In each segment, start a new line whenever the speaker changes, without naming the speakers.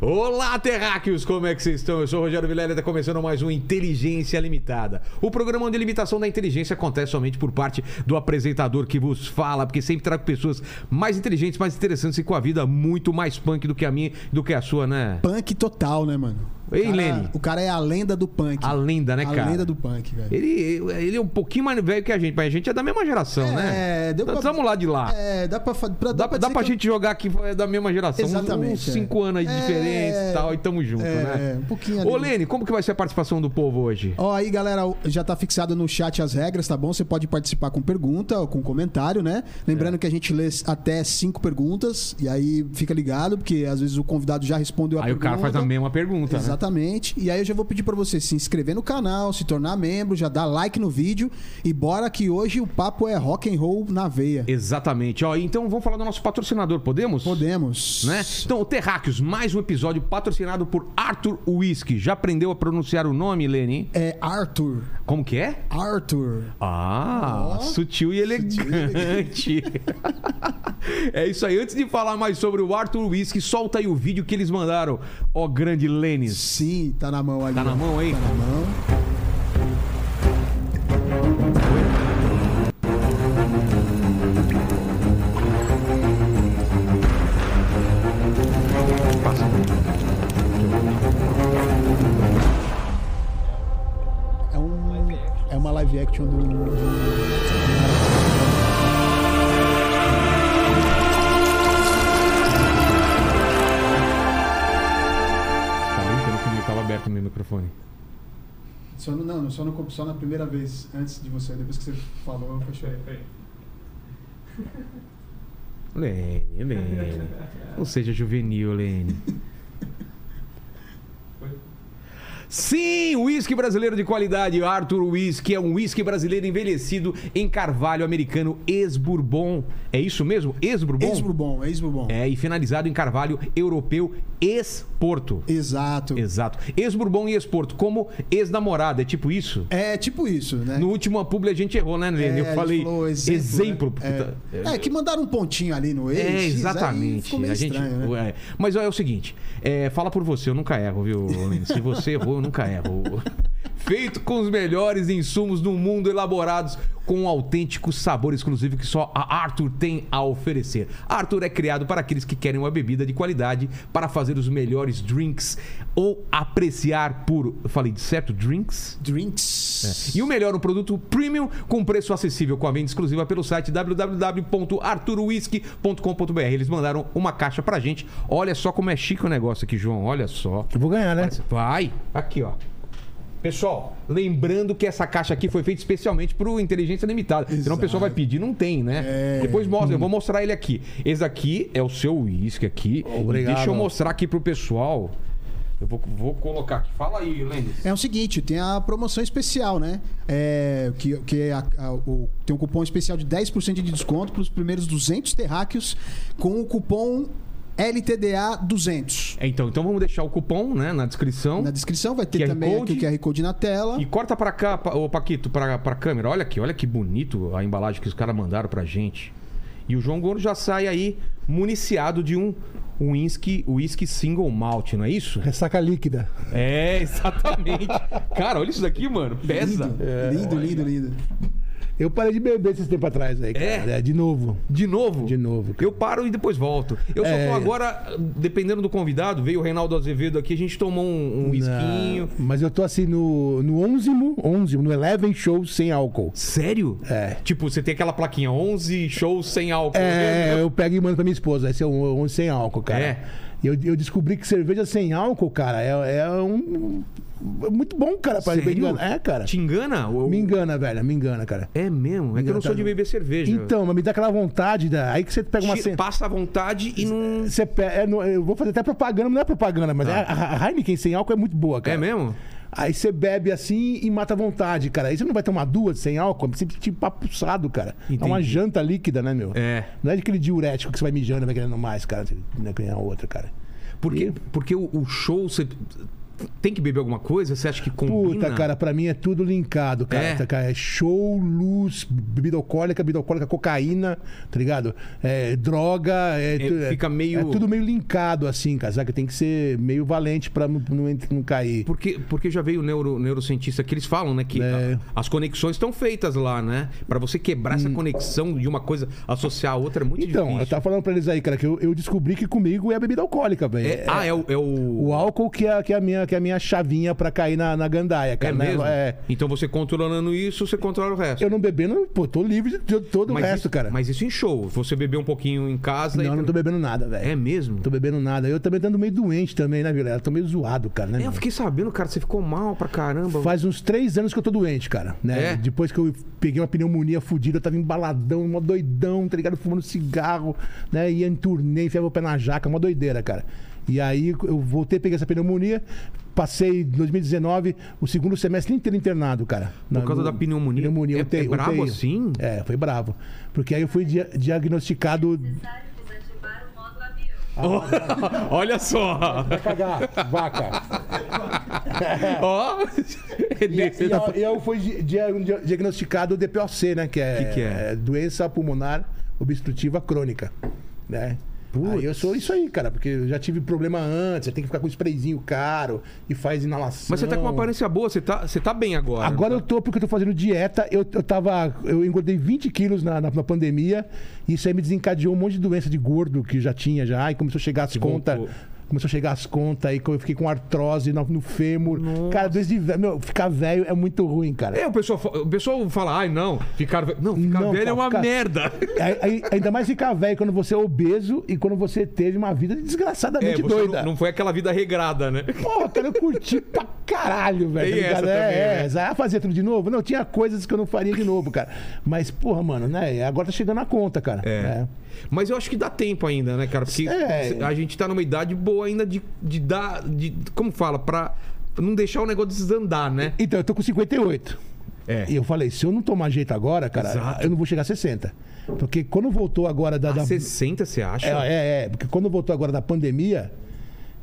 Olá, terráqueos! Como é que vocês estão? Eu sou o Rogério Vilela e está começando mais um Inteligência Limitada. O programa onde a limitação da inteligência acontece somente por parte do apresentador que vos fala, porque sempre trago pessoas mais inteligentes, mais interessantes e com a vida muito mais punk do que a minha do que a sua, né?
Punk total, né, mano? O
Ei,
cara-
Lene.
O cara é a lenda do punk.
A lenda, né,
a
cara?
lenda do punk, velho.
Ele, ele é um pouquinho mais velho que a gente, mas a gente é da mesma geração, né?
deu pra-
Estamos lá de lá.
É, dá pra, fa- pra-
Dá, dá pra,
dizer que eu-
gente jogar aqui é da mesma geração. uns-
Exatamente,
Uns
é.
5 anos aí de
É,
diferença e tal, e tamo junto,
é,
né?
é, um pouquinho ali.
Ô, Lene, como que vai ser a participação do povo hoje?
Ó, aí, galera, já tá fixado no chat as regras, tá bom? Você pode participar com pergunta ou com comentário, né?
É.
Lembrando que a gente lê até cinco perguntas, e aí fica ligado, porque às vezes o convidado já respondeu a
Aí o
pergunta.
cara faz a mesma pergunta. né?
Exatamente. E aí eu já vou pedir pra você se inscrever no canal, se tornar membro, já dá like no vídeo e bora que hoje o papo é rock and roll na veia.
Exatamente. Ó, então vamos falar do nosso patrocinador, podemos?
Podemos.
Né? Então, Terráqueos, mais um episódio patrocinado por Arthur Whisky. Já aprendeu a pronunciar o nome, Lene?
É Arthur.
Como que é?
Arthur.
Ah, sutil e elegante. é isso aí. Antes de falar mais sobre o Arthur Whisky, solta aí o vídeo que eles mandaram. Ó, grande Lenis.
Sim, tá na mão ali.
Tá na
ó.
mão aí?
Tá na mão. É um. É uma live action do.
Tá brincando comigo, tava aberto meu microfone.
Só no, não, só, no, só na primeira vez, antes de você, depois que você falou, eu fechei.
Lene, Lene. Não seja juvenil, Lene. Sim, uísque brasileiro de qualidade. Arthur Whisky é um uísque brasileiro envelhecido em carvalho americano ex-bourbon. É isso mesmo? Ex-bourbon?
Ex-Bourbon, ex-Bourbon.
É, e finalizado em carvalho europeu ex-porto.
Exato.
Exato. Ex-bourbon e ex-porto, como ex-namorada, é tipo isso?
É tipo isso, né?
No último publi a gente errou, né, Lene?
É,
Eu falei
ele falou
exemplo.
né?
porque tá-
É. É, que mandaram um pontinho ali no ex.
É,
X, aí
exatamente.
Ficou meio
a gente,
estranho, né?
é. Mas ó, é o seguinte: é, fala por você, eu nunca erro, viu, Lino? Se você errou, eu nunca erro. Feito com os melhores insumos do mundo, elaborados com um autêntico sabor exclusivo que só a Arthur tem a oferecer. A Arthur é criado para aqueles que querem uma bebida de qualidade para fazer os melhores drinks ou apreciar por. Eu falei de certo? Drinks?
Drinks.
E o melhor, um produto premium com preço acessível com a venda exclusiva pelo site www.arturowhisky.com.br. Eles mandaram uma caixa pra gente. Olha só como é chique o negócio aqui, João. Olha só.
Eu vou ganhar, né?
Vai. Aqui, ó. Pessoal, lembrando que essa caixa aqui foi feita especialmente pro Inteligência Limitada. Senão o pessoal vai pedir, não tem, né? Depois mostra, eu vou mostrar ele aqui. Esse aqui é o seu uísque aqui.
Obrigado.
E deixa eu mostrar aqui pro pessoal. Eu vou, vou colocar aqui. Fala aí, Lendes.
É o seguinte, tem a promoção especial, né? É, que que a- a- o- tem um cupom especial de 10% de desconto para os primeiros 200 terráqueos com o cupom LTDA200.
É, Então, então vamos deixar o cupom, né, na descrição.
Na descrição vai ter
QR
também
Code.
aqui o QR Code na tela.
E corta pra cá, pa- ô Paquito, pra, pra câmera. Olha aqui, olha que bonito a embalagem que os caras mandaram pra gente. E o João Gordo já sai aí municiado de um whisky, whisky single malt, não é isso?
Ressaca líquida.
É, exatamente. cara, olha isso daqui, mano. Pesa. É,
Lindo,
É.
lindo, lindo, lindo.
Eu parei de beber esses tempos atrás aí, cara.
É?
É, de novo.
De novo?
De novo, cara.
Eu paro e depois volto. Eu só
É.
tô agora, dependendo do convidado, veio o Reinaldo Azevedo aqui, a gente tomou um, um whiskinho.
Não, Mas eu tô assim no, no 11, 11, no 11 show sem álcool.
Sério?
É.
Tipo, você tem aquela plaquinha 11 shows sem álcool.
É, eu pego e mando pra minha esposa. Esse é um 11 sem álcool, cara.
É.
E eu, eu descobri que cerveja sem álcool, cara, é, é um. é Muito bom, cara, pra
Sério?
beber. É, cara.
Te engana? O-
Me engana, velho. Me engana, cara.
É mesmo? É que eu não sou de beber cerveja.
Então, mas me dá aquela vontade, da... aí que você pega uma
Tira-
sen-
passa à vontade e não. Tá.
Você pe... é, não, eu vou fazer até propaganda, mas não é propaganda, mas é a, a Heineken sem álcool é muito boa, cara.
É mesmo?
Aí você bebe assim e mata a vontade, cara. Aí você não vai tomar duas sem álcool, é sempre tipo papuçado, cara. É uma
Entendi.
janta líquida, né, meu?
É.
Não é aquele diurético que você vai é mijando e vai querendo mais, cara. Você não quer outra, cara.
Porque, porque o, o show você tem que beber alguma coisa? Você acha que combina?
Puta, cara, pra mim é tudo linkado, cara.
É?
Tá, cara, é show, luz, bebida alcoólica, bebida alcoólica, cocaína, tá ligado? É, droga, é, tu- é-
fica meio-
É tudo meio linkado, assim, cara. Sabe que tem que ser meio valente pra não, não, ent- não cair.
Porque, porque já veio o neuro, neurocientista que eles falam, né? Que
É. Hum.
a- as conexões estão feitas lá, né? Pra você quebrar essa conexão de uma coisa, associar a outra é muito
Então, eu
difícil.
tava falando pra eles aí, cara, que eu, eu descobri que comigo é a bebida alcoólica, velho.
É, ah, é o. É o...
O álcool que é, que é a, minha, que é a minha chavinha pra cair na, na gandaia,
é
cara. né?
mesmo?
É.
Então você controlando isso, você controla o resto.
Eu não bebendo, pô, tô livre de to- todo o resto,
isso,
cara.
Mas isso em show. Você beber um pouquinho em casa.
Não,
e...
eu não tô bebendo nada, velho.
É mesmo?
Não tô bebendo nada. Eu também tô andando meio doente também, né, Vilela? Tô meio zoado, cara, né?
É, eu
meu?
fiquei sabendo, cara, você ficou mal pra caramba.
Faz uns três anos que eu tô doente, cara. Né?
É?
Depois que eu peguei uma pneumonia fudida, eu tava embaladão, mó doidão, tá ligado? Fumando cigarro, né? Ia em turnê, enfiava o pé na jaca, mó doideira, cara. E aí eu voltei, peguei essa pneumonia, passei 2019, o segundo semestre inteiro internado, cara.
Por causa da pneumonia?
Pneumonia,
É- é
UTI.
brabo assim?
É, foi bravo. Porque aí eu fui dia- diagnosticado.
necessário desativar o modo avião.
Olha só!
Cagar, vaca.
Ó!
E, é, e
tá
eu, eu fui di- é, um di- di- diagnosticado DPOC, né? Que é,
Que que é?
doença pulmonar obstrutiva crônica, né? Aí eu sou isso aí, cara, porque eu já tive problema antes, você tem que ficar com sprayzinho caro e faz inalação.
Mas você tá com uma aparência boa, você tá, você tá bem agora.
Agora eu tô, porque eu tô fazendo dieta, eu, eu tava. Eu engordei 20 quilos na, na, na pandemia, e isso aí me desencadeou um monte de doença de gordo que eu já tinha já, e começou a chegar as contas.
voltou.
Começou a chegar as contas aí, que eu fiquei com artrose no, no fêmur. Cara, desde. ve- Meu, ficar velho é muito ruim, cara.
É, o pessoal, fa- o pessoal fala, ai não, ficar velho. Não, ficar
Não,
velho é
cara,
uma
ficar-
merda.
Aí- aí- ainda mais ficar velho quando você é obeso e quando você teve uma vida
É,
desgraçadamente
você
doida.
Não, não foi aquela vida regrada, né?
Porra, cara, eu curti pra caralho, velho.
Tem
tá ligado?
essa
é,
também,
é,
né?
essa. Ah, fazer tudo de novo? Não, tinha coisas que eu não faria de novo, cara. Mas, porra, mano, né? Agora tá chegando a conta, cara. né?
É. Mas eu acho que dá tempo ainda, né, cara? Porque
É.
a gente tá numa idade boa ainda de, de dar. De, como fala? Pra não deixar o negócio desandar, né?
Então, eu tô com 58.
É.
E eu falei, se eu não tomar jeito agora, cara,
Exato.
eu não vou chegar a 60. Porque quando voltou agora da. da-
60, você acha?
É, é, é, porque quando voltou agora da pandemia,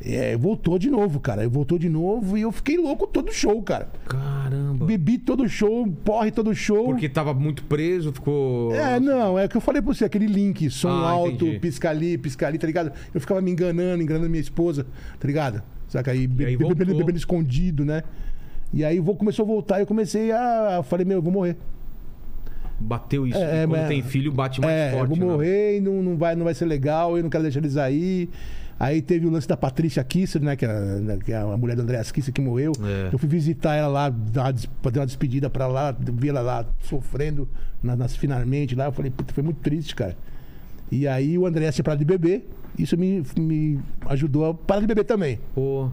é, voltou de novo, cara. Voltou de novo e eu fiquei louco todo show, cara.
Caramba.
Bebi todo show, porre todo show.
Porque tava muito preso, ficou.
É, não, é o que eu falei pra você, aquele link, som
Ah,
alto,
entendi.
pisca ali, pisca ali, tá ligado? Eu ficava me enganando, enganando minha esposa, tá ligado? Saca? Aí, be-
aí
be- bebendo,
voltou.
bebendo escondido, né? E aí vou, começou a voltar e eu comecei a. eu Falei, meu, eu vou morrer.
Bateu isso.
É,
E quando
mas-
tem filho, bate mais
é, eu
forte.
vou
né?
morrer e não, não, vai, não vai ser legal, eu não quero deixar eles aí. Aí teve o lance da Patrícia Kisser, né? Que é, a- que é a mulher do Andréas Kisser que morreu.
É.
Eu fui visitar ela lá, dar uma des- fazer uma despedida pra lá, vi ela lá sofrendo na- nas, finalmente lá. Eu falei, puta, foi muito triste, cara. E aí o Andréas tinha parado de beber, isso me, me ajudou a parar de beber também.
Pô.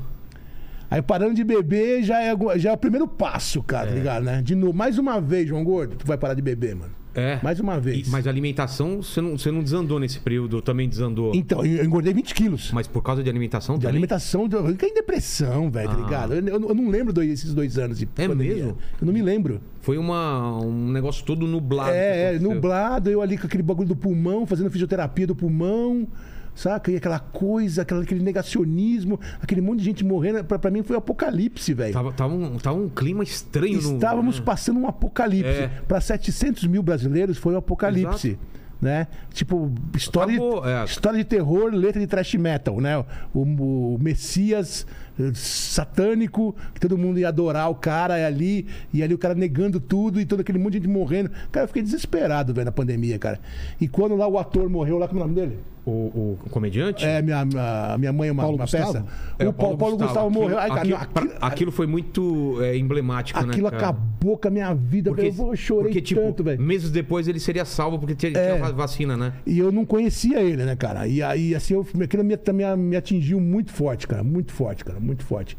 Aí parando de beber já é, algu- já é o primeiro passo, cara, tá ligado, né? De novo, mais uma vez, João Gordo, tu vai parar de beber, mano.
É.
Mais uma vez.
E- mas a alimentação, você não, você não desandou nesse período, eu também desandou.
Então, eu eu engordei 20 quilos.
Mas por causa de alimentação
De
também?
alimentação, de- eu fiquei em depressão, velho, tá
Ah.
ligado? Eu, eu- eu não lembro do- desses dois anos de
É mesmo?
Eu não me lembro.
Foi uma, um negócio todo nublado. que
é, é,
aconteceu.
nublado, eu ali com aquele bagulho do pulmão, fazendo fisioterapia do pulmão, saca? E aquela coisa, aquela- aquele negacionismo, aquele monte de gente morrendo. Pra, pra mim foi um apocalipse, velho.
Tava, tava, um, tava um clima estranho. no-
Estávamos
né?
passando um apocalipse.
É.
Para 700 mil brasileiros foi um apocalipse. Né? Tipo, história,
Acabou,
de,
é.
história de terror, letra de trash metal, né? O, o Messias eh, satânico, que todo mundo ia adorar o cara ali, e ali o cara negando tudo, e todo aquele monte de gente morrendo. Cara, eu fiquei desesperado, velho, na pandemia, cara. E quando lá o ator morreu, lá, como é o nome dele?
O, o comediante?
É, minha, minha, minha mãe, é uma,
Paulo
uma
Gustavo?
peça.
É,
o Paulo, Paulo Gustavo, morreu. Ai, cara,
aquilo,
meu,
pra- aquilo foi muito é, emblemático,
Aquilo
né? cara?
acabou com a minha vida, velho. eu vou- eu chorei
porque, tipo,
tanto, velho.
Meses depois ele seria salvo porque tinha,
É.
tinha vacina, né?
E eu não conhecia ele, né, cara? E aí, assim, eu, aquilo me, me, me atingiu muito forte, cara. Muito forte, cara. Muito forte.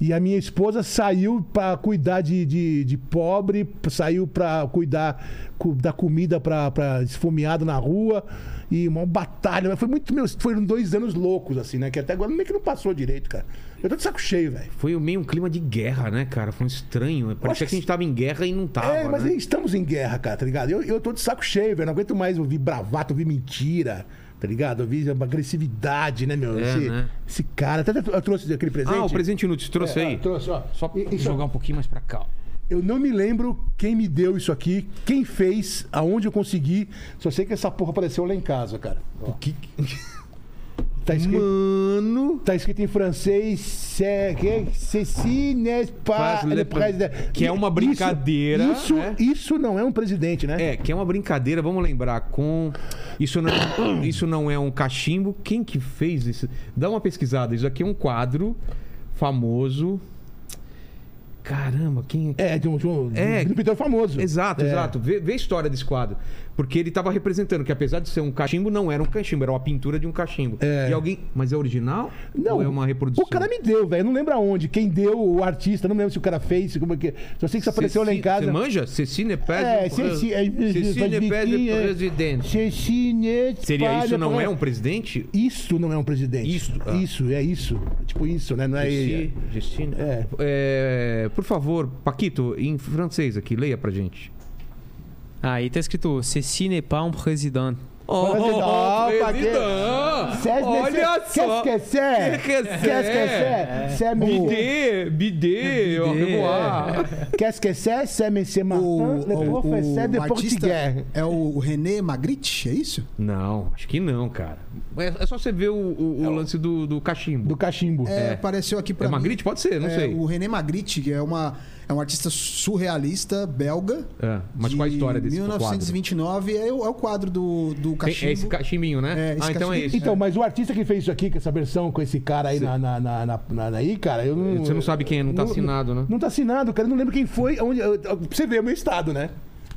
E a minha esposa saiu pra cuidar de, de, de pobre, p- saiu pra cuidar cu, da comida pra, pra esfomeado na rua. E uma batalha. Mas Foi muito, meu, foram dois anos loucos, assim, né? Que até agora meio que não passou direito, cara. Eu tô de saco cheio, velho.
Foi meio um clima de guerra, né, cara? Foi um estranho.
acho
Parecia que...
que
a gente tava em guerra e não tava.
É, mas
né?
estamos em guerra, cara, tá ligado? Eu, eu tô de saco cheio, velho. Não aguento mais ouvir bravato, ouvir mentira, tá tá ligado? Eu vi uma agressividade, né, meu?
É,
esse,
né?
esse cara. Até eu trouxe aquele presente.
Ah, o presente inútil, trouxe
É,
aí.
ah, trouxe, ó.
Só
E- isso-
jogar um pouquinho mais pra cá. ó.
Eu não me lembro quem me deu isso aqui, quem fez, aonde eu consegui. Só sei que essa porra apareceu lá em casa, cara. Ó.
Que-
Tá escrito.
Mano.
Tá escrito em francês, se- que- Ceci n'est pas
Faz le-
le président.
que é uma brincadeira,
Isso,
né?
isso não é um presidente, né?
É, que é uma brincadeira, vamos lembrar, com. Isso não, isso não é um cachimbo. Quem que fez isso? Dá uma pesquisada. Isso aqui é um quadro famoso. Caramba, quem é que.
É, de um, de um,
É.
de um pintor famoso.
Exato,
É.
exato. Vê, vê a história desse quadro. Porque ele estava representando que, apesar de ser um cachimbo, não era um cachimbo, era uma pintura de um cachimbo.
É.
E alguém. Mas é original?
Não,
Ou é uma reprodução?
O cara me deu, velho. Não lembro aonde. Quem deu, o artista. Não lembro se o cara fez. Como é que... Só sei que isso apareceu lá em casa.
Você manja? Ceci Nepes.
É, Ceci. é,
Ceci Nepes é presidente.
Ceci n'est
Seria
pas
isso,
le
não é
président.
um presidente?
Isso não é um presidente.
Isto, ah.
Isso, é isso. Tipo isso, né? Não é...
Ceci, Ceci, né?
É.
É, por favor, Paquito, em francês aqui, leia pra gente.
Aí tá escrito Ceci n'est pas un président.
Oh,
Ó, Ah, Paquito. César,
Olha
César,
só!
Qu'est-ce que c'est?
Qu'est-ce que
Qu'est-ce que
c'est?
c'est? C'est mon-
Bidê, bidê, ó,
Bidê,
revoar.
Qu'est-ce que c'est? C'est Monsieur Martin, le professeur de
artista
português.
é o René Magritte, é isso?
Não, acho que não, cara. É, é só você ver o, o- o lance do, do cachimbo.
Do cachimbo.
É, apareceu aqui pra
É
mim.
Magritte? Pode ser, não
É,
sei.
O René Magritte, que é, uma, é um artista surrealista belga.
É, mas qual a história desse quadro?
1929 É, o- é o quadro do, do
Tem-
cachimbo.
É esse cachimbinho, né?
É, esse
ah, então é
cachimbinho.
esse.
Então, mas o artista que fez isso aqui, com essa versão com esse cara aí na, na, na, na- na- aí, cara, eu não.
Você não sabe quem é, não tá assinado, né?
Não tá assinado, cara. Eu não lembro quem foi. Onde, eu- eu- pra você ver o meu estado, né?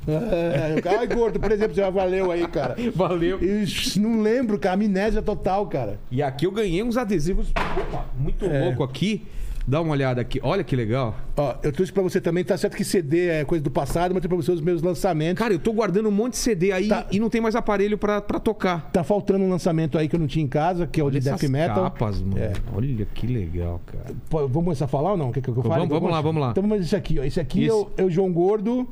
É, eu- Ai, gordo, por exemplo, já valeu aí, cara.
Valeu.
Eu não lembro, cara. Amnésia total, cara.
E aqui eu ganhei uns adesivos opa, muito
É.
louco aqui. Dá uma olhada aqui. Olha que legal.
Ó, eu trouxe pra você também, tá certo que CD é coisa do passado, mas eu trouxe pra você os meus lançamentos.
Cara, eu tô guardando um monte de CD aí
Tá.
e não tem mais aparelho pra, pra tocar.
Tá faltando um lançamento aí que eu não tinha em casa, que é o de Death
Essas
Metal.
capas, mano.
É.
Olha que legal, cara.
Pô, Vamos começar a falar ou não? Quer que eu fale?
Vamos- vamos lá, vamos lá.
Então vamos esse aqui, ó. Esse aqui
Esse.
É, o, é o João Gordo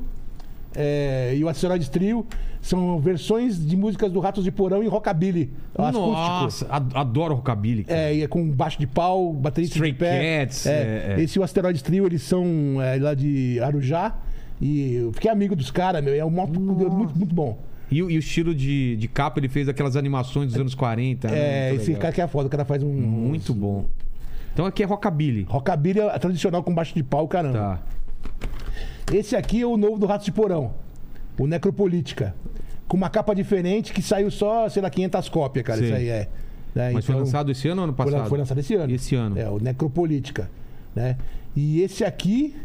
é, e o Asteroides Trio. São versões de músicas do Ratos de Porão e Rockabilly. acústico.
Nossa, ad- adoro rockabilly. cara.
É, e é com baixo de pau, baterista
Stray
de pé.
Cats,
é,
é, é.
Esse e o Asteroides Trio, eles são é, lá de Arujá. E eu fiquei amigo dos caras, meu. É um moto muito, muito bom.
E, o- e o estilo de, de capa, ele fez aquelas animações dos anos 40. né?
É,
Muito
esse
legal.
cara que é foda, o cara faz um.
Muito bom. Então aqui é rockabilly.
Rockabilly é tradicional com baixo de pau, caramba.
Tá.
Esse aqui é o novo do Ratos de Porão. O Necropolítica. Com uma capa diferente que saiu só, sei lá, 500 cópias, cara.
Sim.
Isso aí é. Né,
Mas foi
então,
lançado esse ano ou ano
foi lan-
passado?
foi lançado esse ano.
Esse ano.
É, o Necropolítica. Né? E esse aqui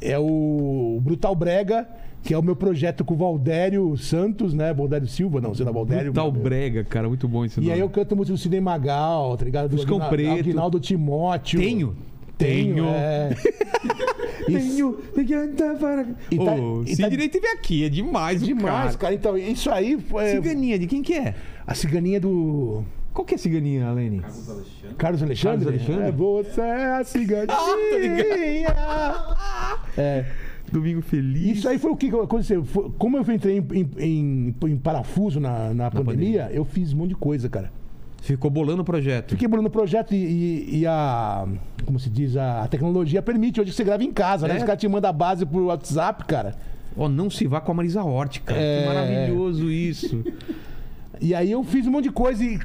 é o Brutal Brega, que é o meu projeto com o Valdério Santos, né? Valdério Silva, não, sei lá, Valdério.
Tal brega, cara. Muito bom esse
E
nome.
aí eu canto música do Cine Magal, tá ligado? Do
Fuscão
Aguina-
Preto.
Aguinaldo Timóteo.
Tenho.
Tenho.
Tenho.
é.
Tenho.
E tá-
Ô,
e
se
tá-
direito vem aqui, é demais,
Demais, cara.
cara.
Então, isso aí foi.
Ciganinha, de quem que é?
A ciganinha do
Qual que é a ciganinha, Alene?
Carlos Alexandre?
Carlos Alexandre? Ah,
É, você é a ciganinha. é.
Domingo Feliz.
Isso aí foi o que aconteceu. Foi- Como eu entrei em, em- em- em parafuso na, na pandemia, eu fiz um monte de coisa, cara.
Ficou bolando o projeto.
Fiquei bolando o projeto e, e- e a. Como se diz? A, a tecnologia permite hoje que você grava em casa, né?
É.
Os caras te mandam a base pro WhatsApp, cara.
Ó, não se vá com a Marisa Hort, cara.
É.
Que maravilhoso isso.
E aí eu fiz um monte de coisa e.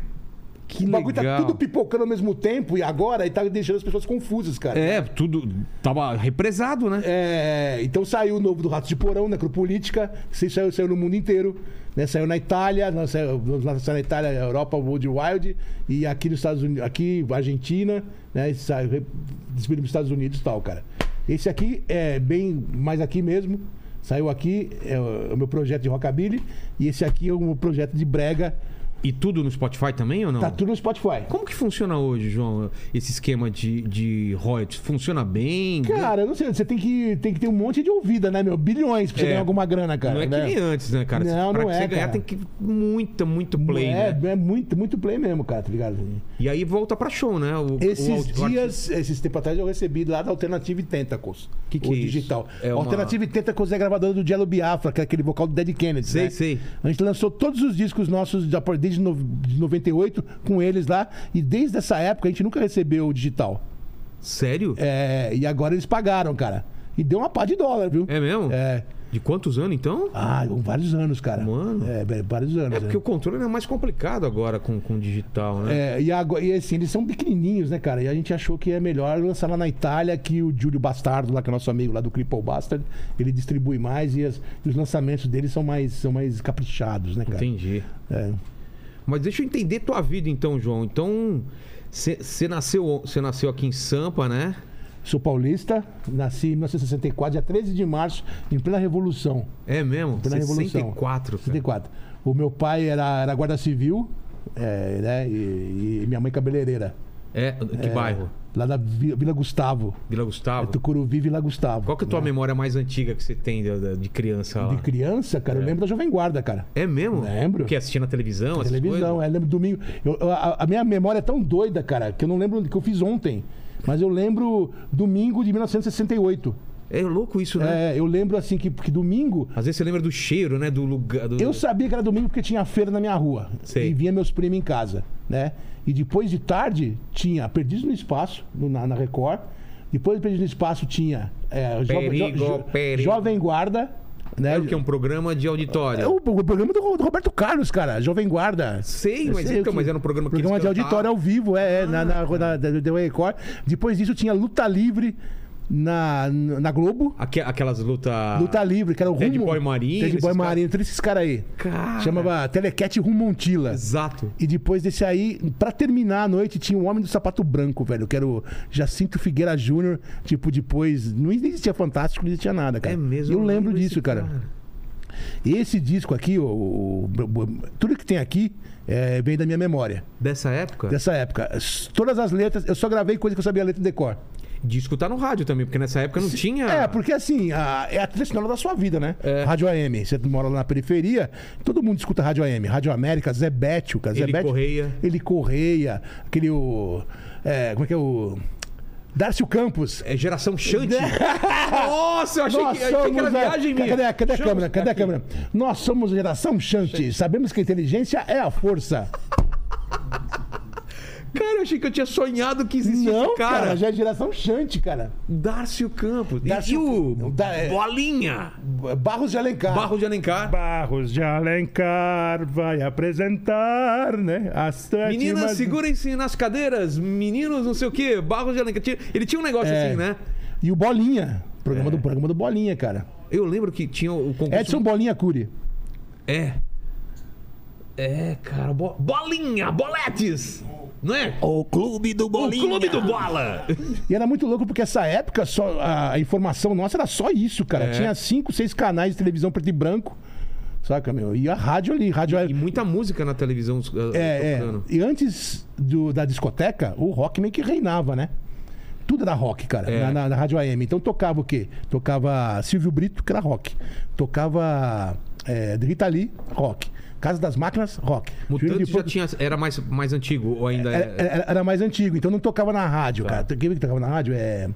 Que
o bagulho
legal.
tá tudo pipocando ao mesmo tempo e agora e tá deixando as pessoas confusas, cara.
É, tudo tava represado, né?
É, então saiu o novo do Ratos de Porão, né, Necropolítica, isso saiu, saiu no mundo inteiro, né? Saiu na Itália, na- saiu, na- saiu na Itália, Europa, World Wild, e aqui nos Estados Unidos, aqui Argentina, né? E Saiu re- distribuído nos Estados Unidos e tal, cara. Esse aqui é bem mais aqui mesmo. Saiu aqui, é o o meu projeto de rockabilly, e esse aqui é o meu projeto de brega.
E tudo no Spotify também ou não?
Tá tudo no Spotify.
Como que funciona hoje, João, esse esquema de, de royalties? Funciona bem?
Cara, eu não sei, você tem que, tem que ter um monte de ouvida, né, meu? Bilhões pra você
É.
ganhar alguma grana, cara.
não é
né?
que nem antes, né, cara?
Não,
pra
não
você
é,
ganhar
cara.
tem que muito, muito play,
é,
né?
é muito, muito play mesmo, cara, tá ligado?
E aí volta pra show, né? O, o
Esses
out- o artista-
dias, esses tempos atrás, eu recebi lá da Alternative Tentacles.
Que que
o
é isso?
digital.
É uma-
Alternative Tentacles é a gravadora do Jello Biafra, que é aquele vocal do Dead Kennedy.
Sei,
né?
sei.
A gente lançou todos os discos nossos da- desde desde no- de 98 com eles lá. E desde essa época a gente nunca recebeu o digital.
Sério?
É, e agora eles pagaram, cara. E deu uma pá de dólar, viu?
É mesmo?
É.
De quantos anos, então?
Ah, vários anos, cara.
Mano.
É, bem, vários anos.
Um É porque
né?
o controle é mais complicado agora com com o digital, né?
É, e, agora, e assim, eles são pequenininhos, né, cara? E a gente achou que é melhor lançar lá na Itália, que o Júlio Bastardo, lá que é nosso amigo lá do Cripple Bastard, ele distribui mais e as- e os lançamentos dele são mais, são mais caprichados, né, cara?
Entendi.
É.
Mas deixa eu entender tua vida então, João. Então, você nasceu, cê nasceu aqui em Sampa, né?
Sou paulista, nasci em 1964, dia 13 de março, em plena Revolução.
É mesmo?
Pela Revolução.
64, cara.
64. O meu pai era, era guarda civil, é, né? E, e minha mãe cabeleireira.
É, que
É,
bairro?
Lá da Vi- Vila Gustavo.
Vila
É
Gustavo?
Tucuruvi, Vila Gustavo. Né?
Qual que é a tua memória mais antiga que você tem de, de- de criança lá?
De criança, cara, eu lembro da Jovem Guarda, cara.
É mesmo?
Lembro.
Que assistia na televisão? essas
Televisão,
coisas?
é, lembro domingo. Eu- eu- a, a minha memória é tão doida, cara, que eu não lembro o que eu fiz ontem. Mas eu lembro domingo de 1968.
É louco isso, né?
É, eu lembro assim que, que domingo
Às vezes você lembra do cheiro, né? Do lugar. do-
Eu sabia que era domingo porque tinha feira na minha rua.
Sei.
E vinha meus primos em casa, né? E depois de tarde tinha Perdidos no Espaço, no- na, na Record. Depois de Perdidos no Espaço tinha é,
Perigo, perigo.
Jovem Guarda, né?
É o que? É um programa de auditório.
É o, o programa do, Ro- do Roberto Carlos, cara, Jovem Guarda.
Sei,
Eu
mas
sei
então,
que-
mas era um programa que
Programa
eles
de
cantavam. Ah.
auditório ao vivo, é, é, na, na, na, da- da Record. Depois disso tinha Luta Livre na, na Globo.
Aque- Aquelas lutas.
Luta Livre, que era o Rumo.
Ah. Ted Boy Marinho,
Ted Boy
esses caras.
Marinho, todos esses caras aí.
Cara.
Chamava Telecat Rumontila.
Exato.
E depois desse aí, pra terminar a noite, tinha o Homem do Sapato Branco, velho. Que era o Jacinto Figueira Júnior. Tipo, depois. Não existia Fantástico, não existia nada, cara.
É mesmo.
Eu lembro
desse
disso, cara. Esse disco aqui, o, o- o- tudo que tem aqui, é, vem da minha memória.
Dessa época?
Dessa época. S- Todas as letras, eu só gravei coisa que eu sabia a letra de cor.
De escutar no rádio também, porque nessa época não tinha.
É, porque assim, a- é a trilha sonora da sua vida, né?
É.
Rádio AM. Você mora lá na periferia, todo mundo escuta Rádio AM. Rádio América, Zé Bétio, cara. Zé
Eli
Bétio-
Correia.
Eli Correia, aquele o... é, como é que é o... Darcio Campos.
É geração Xande. Nossa, eu achei, que, eu achei que era
somos a-
viagem minha.
Cadê, a- cadê a
Chama-
câmera? Cadê a
aqui.
câmera? Nós somos a geração Chante. Sabemos que a inteligência é a força.
Cara, eu achei que eu tinha sonhado que existia
Não,
esse cara.
cara. já é geração Chante, cara.
Darcio Campos. E-
Darcio-
E o
Da- é-
Bolinha.
Barros de Alencar.
Barro de Alencar.
Barros de Alencar vai apresentar, né? As sétimas...
Meninas, segurem-se nas cadeiras. Meninos, não sei o quê. Barro de Alencar. Tinha- Ele tinha um negócio
É.
assim, né?
E o Bolinha. Programa, do, programa do Bolinha, cara.
Eu lembro que tinha o concurso...
Edson Bolinha Cury.
É. É, cara. bo- Bolinha, boletes. Não é?
O clube do
O clube do bola.
E era muito louco porque essa época só a informação nossa era só isso, cara.
É.
Tinha cinco, seis canais de televisão preto e branco. Saca, meu? E a rádio ali, rádio
E muita música na televisão eh,
é, é.
tocando.
E antes do- da discoteca, o rock meio que reinava, né? Tudo era rock, cara,
É.
na, na- na rádio AM. Então tocava o quê? Tocava Silvio Brito, que era rock. Tocava é, Rita Lee, rock. Casa das Máquinas, rock.
Mutantes
Júlio de
já
Pro-
tinha, era mais, mais antigo ou ainda
era,
é.
era- era mais antigo, então não tocava na rádio,
Tá.
cara. Quem que tocava na rádio é.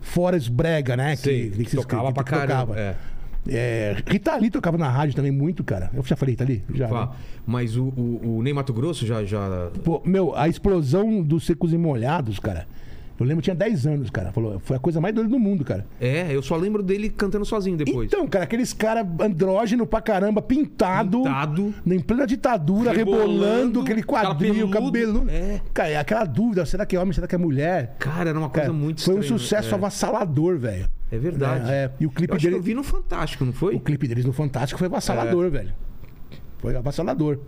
Forrest Brega, né?
Sei, que
se-
tocava pra caramba. É.
É, Rita Lee tocava na rádio também muito, cara. Eu já falei Rita Lee? Já. né?
Fala. Mas o, o, o Ney Mato Grosso já. já...
Pô, meu, a explosão dos secos e molhados, cara. Eu lembro, eu tinha 10 anos, cara. Falou, foi a coisa mais doida do mundo, cara.
É, eu só lembro dele cantando sozinho depois.
Então, cara, aqueles caras andrógeno pra caramba, pintado.
Pintado.
Em plena ditadura,
Rebolando,
rebolando, aquele quadril,
cabeludo.
cabeludo.
É.
Cara, é aquela dúvida, será que é homem, será que é mulher?
Cara, era uma coisa
Cara,
muito
Foi um
estranha,
sucesso
é.
avassalador, velho.
É verdade.
É, é. E o clipe
eu acho que
dele-
eu vi no É. Fantástico, não
O
foi?
clipe deles no Fantástico foi avassalador, velho. Foi avassalador.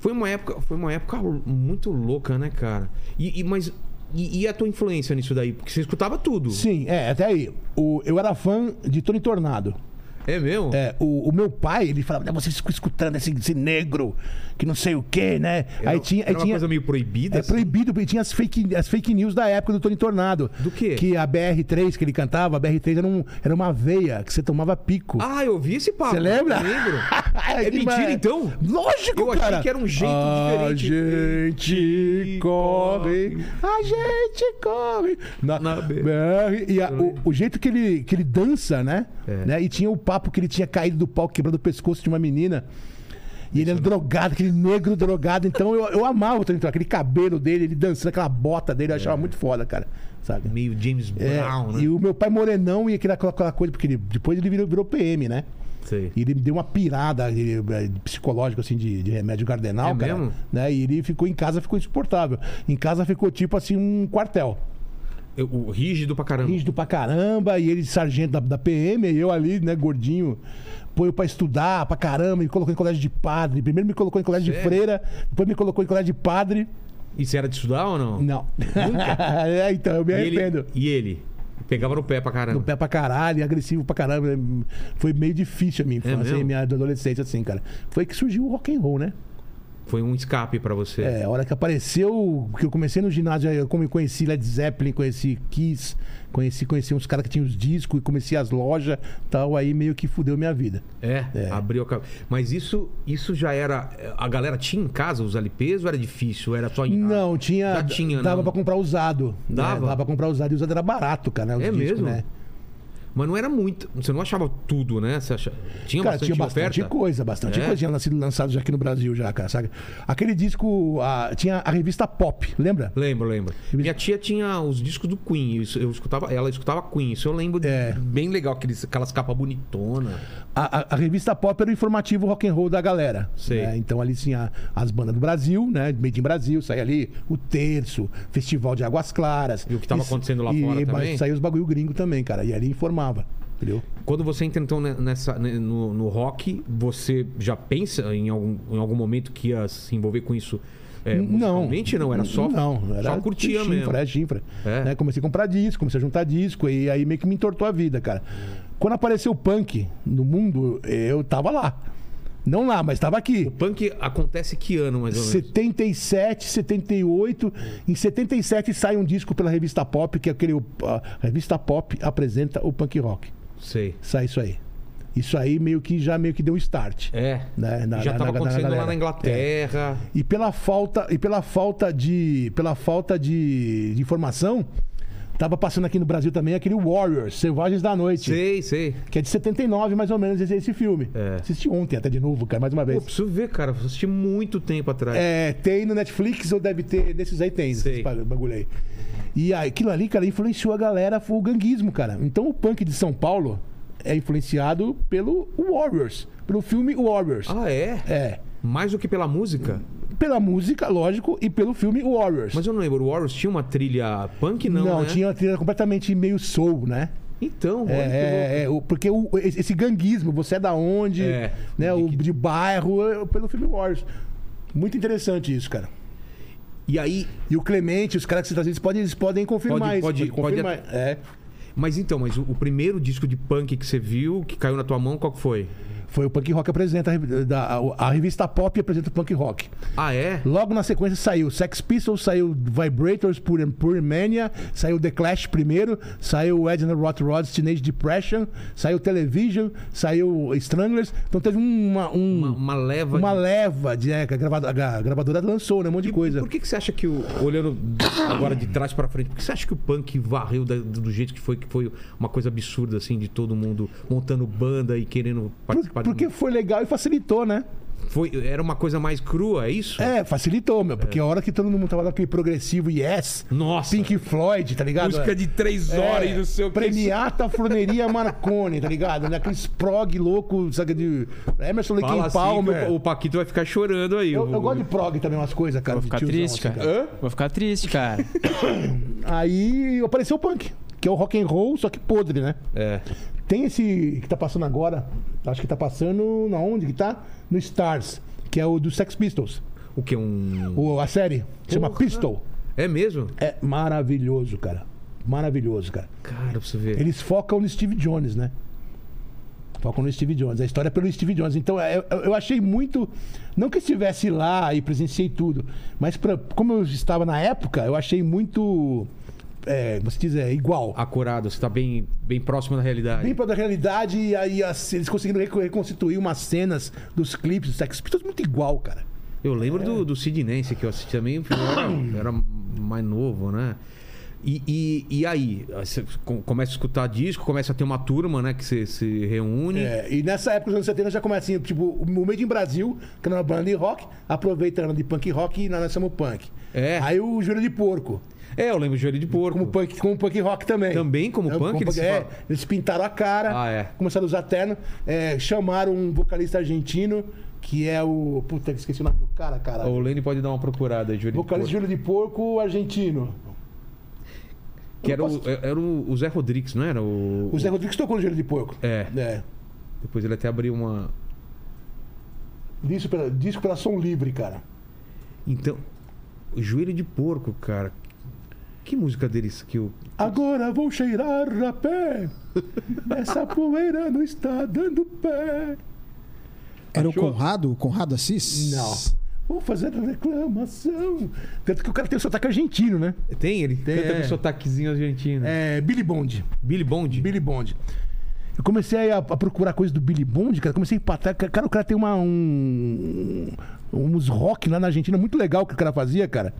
Foi uma época, foi uma época muito louca, né, cara? E, e- mas e, e a tua influência nisso daí? Porque você escutava tudo.
Sim, é, até aí. O, eu era fã de Tony Tornado.
É mesmo?
É, o, o meu pai, ele falava, "Não, vocês ficam escutando esse, esse negro, que não sei o quê, né?
Era,
aí tinha.
era
Aí
uma
tinha
coisa meio proibida.
é
assim.
proibido, porque tinha as fake, as fake news da época do Tony Tornado.
Do quê?
Que a BR3 que ele cantava, a BR3 era, um, era uma veia que você tomava pico.
Ah, eu vi esse papo.
Você lembra?
Eu lembro.
É,
É
que
mentira,
mar-
então?
Lógico,
Eu achei
cara.
que era um jeito
a
diferente.
gente corre, a gente corre. Na,
Na B.
BR. E a- o, o jeito que ele, que ele dança, né?
É.
Né? E tinha o papo que ele tinha caído do palco, quebrado o pescoço de uma menina. E ele era drogado, aquele negro drogado. Então eu, eu amava o Tony Todd, aquele cabelo dele, ele dançando, aquela bota dele, eu achava muito foda, cara. Sabe?
Meio James
É,
Brown, É. né?
E o meu pai morenão e aquela, aquela coisa, porque ele- depois ele virou, virou PM, né?
Sei.
E ele me deu uma pirada ele, eh, psicológica, assim, de, de remédio cardenal,
É
cara.
mesmo?
Né? E ele ficou em casa, ficou insuportável. Em casa ficou tipo assim um quartel.
Eu- o rígido pra caramba.
Rígido pra caramba, e ele sargento da, da PM, e eu ali, né, gordinho. Pô, eu pra estudar pra caramba, me colocou em colégio de padre. Primeiro me colocou em colégio de
Sério?
freira, depois me colocou em colégio de padre.
E você era de estudar ou não?
Não. é, então, eu me
E ele,
arrependo.
e ele? Pegava no pé pra caramba.
No pé pra caralho, agressivo pra caramba. né? Foi meio difícil a minha infância,
É mesmo?
e minha adolescência, assim, cara. Foi que surgiu o rock and roll, né?
Foi um escape pra você.
É, a hora que apareceu, que eu comecei no ginásio, aí eu come- conheci Led Zeppelin, conheci Kiss, conheci, conheci uns caras que tinham os discos e comecei as lojas tal, aí meio que fudeu minha vida.
É,
É.
abriu a cabeça. Mas isso, isso já era. eh, A galera tinha em casa os LPs ou era difícil? Era só em.
Não, tinha.
Já tinha,
Dava
não.
pra comprar usado. né?
Dava?
Dava pra comprar usado e usado era barato, cara. né? Os
É
discos,
mesmo?
né?
Mas não era muito. Você não achava tudo, né? Você acha... Tinha
Cara,
bastante
tinha bastante
oferta?
coisa, bastante
É?
coisa. Tinha sido lançado já aqui no Brasil, já, cara, sabe? Aquele disco, a- tinha a revista Pop, lembra?
Lembro, lembro. Minha tia tinha os discos do Queen. Isso, eu escutava, ela escutava Queen. Isso eu lembro.
É.
Bem legal, aqueles, aquelas capas bonitonas.
A, a- a revista Pop era o informativo rock and roll da galera.
Sei.
né? Então ali tinha as bandas do Brasil, né? Made in Brasil, saía ali o Terço, Festival de Águas Claras.
E o que tava acontecendo lá fora
e, mas
também?
Saía os bagulho gringo também, cara. E ali informava, entendeu?
Quando você entra então ne- nessa, ne- no, no rock, você já pensa em algum, em algum momento que ia se envolver com isso é, musicalmente? Não, era só,
não, era
só curtia
chifra,
mesmo.
É chifra.
É.
Né? Comecei a comprar disco, comecei a juntar disco, e aí meio que me entortou a vida, cara. Quando apareceu o punk no mundo, eu tava lá. Não lá, mas tava aqui.
O punk acontece que ano, mais ou menos?
77, 78. Em 77 sai um disco pela revista Pop, que é aquele. A revista Pop apresenta o punk rock.
Sei.
Sai isso aí. Isso aí meio que já meio que deu um start.
É.
Né, na-
Já
na-
tava
na- na
acontecendo lá
galera. É.
na Inglaterra.
E pela falta, e pela falta de. Pela falta de, de informação, tava passando aqui no Brasil também aquele Warriors, Selvagens da Noite.
Sei, sei.
Que é de 79, mais ou menos, esse, esse filme.
É.
Assisti ontem até de novo, cara, mais uma
Pô,
vez.
preciso ver, cara. Eu assisti muito tempo atrás.
É, tem no Netflix ou deve ter. Desses aí tem,
Sei.
esses pa- bagulho aí. E aí, aquilo ali, cara, influenciou a galera, foi o ganguismo, cara. Então o punk de São Paulo é influenciado pelo Warriors, pelo filme Warriors.
Ah, é?
É.
Mais do que pela música?
Pela música, lógico, e pelo filme Warriors.
Mas eu não lembro. O Warriors tinha uma trilha punk, não, né?
tinha uma trilha completamente meio soul, né?
Então, olha
É,
que louco.
é, é, o- porque o- esse esse ganguismo, você é da onde,
É.
né?
De
o,
que-
de bairro, é, pelo filme Warriors. Muito interessante isso, cara.
E aí...
E o Clemente, os caras que você tá eles podem, eles podem confirmar
Pode- pode-
isso. confirmar. É.
Mas então, mas o, o primeiro disco de punk que você viu, que caiu na tua mão, qual que foi?
Foi o Punk Rock apresenta, a revi- da- a, a revista Pop apresenta o Punk Rock.
Ah, é?
Logo na sequência saiu Sex Pistols, saiu Vibrators, Pure and Pure Mania, saiu The Clash primeiro, saiu Edna Rot Rods, Teenage Depression, saiu Television, saiu Stranglers. Então teve uma, um-
Uma, uma leva...
uma
de...
leva de. É, que a, gravadora, a gravadora lançou, né? Um monte de
E
coisa.
Por que, que você acha que o. Olhando agora de trás pra frente, por que você acha que o punk varreu da- do jeito que foi, que foi uma coisa absurda, assim, de todo mundo montando banda e querendo
Por-
participar de um-
porque foi legal e facilitou, né?
Foi, era uma coisa mais crua, é isso?
É, facilitou, meu. Porque a hora que todo mundo tava naquele progressivo yes,
Nossa.
Pink Floyd, tá ligado? É,
Música de três horas e não sei o que.
Premiata Forneria Marconi, tá ligado? Naqueles prog louco, sabe? De Emerson Lake
Fala assim
Palmer.
que o, o Paquito vai ficar chorando aí.
eu,
o-
eu gosto de prog também, umas coisas, cara.
Vou
de
ficar
tiozão,
triste,
assim,
cara. Vou ficar triste, cara.
cara. Aí apareceu o punk, que é o rock and roll, só que podre, né?
É.
Tem esse que tá passando agora, acho que tá passando na onde que tá? No Stars, que é o do Sex Pistols.
O que? Um.
O, a série chama
Porra.
Pistol.
É mesmo?
É maravilhoso, cara. Maravilhoso, cara.
Cara, pra você ver.
Eles focam no Steve Jones, né? Focam no Steve Jones. A história é pelo Steve Jones. Então, é, eu, eu achei muito. Não que eu estivesse lá e presenciei tudo, mas pra- como eu estava na época, eu achei muito. É, como se diz, é, igual.
Acurado, você tá bem, bem próximo da realidade.
Limpa da realidade e aí as- eles conseguiram recon- reconstituir umas cenas dos clipes do Sex Pistols muito igual, cara.
Eu lembro do, do Sid Nance que eu assisti também, eu era, era mais novo, né? E, e, e aí? Você com- começa a escutar disco, começa a ter uma turma, né? Que você se reúne.
É, e nessa época dos anos 70 já começa assim, tipo, o Made in Brasil, que era uma banda de rock, aproveitando de punk rock e nós lançamos punk.
É.
Aí o Júlio de Porco,
É, eu lembro de Joelho de Porco.
como punk, como punk rock também.
Também como punk, eles
eles,
falam?
é, eles pintaram a cara,
Ah, é.
começaram a usar terno, é, chamaram um vocalista argentino, que é o. Puta, que esqueci o nome do cara, cara.
O Lene pode dar uma procurada, aí, Joelho de
vocalista
Porco.
Júlio de Porco argentino.
Que era,
Eu não
o, é, era o o Zé Rodrigues, não era? O,
O Zé Rodrigues tocou no Júlio de Porco.
É.
é.
Depois ele até abriu uma.
Disco pela, disco pela Som Livre, cara.
Então. o Joelho de Porco, cara. Que música deles que eu.
Agora vou cheirar rapé. Essa poeira não está dando pé.
Era
Achou?
o Conrado? O Conrado Assis?
Não. Vou fazer a reclamação. Tanto que o cara tem o sotaque argentino, né?
Tem? Ele canta com
é.
sotaquezinho argentino.
É Billy Bond.
Billy Bond?
Billy Bond. Eu comecei a, a procurar coisa do Billy Bond, cara. Comecei a empatar. Cara, o cara tem uma, um, uns rock lá na Argentina muito legal que o cara fazia, cara.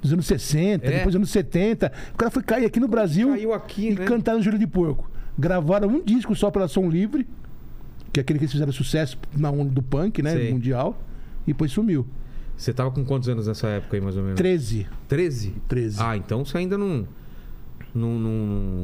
Dos anos 60,
É.
depois dos anos 70. O cara foi cair um aqui no Brasil.
Caiu aqui,
e
né?
cantaram Júlio de Porco. Gravaram um disco só pela Som Livre, que é aquele que eles fizeram sucesso na onda do punk, né?
Sei.
Mundial. E depois sumiu.
Você tava com quantos anos nessa época aí, mais ou menos?
13.
13?
13.
Ah, então você ainda não. Não, não,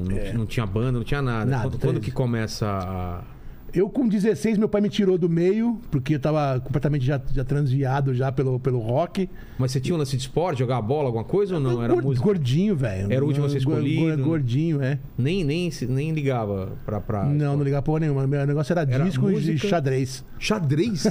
não,
É.
não tinha banda, não tinha nada.
Nada,
quando, quando
13.
que começa a.
Eu com 16, meu pai me tirou do meio, porque eu tava completamente já, já transviado já pelo, pelo rock.
Mas você tinha um lance de esporte, jogar bola, alguma coisa ou não? Era
Gor-
música.
Gordinho, velho.
Era o último a ser
Gor- gor-
escolhido. né?
Gordinho, é.
Nem, nem, se- nem ligava pra. pra
Não, não ligava porra nenhuma. Meu negócio era,
Era
disco e
música?
xadrez.
Xadrez?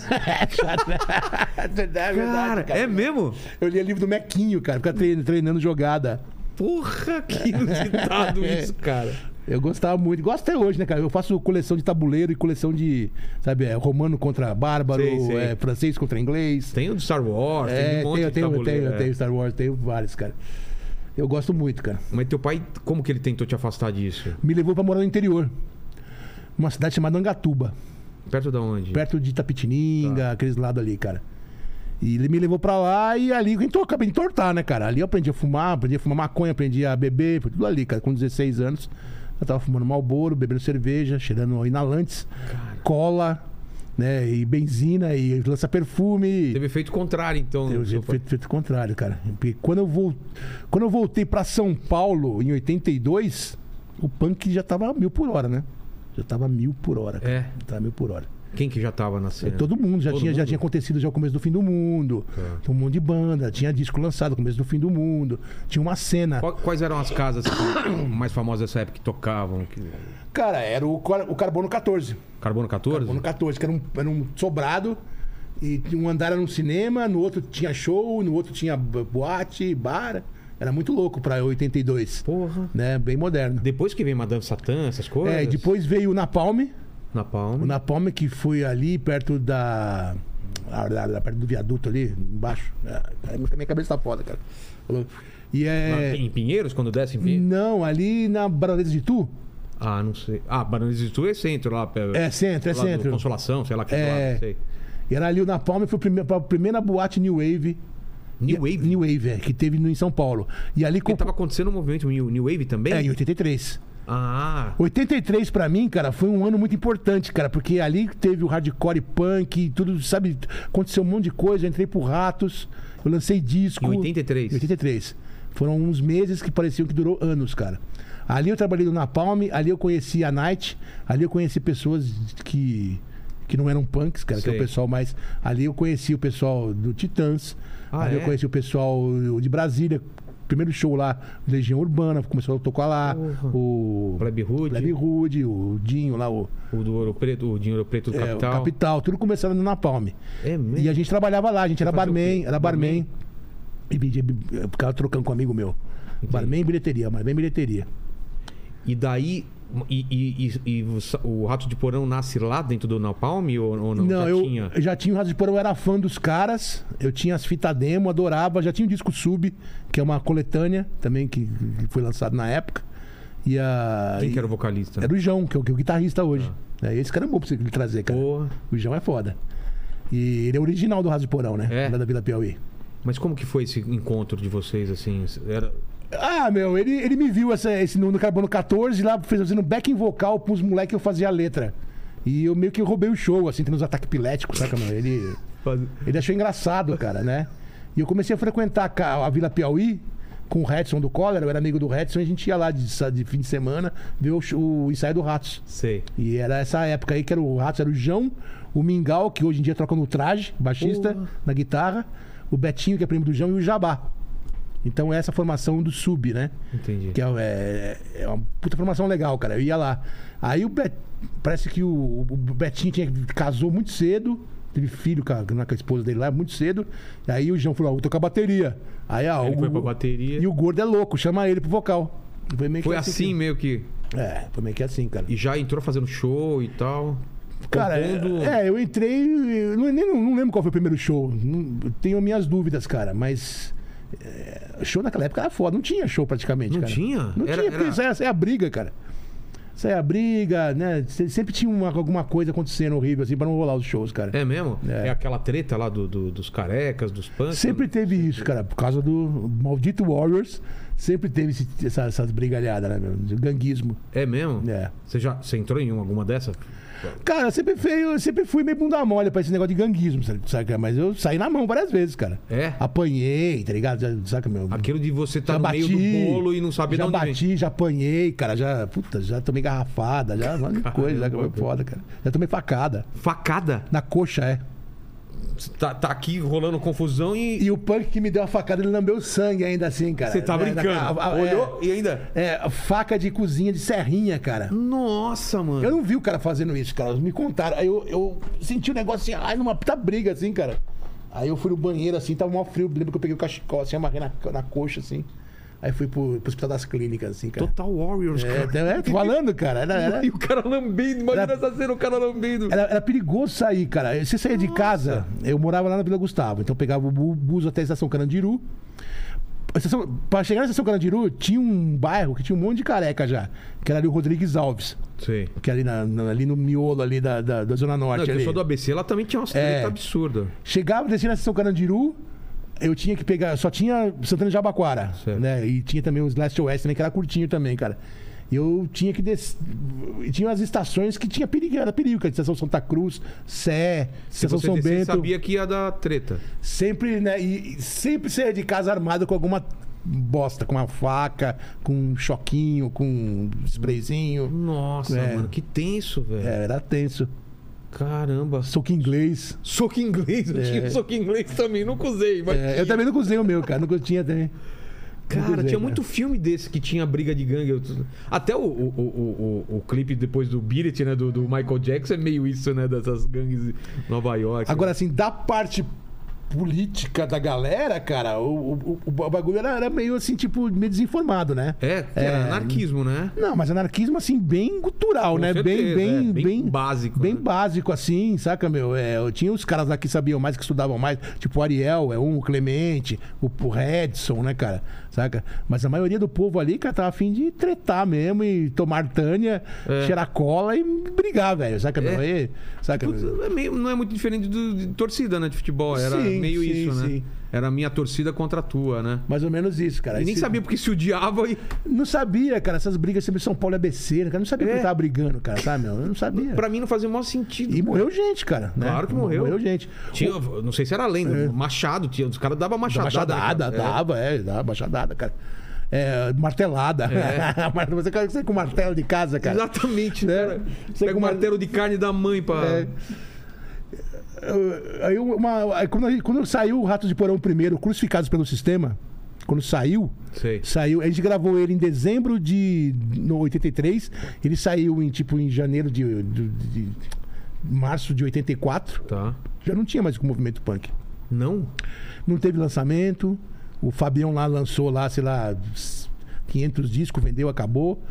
É verdade,
cara, é mesmo?
Eu lia livro do Mequinho, cara. Ficava treinando, treinando jogada.
Porra, que inusitado
É.
isso, cara.
Eu gostava muito. Gosto até hoje, né, cara? Eu faço coleção de tabuleiro e coleção de, sabe, é, romano contra bárbaro,
Sei, sei.
é, francês contra inglês.
Tem o do Star Wars, tem
É,
um monte
tenho,
de
tenho,
tabuleiro,
tenho,
é.
tenho Star Wars, tenho vários, cara. Eu gosto muito, cara.
É. Mas teu pai, como que ele tentou te afastar disso?
Me levou pra morar no interior. Uma cidade chamada Angatuba.
Perto da onde?
perto de Tapetininga,
Tá.
aqueles lados ali, cara. E ele me levou pra lá e ali eu acabei de entortar, né, cara? Ali eu aprendi a fumar, aprendi a fumar maconha, aprendi a beber, foi tudo ali, cara. Com 16 anos, eu tava fumando Malboro, bebendo cerveja, cheirando inalantes, cola, né, e benzina, e lança perfume.
Teve efeito contrário, então.
Eu
no seu
feito,
pai.
feito, feito o contrário, cara. Porque quando eu, vol... quando eu voltei pra São Paulo em 82, o punk já tava a mil por hora, né? Já tava a mil por hora, cara.
É.
Tava a mil por hora.
Quem que já tava na
É,
cena?
Todo mundo, já,
Todo
tinha, já
mundo? Tá.
tinha acontecido já o começo do fim do mundo. Tinha um monte de banda, tinha disco lançado, começo do fim do mundo. Tinha uma cena.
Qual- Quais eram as casas que- mais famosas dessa época que tocavam? que-
Cara, era o, Cor- o Carbono 14.
Carbono 14?
Carbono 14, que era um, era um sobrado. E um andar era um cinema, no outro tinha show, no outro tinha b- boate, bar. Era muito louco pra 82.
Porra.
Né? Bem moderno.
Depois que veio Madame Satã, essas coisas?
É, e depois veio o Napalm.
Na Palma.
O Napalm que foi ali perto da. ah, lá- lá perto do viaduto ali, embaixo. Ah, cara, Minha cabeça tá foda, cara. Falou. E
Na-
é.
Ah, Em Pinheiros, quando desce em Pinheiros?
Não, ali na Baronesa de Tu.
Ah, não sei. Ah, Bananas de Tu é centro lá.
É, centro, é
lá do
centro.
Consolação, sei lá que
É.
lá, não sei.
E era ali o Napalm, foi a primeira, a primeira boate New Wave.
New Wave?
New Wave, é, que teve no- em São Paulo. E ali
Porque
comprou.
tava acontecendo um movimento New, New Wave também?
É, em 83.
Ah,
83 pra mim, cara, foi um ano muito importante, cara, porque ali teve o hardcore punk, tudo, sabe, aconteceu um monte de coisa, eu entrei pro Ratos, eu lancei disco.
Em 83?
Em 83. Foram uns meses que pareciam que durou anos, cara. Ali eu trabalhei no Napalm, ali eu conheci a Night, ali eu conheci pessoas que que não eram punks, cara, que é
Sei.
o pessoal mais ali eu conheci o pessoal do Titãs,
Ah,
ali
é?
eu conheci o pessoal de Brasília, primeiro show lá, Legião Urbana, começou a tocar lá,
Porra.
o
Plebe Hood,
Plebe Rude, o Dinho lá, o,
o do Ouro Preto, o de Ouro Preto do
é, o
Capital.
Capital, tudo começando no Napalm.
É mesmo?
E a gente trabalhava lá, a gente era
fazia o
barman,
quê?
era barman. E vendia bi- eu ficava trocando com um amigo meu. Barman e bilheteria, barman e bilheteria.
E daí. E, e- e- e o sa- o Rato de Porão nasce lá dentro do Napalm ou, ou não?
Não,
Já
eu,
tinha.
eu já tinha o Rádio de Porão, eu era fã dos caras, eu tinha as fitas demo, adorava, já tinha o disco Sub, que é uma coletânea também, que que foi lançado na época. E a.
Quem que era o Ah.
e-
vocalista?
Era o João, que é o, que é o guitarrista hoje. É, esse cara é bom pra você trazer, cara.
Porra.
O João é foda. E ele é original do Rádio Porão, né?
É.
Lá da Vila Piauí.
Mas como que foi esse encontro de vocês, assim? Era,
Ah, meu, ele, ele me viu essa, esse no, no Carbono 14 lá fez- fazendo backing vocal pros moleques que eu fazia a letra. E eu meio que roubei o show, assim, tendo uns ataques piléticos, saca, meu? Ele, ele achou engraçado, cara, né? E eu comecei a frequentar a ca- a Vila Piauí com o Hedson do Collor, eu era amigo do Hedson, e a gente ia lá de, sa- de fim de semana ver o, show- o ensaio do Ratos.
Sei.
E era essa época aí que era o Ratos, era o João, o Mingau, que hoje em dia troca no traje, baixista, na guitarra, o Betinho, que é primo do João, e o Jabá. Então é essa formação do sub, né?
Entendi.
Que é, é- é uma puta formação legal, cara. Eu ia lá. Aí o Bet... parece que o, o Betinho tinha- casou muito cedo. Teve filho com a, com a esposa dele lá muito cedo. E aí o João falou: ah, vou tocar bateria. Aí, ah,
Ele
o,
foi pra bateria.
E o gordo é louco, chama ele pro vocal. Foi meio
Foi
que
assim meio que.
que- É, foi meio que assim, cara.
E já entrou fazendo show e tal.
Cara,
compondo.
é, eu entrei. Eu não, nem, não lembro qual foi o primeiro show. Não- eu tenho minhas dúvidas, cara, mas. é, show naquela época era foda. Não tinha show praticamente,
Não
cara.
tinha?
Não
Era-
tinha, porque
era-
isso é, isso é a briga, cara. Isso é a briga, né? Se- Sempre tinha uma- alguma coisa acontecendo horrível, assim, pra não rolar os shows, cara.
É mesmo? É,
É.
aquela treta lá do, do- dos carecas, dos punks.
Sempre
né?
teve isso, cara, por causa do maldito Warriors. Sempre teve esse- essa- essas brigalhadas, né, meu? De Ganguismo.
É mesmo?
É.
Você já você entrou em uma, alguma dessa?
Cara, eu sempre, fui, eu sempre fui meio bunda mole pra esse negócio de ganguismo, sabe? saca? Mas eu saí na mão várias vezes, cara.
É?
Apanhei, tá ligado? Já- Saca, meu?
Aquilo de você tá
já
no
bati,
meio do bolo e não saber de
já
onde vem.
bati, já apanhei, cara. Já, puta, já tomei garrafada, já, um monte de coisa, já foi foda, cara. Já tomei facada.
Facada.
Na coxa, é.
Tá, tá aqui rolando confusão e.
E o punk que me deu a facada, ele lambeu sangue ainda assim, cara.
Você tá
Né?
brincando.
A- a- é-
Olhou e ainda.
É, faca de cozinha de serrinha, cara.
Hum. Nossa, mano.
Eu não vi o cara fazendo isso, cara. Eles me contaram. Aí eu, eu senti o negócio assim, ai, numa puta briga, assim, cara. Aí eu fui no banheiro, assim, tava mó frio. Lembro que eu peguei o cachecol, assim, amarrei na, na coxa, assim. Aí fui pro, pro hospital das clínicas, assim, cara.
Total Warriors,
É,
cara.
então, é, tô falando, cara. Era, era,
E o cara lambido, imagina
Era-
essa cena, o cara lambido.
era- era perigoso sair, cara. Você saía de casa, eu morava lá na Vila Gustavo, então eu pegava o bu- bus até a estação Carandiru. A Estação, pra chegar na estação Carandiru, tinha um bairro que tinha um monte de careca já, que era ali o Rodrigues Alves,
Sei.
que é ali, na- na- ali no miolo ali da, da, da Zona
Não,
Norte.
a
ali.
pessoa do ABC, ela também tinha umas
É.
treta absurdas.
Chegava, descia na estação Carandiru, eu tinha que pegar, só tinha Santana de Jabaquara,
Certo.
né? E tinha também os Last Oeste também, que era curtinho também, cara. E Eu tinha que descer. e Tinha as estações que tinha perigo, era perigo, cara. Estação Santa Cruz, Sé,
Se
Estação
você
São
descer,
Bento.
sabia que ia dar treta.
Sempre, né? E e sempre saía de casa armado com alguma bosta, com uma faca, com um choquinho, com um sprayzinho.
Nossa,
É.
mano, que tenso, velho.
É, era tenso.
Caramba.
Soco inglês.
Soco inglês, eu
É.
tinha um soco inglês também, nunca usei, mas.
É,
tinha.
eu também nunca usei o meu, cara. Nunca tinha também.
Cara,
usei,
tinha
né?
muito filme desse que tinha briga de gangue. Eu- Até o, o, o, o, o clipe depois do Beat It, né? Do, do Michael Jackson é meio isso, né? Dessas gangues em Nova York.
Agora, assim, da parte política da galera, cara, o, o- o- o bagulho era, era meio assim, tipo, meio desinformado, né?
É, que era
É.
anarquismo, né?
Não, mas anarquismo, assim, bem cultural,
Com
né?
certeza,
bem,
é,
bem,
bem básico,
Bem
né?
básico, assim, saca, meu? É, eu tinha os caras lá que sabiam mais, que estudavam mais, tipo o Ariel, é um, o Clemente, o, o Redson, né, cara? Saca? Mas a maioria do povo ali, cara, tava afim de tretar mesmo e tomar tânia,
É.
cheirar cola e brigar, velho, saca, meu? E- saca,
Putz,
meu?
é meio- não é muito diferente do, de torcida, né? De futebol. Era
Sim,
meio
sim,
isso, né?
sim.
Era a minha torcida contra a tua, né?
Mais ou menos isso, cara.
E nem
Esse-
sabia porque se odiava e.
Não sabia, cara, essas brigas sempre São Paulo e ABC, cara. Não sabia que
É.
ele tava brigando, cara, sabe, meu? Eu não sabia.
Pra mim não fazia o maior sentido.
É. E morreu gente, cara. né?
Claro que morreu.
Morreu gente.
Tinha, não sei se era lenda, machado, tinha, os caras davam
Da
machadada. né, cara?
Baixadada, É. dava, é, dava machadada, cara. É, martelada. Mas Você cara, sai com martelo de casa,
É,
cara.
Exatamente, né?
Né? Você
Pega o
com uma-
martelo de carne da mãe pra.
É. Eu- Aí uma, aí quando, a gente- quando saiu o Rato de Porão primeiro, Crucificados pelo Sistema, quando saiu,
Sei.
saiu, a gente gravou ele em dezembro de no 83, ele saiu em tipo em janeiro de, de- de- de- março de 84.
Tá.
Já não tinha mais o movimento punk.
Não?
Não teve lançamento. O Fabião lá lançou lá, sei lá, 500 discos, vendeu, acabou.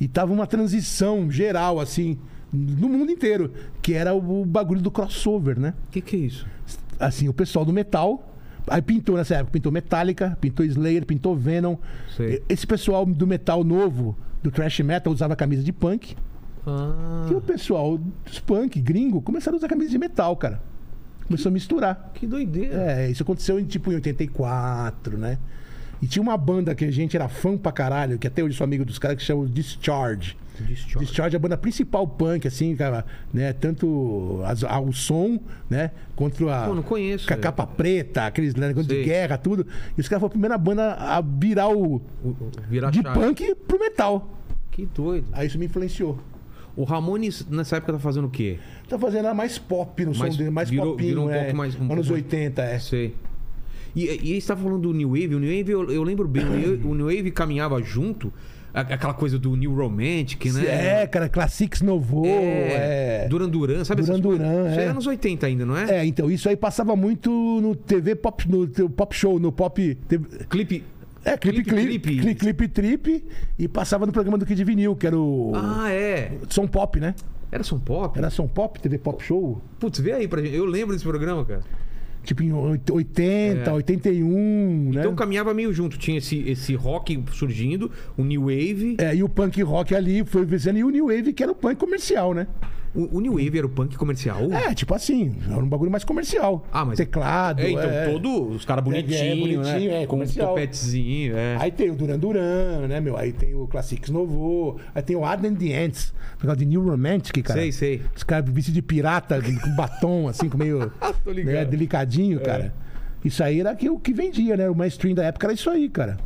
E tava uma transição geral assim no mundo inteiro, que era o bagulho do crossover, né?
O que, que é isso?
assim, o pessoal do metal. Aí pintou nessa época, pintou Metallica, pintou Slayer, pintou Venom.
Sei.
Esse pessoal do metal novo, do thrash metal, usava camisa de punk.
Ah,
E o pessoal dos punk, gringo, começaram a usar camisa de metal, cara. Começou a misturar.
que doideira.
É, isso aconteceu em tipo em 84, né? E tinha uma banda que a gente era fã pra caralho, que até hoje sou amigo dos caras, que chama Discharge. Discharge. é a banda principal punk, assim, cara, né? Tanto as- a- o som, né? Quanto a.
Pô, não conheço,
com a
é.
capa preta, aqueles negócios de
Sei.
guerra, tudo. E os caras foram a primeira banda a virar o.
O- o- Virar
de
chave.
punk pro metal.
Que doido.
Aí isso me influenciou.
O Ramones, nessa época, tá fazendo o quê?
Tá fazendo mais pop no
Mais-
som dele, mais
virou-
popinho,
virou um
é.
pouco mais- né? um
Anos
pouco-
80, é.
Sei. E, e aí você tá falando do New Wave. O New Wave, eu, eu lembro bem, o New Wave, o New Wave caminhava junto, a- aquela coisa do New Romantic, né?
É, cara, Classics Novo, é.
É, Duran Duran, sabe?
Duran
essas coisas?
Duran,
Isso
é.
era anos 80 ainda, não é?
É, então, isso aí passava muito no TV Pop, no, teu pop Show, no Pop... TV
Clipe.
É, clipe, clipe,
Clipe,
clipe,
clipe.
clipe, trip, e passava no programa do Kid Vinil, que era o...
Ah, é.
Som Pop, né?
Era Som Pop?
Era Som Pop, TV Pop Show,
Putz, vê aí pra gente. Eu lembro desse programa, cara.
tipo em oit- 80,
É.
81, né?
Então caminhava meio junto. Tinha esse, esse rock surgindo, o New Wave.
É, e o punk rock ali foi vencendo, e o New Wave, que era o punk comercial, né?
O, o New Wave era o punk comercial?
É, tipo assim, era um bagulho mais comercial.
Ah, mas-
Teclado,
É, então, todo os caras
É, é,
bonitinhos,
bonitinho,
né?
é,
Com um
comercial.
topetezinho, é.
Aí tem o Duran Duran, né, meu? Aí tem o Classics Novo, aí tem o Adam the Ants, por causa de New Romantic, cara.
Sei, sei.
Os caras vestidos de pirata, com batom, assim, com meio
Tô ligado. É.
né, delicadinho, cara. Isso aí era que- o que vendia, né? O mainstream da época era isso aí, cara.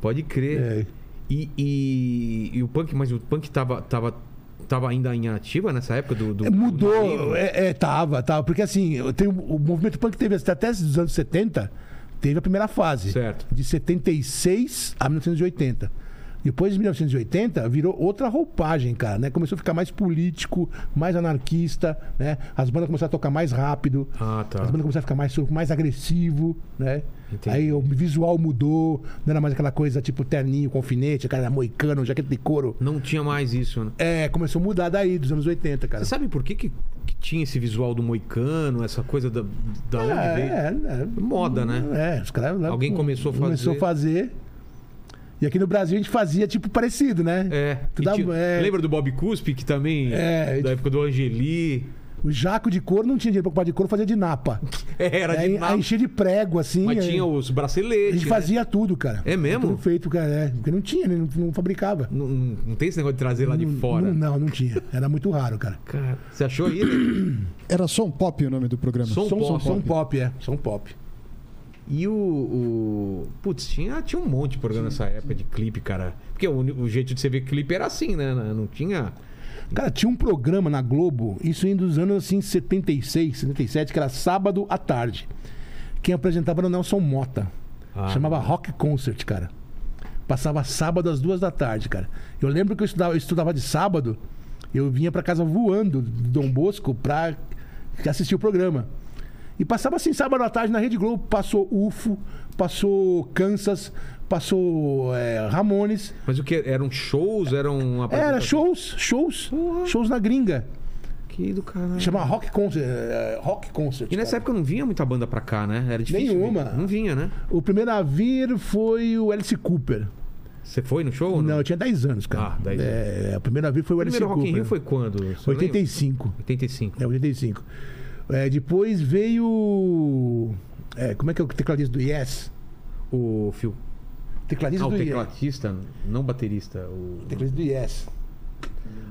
Pode crer.
É.
E, e- e o punk, mas o punk tava, tava, tava ainda em ativa nessa época do. do- do New
É, Mudou,
Wave?
é, é, tava, tava. Porque assim, eu tenho- o movimento punk teve até os anos 70, teve a primeira fase.
Certo.
De 76 a 1980. Depois de 1980, virou outra roupagem, cara, né? Começou a ficar mais político, mais anarquista, né? As bandas começaram a tocar mais rápido.
Ah, tá.
As bandas começaram a ficar mais, mais agressivo, né?
Entendi.
Aí o visual mudou, não era mais aquela coisa tipo terninho com finete, cara, era moicano, jaqueta de couro.
Não tinha mais isso, né?
É, começou a mudar daí, dos anos 80, cara.
Você sabe por que, que, que tinha esse visual do moicano, essa coisa da, da onde veio?
É, é,
Moda, né?
É, os caras lá.
Alguém começou a fazer.
Começou a fazer. E aqui no Brasil a gente fazia tipo parecido, né?
É.
Tu
E
dá-
tinha-
é,
Lembra do Bob Cuspe, que também.
É,
da
tipo-
época do Angeli.
O jaco de couro não tinha dinheiro pra comprar de couro, fazia de napa.
É, Era
aí,
de
aí
nada.
enchia de prego, assim.
Mas
aí-
tinha os
A
braceletes.
gente
né?
fazia tudo, cara.
É mesmo?
Tudo feito, cara. É, porque não tinha, né? não, não fabricava.
Não, não- não tem esse negócio de trazer lá de fora.
Não, não, não tinha. Era muito raro, cara.
Cara, você achou aí? né?
Era Som Pop o nome do programa.
Som
som,
pop.
som pop, é. Som pop.
E o. o- Putz, tinha, tinha um monte de programa nessa época de clipe, cara. Porque o, uni- o jeito de você ver clipe era assim, né? Não tinha.
Cara, tinha um programa na Globo, isso ainda dos anos assim, 76, 77, que era sábado à tarde. Quem apresentava era o Nelson Mota.
Ah.
Chamava Rock Concert, cara. Passava sábado às duas da tarde, cara. Eu lembro que eu estudava, eu estudava de sábado, eu vinha pra casa voando de Dom Bosco pra assistir o programa. E passava assim, sábado à tarde na Rede Globo, passou UFO, passou Kansas, passou eh, Ramones.
Mas o que? Eram shows? Eram.
Era
apresentações?
shows, shows,
Porra.
shows na gringa.
Que do caralho.
Chama Rock Concert. eh, Rock Concert
E nessa
cara.
época não vinha muita banda pra cá, né? Era difícil.
Nenhuma.
vir. Não vinha, né?
O primeiro a vir foi o Alice Cooper.
Você foi no show? ou
Não, eu tinha 10 anos, cara.
Ah, 10 anos.
É, o primeiro a vir foi o
O
Alice
primeiro Rock in Rio
Cooper.
foi quando? Você lembra?
85.
85.
É, 85. É, depois veio. é, como é que é o tecladista do Yes?
O Phil.
Tecladista
Ah, o
do Yes.
tecladista, não baterista. O...
Tecladista do Yes.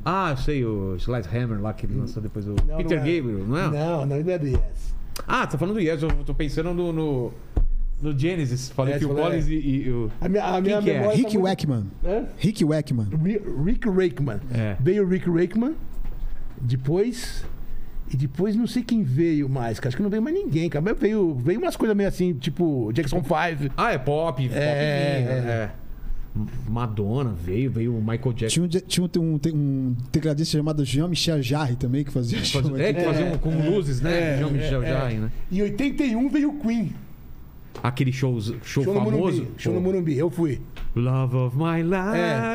Ah, eu sei, o Slice Hammer lá que ele lançou depois o.
Não,
Peter
não é.
Gabriel, não é?
Não, não, ele não é do Yes.
Ah, tá falando do Yes, eu tô pensando no. No, no Genesis. Falei
É,
Phil
você falou,
Collins
é.
e, e o.
A minha, a minha
que é?
memória.
Rick
tá muito-
Wakeman.
Hã?
Rick Wakeman.
Ri- Rick Rakeman.
É.
Veio o Rick Rakeman. Depois. E depois não sei quem veio mais, cara. Acho que não veio mais ninguém, cara. Mas veio, veio umas coisas meio assim, tipo Jackson 5.
Ah, é pop, pop
É,
vinha,
é.
né? Madonna veio, veio o Michael Jackson.
Tinha um, tinha um, um, um tecladista chamado Jean-Michel Jarre também, que fazia show
Faz- É,
aqui.
que fazia um, com luzes,
é,
né? Jean Michel Jarre, né?
Em 81 veio o Queen.
Aquele show, show,
Show no
famoso.
Morumbi. Show no
o
Morumbi. Eu fui.
Love of my
É.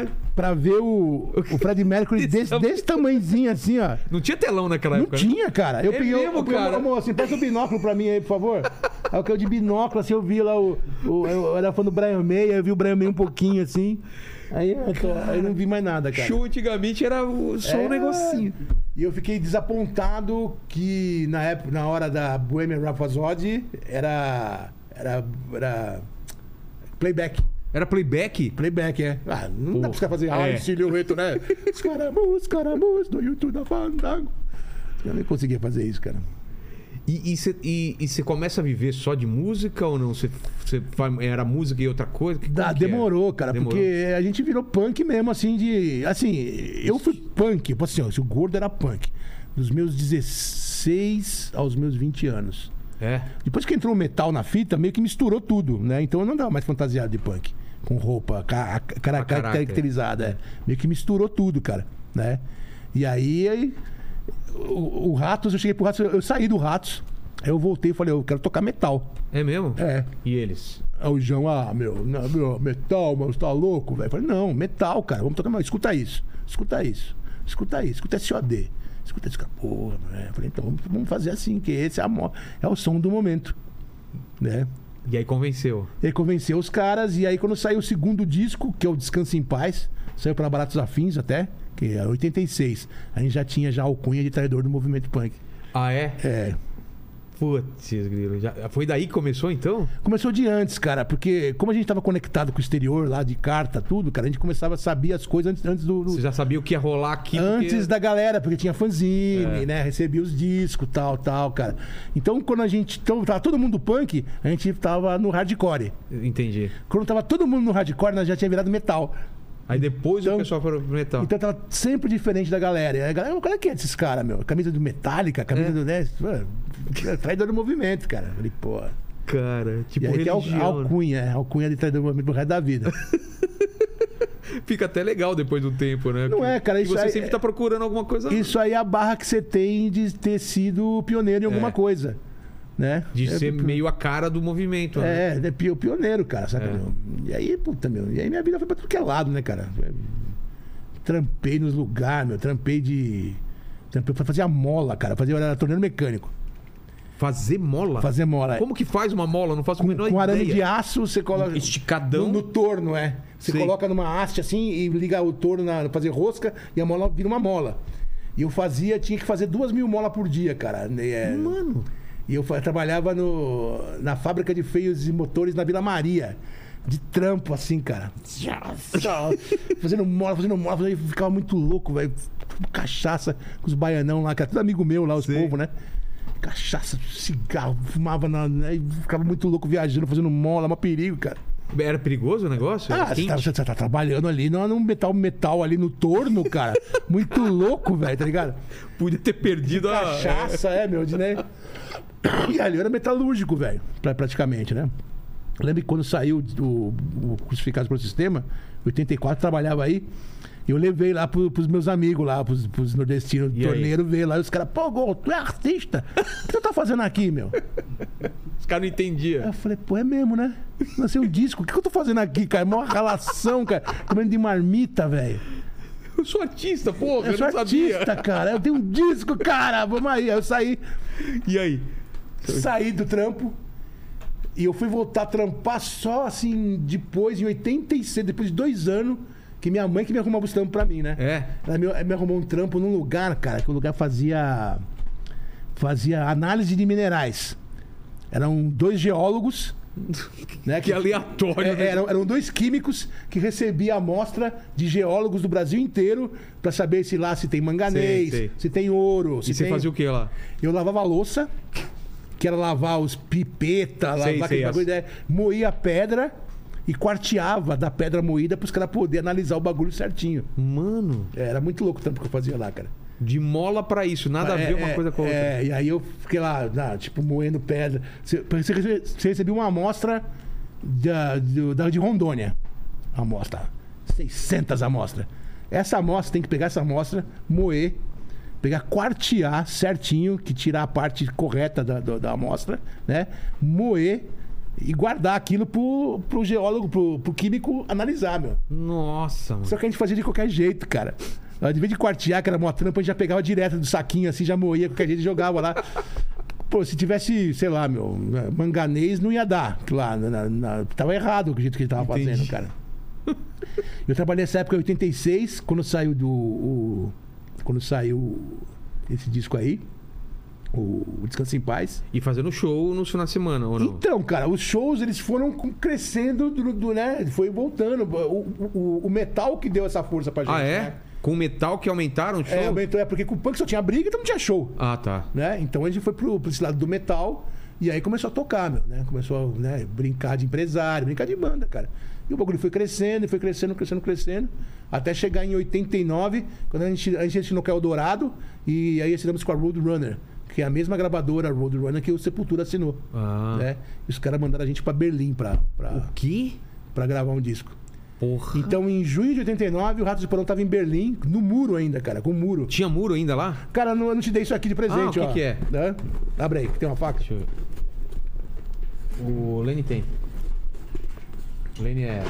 life.
Pra ver o, o Fred Mercury
é um
desse, desse tamanhozinho assim, ó.
Não tinha telão naquela
Não
época. né?
tinha, cara. Eu
É
peguei
mesmo,
eu peguei,
cara?
Amor, assim, passa o binóculo pra mim aí, por favor. Aí eu caí de binóculo, assim, eu vi lá o. o eu era fã do Brian May, aí eu vi o Brian May um pouquinho assim. Aí eu, tô- aí eu não vi mais nada, cara.
Show antigamente era o- só
É.
um negocinho.
E eu fiquei desapontado que na época, na hora da Bohemian Rhapsody, era. Era. era Playback.
Era playback?
Playback, é. Ah, não dá pros caras fazerem
É.
rádio, silhueto, né? Os caramus, caramus, do YouTube da Fandango. Eu nem conseguia fazer isso, cara.
E você começa a viver só de música ou não? Cê, cê vai- era música e outra coisa? Que-
Dá,
como que é?
demorou, cara,
Demorou.
porque a gente virou punk mesmo, assim, de. Assim, eu fui punk, eu posso dizer, assim, o gordo era punk. Dos meus 16 aos meus 20 anos.
É.
Depois que entrou o metal na fita, meio que misturou tudo, né? Então eu não andava mais fantasiado de punk. Com roupa ca- ca- cara-
Ah, caraca,
caracterizada. é. Meio que misturou tudo, cara. Né? E aí, aí, o, o Ratos, eu cheguei pro Ratos, eu, eu saí do Ratos. Aí eu voltei e falei, eu quero tocar metal.
É mesmo?
É.
E eles?
Aí o João, ah, meu, não, meu metal, mas tá louco, velho. Eu Falei, não, metal, cara, vamos tocar metal. Escuta isso, escuta isso, escuta isso, escuta SOD. Escuta isso, cara, porra, né? Eu Falei, então vamos- vamos fazer assim, que esse é, a mo- é o som do momento, né?
E aí convenceu.
E aí convenceu os caras, e aí quando saiu o segundo disco, que é o Descanse em Paz, saiu pela Baratos Afins até, que é 86, a gente já tinha já a alcunha de traidor do movimento punk.
Ah, é?
É,
Putz, grilo. Já, foi daí que começou então?
Começou de antes, cara, porque como a gente tava conectado com o exterior lá de carta, tudo, cara, a gente começava a saber as coisas antes, antes do. do-
Você já sabia o que ia rolar aqui?
Antes
porque-
da galera, porque tinha fanzine,
É.
né? Recebia os discos, tal, tal, cara. Então, quando a gente. Então, tava todo mundo punk, a gente tava no hardcore.
Entendi.
Quando tava todo mundo no hardcore, nós já tinha virado metal.
Aí depois o
Então-
pessoal foi pro metal.
Então tava sempre diferente da galera. E a galera, qual é que é desses caras, meu? Camisa do Metallica, camisa
É.
do. Né? Traidor do movimento, cara. Falei, pô.
Cara, tipo
E aí que é al-
religião. né?
alcunha, é, alcunha de traidor do movimento pro resto da vida.
Fica até legal depois do tempo, né?
Não
Que-
é, cara,
que
isso
você
aí-
sempre tá procurando alguma coisa.
Isso aí é a barra que você tem de ter sido pioneiro em alguma
É.
coisa. Né?
De
é,
ser meio a cara do movimento. né?
É, é pio- pioneiro, cara, saca?
É.
meu? E aí, puta, meu. E aí minha vida foi pra tudo que é lado, né, cara? É, Trampei nos lugares, meu. Trampei de. Trampei pra fazer a mola, cara. Fazia, eu era torneiro mecânico.
Fazer mola?
Fazer mola.
Como que faz uma mola? Eu Não faço a
com,
menor
com
ideia.
arame de aço, você coloca.
Esticadão.
No, no torno, é. Você
Sei.
coloca numa haste assim e liga o torno na fazer rosca e a mola vira uma mola. E eu fazia, tinha que fazer duas mil molas por dia, cara. né, é.
Mano.
E eu fa- trabalhava no, na fábrica de feios e motores na Vila Maria. De trampo, assim, cara. fazendo mola, fazendo mola, fazendo... eu ficava muito louco, velho. Cachaça com os baianão lá, cara. Tudo amigo meu lá, os
Sei.
povo, né? Cachaça, cigarro, fumava na. né, e Ficava muito louco viajando, fazendo mola, mó perigo, cara.
Era perigoso o negócio? Era
Ah, você
quente?
tá, você tá- tá trabalhando ali num num metal metal ali no torno, cara. Muito louco, velho, tá ligado?
Podia ter perdido a.
Cachaça, é, meu, de, né? E ali eu era metalúrgico, velho, pra- praticamente, né? Eu lembro que quando saiu do, o Crucificados pelo Sistema, em 84, trabalhava aí. Eu levei lá pro, pros meus amigos lá, pros, pros nordestinos,
E aí?
torneiro veio lá. E os caras, pô, Gol, tu é artista? O que tu tá fazendo aqui, meu?
Os caras não
Aí Eu
entendiam.
falei, pô, é mesmo, né? Lancei um disco. O que, que eu tô fazendo aqui, cara? Mó relação, cara. Comendo de marmita, velho.
Eu sou artista, porra, eu,
Eu sou
não sabia.
artista, cara. Eu tenho um disco, cara. Vamos aí. Aí eu saí,
E aí?
saí do trampo. E eu fui voltar a trampar só assim, depois, em 86, depois de dois anos, que minha mãe que me arrumava os trampos pra mim, né?
É.
Ela me, me arrumou um trampo num lugar, cara, que o lugar fazia. fazia análise de minerais. Eram dois geólogos. Né,
Que aleatório.
é,
né?
eram, eram dois químicos que recebiam amostra de geólogos do Brasil inteiro pra saber se lá se tem
Sei,
manganês,
sei.
se tem ouro.
E
Se
você
tem...
fazia o que lá?
Eu lavava a louça, que era lavar os pipeta, lavar
sei,
aquele
as-
bagulho, né? moía a pedra e quarteava da pedra moída pros caras poderem analisar o bagulho certinho.
Mano,
É, Era muito louco o trampo que eu fazia lá, cara.
de mola pra isso, nada a
É,
ver Tá, uma
é,
coisa com a outra.
É, e aí eu fiquei lá, na- tipo, moendo pedra. Você, você, rece- você recebia uma amostra da, do- da- de Rondônia. Amostra. 600 amostras. Essa amostra, tem que pegar essa amostra, moer, pegar, quartear certinho, que tirar a parte correta da, do- da amostra, né? Moer e guardar aquilo pro, pro geólogo, pro, pro químico analisar, meu.
Nossa, mano.
Só que a gente fazia de qualquer jeito, cara. Ao invés de quartear, que era mó trampa, a gente já pegava direto do saquinho, assim, já moía qualquer jeito e jogava lá. Pô, se tivesse, sei lá, meu, manganês, não ia dar. Lá, na- na- na- tava errado o jeito que ele tava
Entendi.
fazendo, cara. Eu trabalhei nessa época em 86, quando saiu do. o- quando saiu esse disco aí. o o Descanso em Paz.
E fazendo show nos finais de semana, ou não?
Então, cara, os shows eles foram com- crescendo, do, do- né? Foi voltando. O, o- o metal que deu essa força pra gente.
ah, é?
né?
Com metal que aumentaram o show?
É, aumentou, é porque com o punk só tinha briga, então não tinha show.
Ah, tá.
né? Então a gente foi pro, pro esse lado do metal e aí começou a tocar, meu, né? Começou a né, brincar de empresário, brincar de banda, cara. E o bagulho foi crescendo, e foi crescendo, crescendo, crescendo, até chegar em 89, quando a gente, a gente assinou com a Eldorado e aí assinamos com a Roadrunner, que é a mesma gravadora Roadrunner que o Sepultura assinou,
Ah.
né? E os caras mandaram a gente pra Berlim pra, pra,
Que?
pra gravar um disco.
Porra.
Então, em junho de 89, o Rato de Porão tava em Berlim, no muro ainda, cara, com o muro.
Tinha muro ainda lá?
Cara, não, eu não te dei isso aqui de presente,
Ah, o que
ó.
que é?
Né? Abre aí, que tem uma faca.
Deixa eu ver. O Lene tem. Lene é.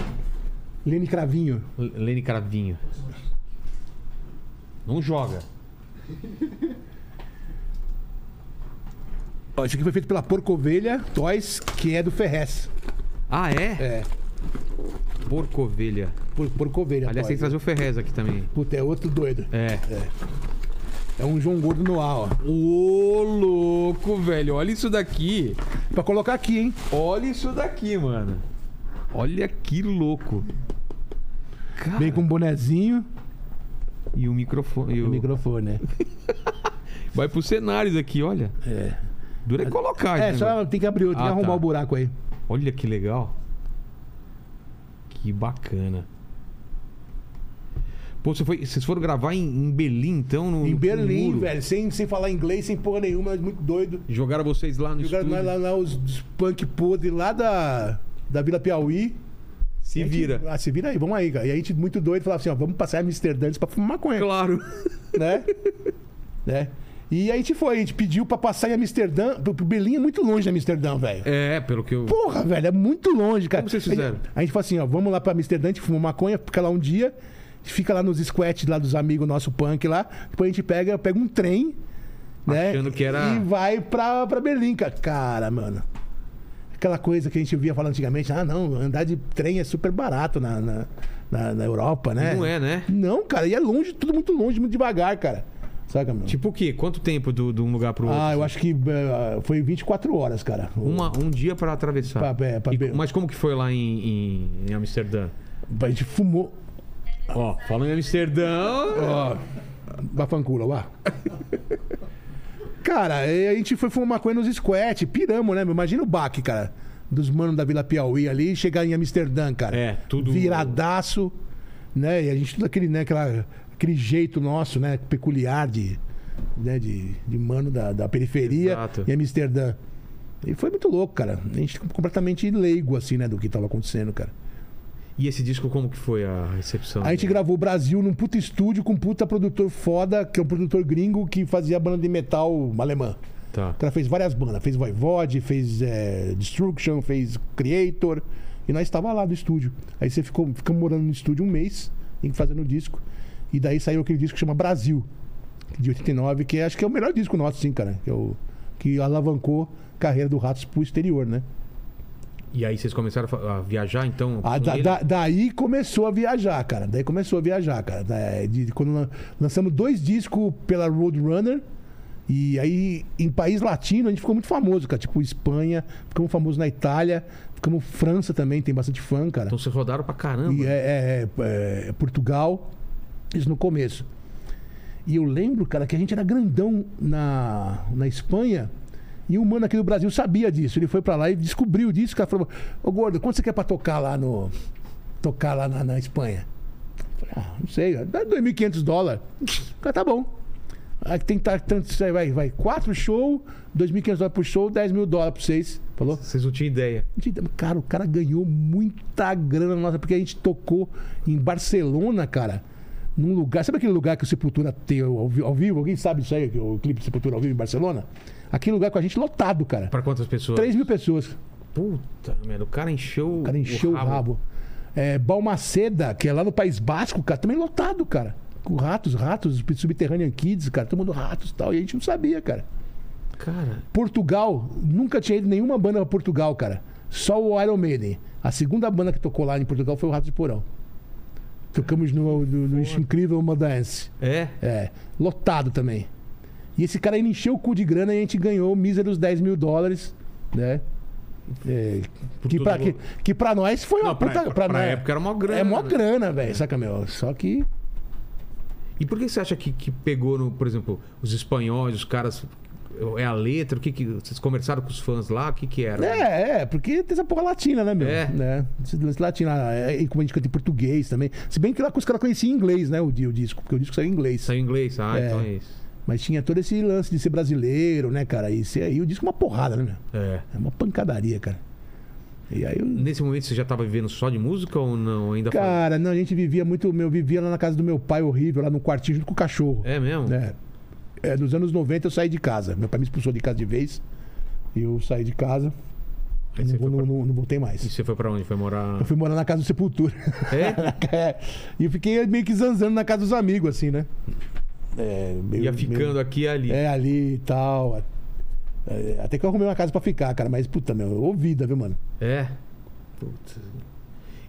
Lene Cravinho.
Lene Cravinho. Não joga.
Ó, isso aqui foi feito pela Porcovelha Toys, que é do Ferrez.
Ah, é?
É,
Porcovelha.
Por- Porcovelha
Aliás, tem
Toys.
que trazer o Ferrez aqui também.
Puta, é outro doido.
É.
É um João Gordo no ar, ó.
Ô, louco, velho. Olha isso daqui.
Pra colocar aqui, hein?
Olha isso daqui, mano. Olha que louco. Cara,
Vem com um bonezinho
E o microfone. e
e o
o-
microfone, né?
Vai pros cenários aqui, olha.
É.
Dura é colocar,
É,
esse
só
negócio.
tem que abrir, tem
Ah,
que arrombar
tá.
o buraco aí.
Olha que legal. Que bacana. Pô, você foi, vocês foram gravar em, em Berlim, então? No,
Em
no
Berlim,
muro?
velho, sem, sem falar inglês, sem porra nenhuma, é muito doido.
Jogaram vocês lá no
Jogaram
estúdio.
nós lá, lá os, os punk podre lá da, da Vila Piauí.
Se
A gente-
vira.
Ah, se vira aí, vamos aí, cara. E a gente, muito doido, falava assim, ó, vamos passar em Amsterdã antes pra fumar maconha,
Claro.
né? né? E a gente foi, a gente pediu pra passar em Amsterdã. Pro pro Berlim é muito longe de Amsterdã, velho.
É, pelo que eu.
Porra, velho, é muito longe, cara.
Como vocês
A gente-
fizeram?
A gente falou assim, ó, vamos lá pra Amsterdã, a gente fuma maconha, fica lá um dia, fica lá nos squats lá dos amigos nosso punk lá, depois a gente pega, pega um trem, né?
Achando que era-
E vai pra, pra Berlim, cara. Cara, mano. Aquela coisa que a gente via falar antigamente, ah, não, andar de trem é super barato na, na, na- na Europa, né?
Não é, né?
Não, cara, e é longe, tudo muito longe, muito devagar, cara. Saca, mano?
Tipo o quê? Quanto tempo do- de um lugar pro outro?
ah, eu acho que eh, foi 24 horas, cara.
Uma, um dia pra atravessar.
Pra- é, pra
E-
Be-
mas como que foi lá em, em, em Amsterdã?
A gente fumou.
Ó, falando em Amsterdã.
Ó, bafancula, lá. cara, e a gente foi fumar maconha nos squat, piramos, né? meu? Imagina o baque, cara, dos manos da Vila Piauí ali e chegar em Amsterdã, cara.
É, tudo-
Viradaço, né? E a gente, tudo aquele, né, aquela, aquele jeito nosso, né, peculiar de, né, de, de mano da, da periferia
Exato.
em Amsterdã. E foi muito louco, cara. A gente ficou completamente leigo, assim, né, do que tava acontecendo, cara.
E esse disco, como que foi a recepção?
A gente gravou o Brasil num puta estúdio com um puta produtor foda, que é um produtor gringo que fazia banda de metal alemã.
Tá.
O cara fez várias bandas, fez Voivode, fez eh, Destruction, fez Creator. E nós estava lá do estúdio. Aí você ficou, ficamos morando no estúdio um mês, em- fazendo o disco. E daí saiu aquele disco que chama Brasil, de 89, que é- acho que é o melhor disco nosso, sim, cara. Que, é o- que alavancou a carreira do Ratos pro exterior, né?
E aí vocês começaram a fa- a viajar, então?
Ah,
com
da-
ele?
da- daí começou a viajar, cara. Daí começou a viajar, cara. Da- de- de quando lan- lançamos dois discos pela Roadrunner. E aí, em país latino, a gente ficou muito famoso, cara. Tipo Espanha, ficamos famosos na Itália, ficamos França também, tem bastante fã, cara.
Então vocês rodaram pra caramba.
E é, é- é- é Portugal, isso no começo. E eu lembro, cara, que a gente era grandão na, na Espanha. E um mano aqui do Brasil sabia disso. Ele foi pra lá e descobriu disso. O cara falou: Ô gordo, quanto você quer pra tocar lá no. Tocar lá na, na Espanha? Eu falei, ah, não sei, dá 2.500 dólares. O cara, tá bom. Aí tem que tá, tanto, isso aí vai, vai, quatro shows, 2.500 dólares por show, 10 mil dólares pra vocês. Falou?
Vocês não tinham ideia.
Gente, Cara, o cara ganhou muita grana nossa, porque a gente tocou em Barcelona, cara. Num lugar. Sabe aquele lugar que o Sepultura tem ao, vi- ao vivo? Alguém sabe isso aí, que o clipe do Sepultura ao vivo em Barcelona? Aquele lugar com a gente lotado, cara.
Pra quantas pessoas?
3 mil pessoas.
Puta, merda. O cara encheu
O cara encheu o rabo. É, Balmaceda, que é lá no País Basco, cara, também lotado, cara. Com ratos, ratos, Subterranean Kids, cara, todo mundo ratos e tal. E a gente não sabia, cara.
Cara,
Portugal, nunca tinha ido nenhuma banda pra Portugal, cara. Só o Iron Maiden. A segunda banda que tocou lá em Portugal foi o Rato de Porão. Tocamos no, no, no incrível Uma Dance.
é?
É, lotado também. E esse cara ele encheu o cu de grana e a gente ganhou míseros 10 mil dólares, né? É, que,
tudo
pra,
bom.
que, que pra nós foi uma
Não, pra
puta.
época- pra época era mó grana,
É mó
né?
grana, velho, saca, meu? Só que.
E por que você acha que, que pegou, no, por exemplo, os espanhóis, os caras. É a letra? O que, que vocês conversaram com os fãs lá? O que, que era?
É, é, porque tem essa porra latina, né, meu?
É.
Né? Esse lance latino. ah, é, E como a gente canta em português também. Se bem que lá com os caras conheciam em inglês, né, o, di- o disco, porque o disco saiu em inglês.
Saiu em inglês? Ah,
É.
então é isso.
Mas tinha todo esse lance de ser brasileiro, né, cara? E, ser, e o disco é uma porrada, né, meu?
É.
É uma pancadaria, cara. E aí eu.
Nesse momento você já tava vivendo só de música ou não? Ainda faz-
Cara, não, a gente vivia muito. Meu, vivia lá na casa do meu pai, horrível, lá no quartinho junto com o cachorro.
É mesmo?
É. É, nos anos 90 eu saí de casa. Meu pai me expulsou de casa de vez. E eu saí de casa.
Aí
Não,
você
vou-
foi
não,
pra...
não- não voltei
E
mais.
você foi pra onde? Foi morar.
Eu fui morar na casa do Sepultura.
É?
É, e eu fiquei meio que zanzando na casa dos amigos, assim, né? É, meio-
Ia ficando
meio-
aqui e ali.
É, ali e tal. É, Até que eu arrumei uma casa pra ficar, cara. Mas, puta, meu, ouvida, viu, mano?
É? Putz.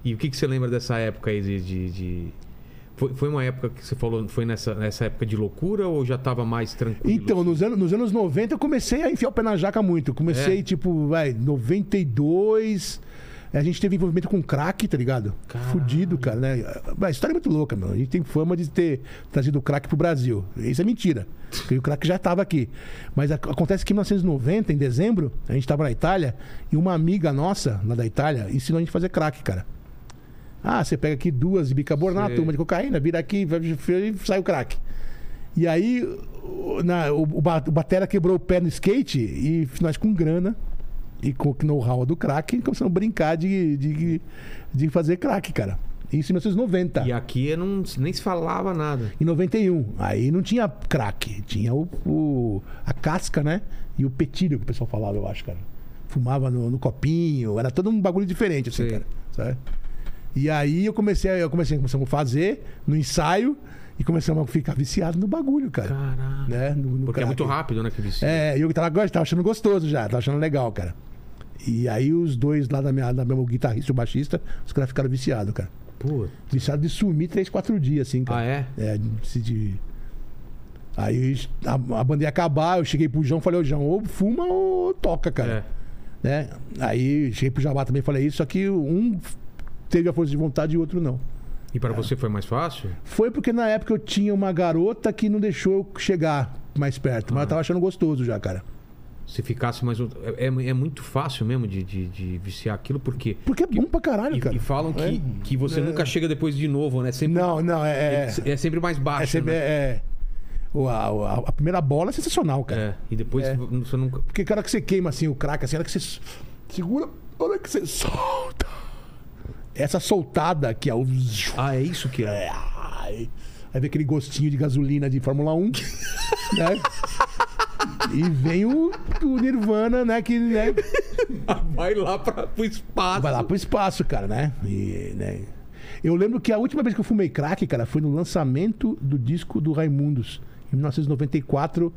E o que, que você lembra dessa época aí de. de- de- Foi, foi uma época que você falou, foi nessa, nessa época de loucura ou já tava mais tranquilo?
Então, nos anos, nos anos 90 eu comecei a enfiar o pé na jaca muito. Eu comecei,
É?
tipo, vai, 92. A gente teve envolvimento com crack, tá ligado?
Caralho.
Fudido, cara, né? A história é muito louca, meu. A gente tem fama de ter trazido o crack pro Brasil. Isso é mentira. Porque o crack já tava aqui. Mas ac- acontece que em 1990, em dezembro, a gente tava na Itália e uma amiga nossa, lá da Itália, ensinou a gente a fazer crack, cara. Ah, você pega aqui duas de bicarbonato,
Sei.
uma de cocaína, vira aqui, vai- e sai o crack. E aí, o- na- o, o ba- o Batera quebrou o pé no skate e nós com grana e com o know-how do crack começamos a brincar de, de, de fazer crack, cara. Isso em 1990.
E aqui eu não, nem se falava nada.
Em 91. Aí não tinha crack, tinha o, o- a casca, né? E o petilho que o pessoal falava, eu acho, cara. Fumava no, no copinho, era todo um bagulho diferente, assim,
Sim.
cara. Sabe? E aí eu comecei, a- eu comecei, começamos a fazer no ensaio e começamos a ficar viciado no bagulho, cara.
Caralho.
Né? No- no
Porque é
crack.
muito rápido, né? Que vicia.
É, e eu tava, gost- tava achando gostoso já, tava achando legal, cara. E aí os dois lá da minha, da minha o guitarrista e o baixista, os caras ficaram viciados, cara.
Pô.
Viciado de sumir três, quatro dias, assim, cara.
Ah, é?
É, se de... Aí a, a banda ia acabar, eu cheguei pro João e falei, ô João, ou fuma ou toca, cara.
É.
Né? Aí cheguei pro Jabá também e falei isso, só que um teve a força de vontade e o outro não.
E pra você foi mais fácil?
Foi porque na época eu tinha uma garota que não deixou eu chegar mais perto,
Ah.
mas eu tava achando gostoso já, cara.
Se ficasse mais. um- É, é- é muito fácil mesmo de, de- de viciar aquilo, porque.
Porque é bom pra caralho,
E,
cara. É.
e falam que, que você nunca chega depois de novo, né? Sempre,
Não, não, é. É,
é sempre mais baixo.
é, sempre-
né?
é- o- a, o- a- a primeira bola é sensacional, cara.
É, E depois
É.
você nunca.
Porque cara que você queima assim o crack, assim, a hora que você s- segura, a hora que você solta. Essa soltada que é o.
Ah, é isso que é.
É, ai. Aí vem aquele gostinho de gasolina de Fórmula 1. né? E vem o, o Nirvana, né? Que né,
Vai lá pra, pro espaço.
vai lá pro espaço, cara, né? E, né? Eu lembro que a última vez que eu fumei crack, cara, foi no lançamento do disco do Raimundos, em 1994,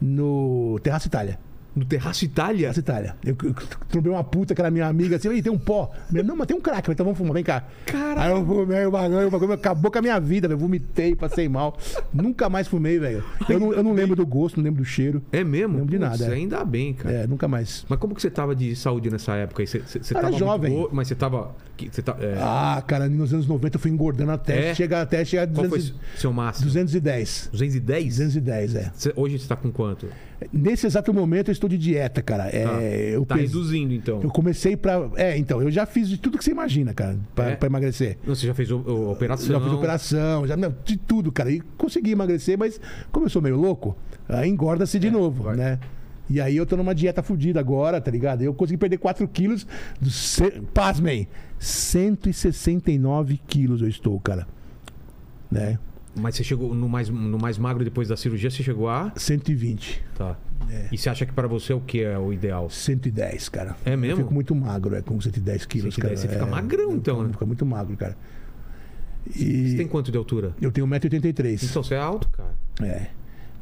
no Terraça Itália.
No Terraço Itália?
Praça Itália. Eu, eu trombei uma puta que era minha amiga assim, aí tem um pó. Meu, não, mas tem um crack, então vamos fumar, vem cá.
Caralho.
Aí eu fumei o bagulho, o bagulho acabou com a minha vida, velho. Vomitei, passei mal. Nunca mais fumei, velho. Eu, não- eu não lembro do gosto, não lembro do cheiro.
É mesmo?
Lembro de
Putz,
nada, é.
Ainda bem, cara.
É, nunca mais.
Mas como que você tava de saúde nessa época? aí? Você, você, você
Era
tava muito
jovem.
gordo, mas você tava. que- Você tá, é,
Ah, cara, nos anos 90 eu fui engordando até
É?
chegar até chegar a
qual
200,
foi seu máximo?
210.
210?
210, é.
Você- hoje você tá com quanto?
Nesse exato momento eu estou de dieta, cara. É,
Tá.
eu
tá
peso-
reduzindo, então.
Eu comecei pra. É, então, eu já fiz de tudo que você imagina, cara, pra,
É?
pra emagrecer.
Não, Você já fez o, o- a operação.
Já fiz operação, já meu, de tudo, cara. E consegui emagrecer, mas como eu sou meio louco, aí engorda-se de novo,
É, vai.
né? E aí eu tô numa dieta fodida agora, tá ligado? Eu consegui perder 4 quilos. Do ce... Pasmem! 169 quilos eu estou, cara. Né?
Mas você chegou no mais, no mais magro depois da cirurgia, você chegou a.
120,
Tá.
É.
E você acha que pra você o que é o ideal?
110, cara.
É
Eu
mesmo?
fico muito magro, é, com 110 quilos,
110,
cara.
você fica
É,
magrão, então, né?
Fica muito magro, cara.
Você
E
tem quanto de altura?
eu tenho 1,83m.
Então você é alto, cara.
É.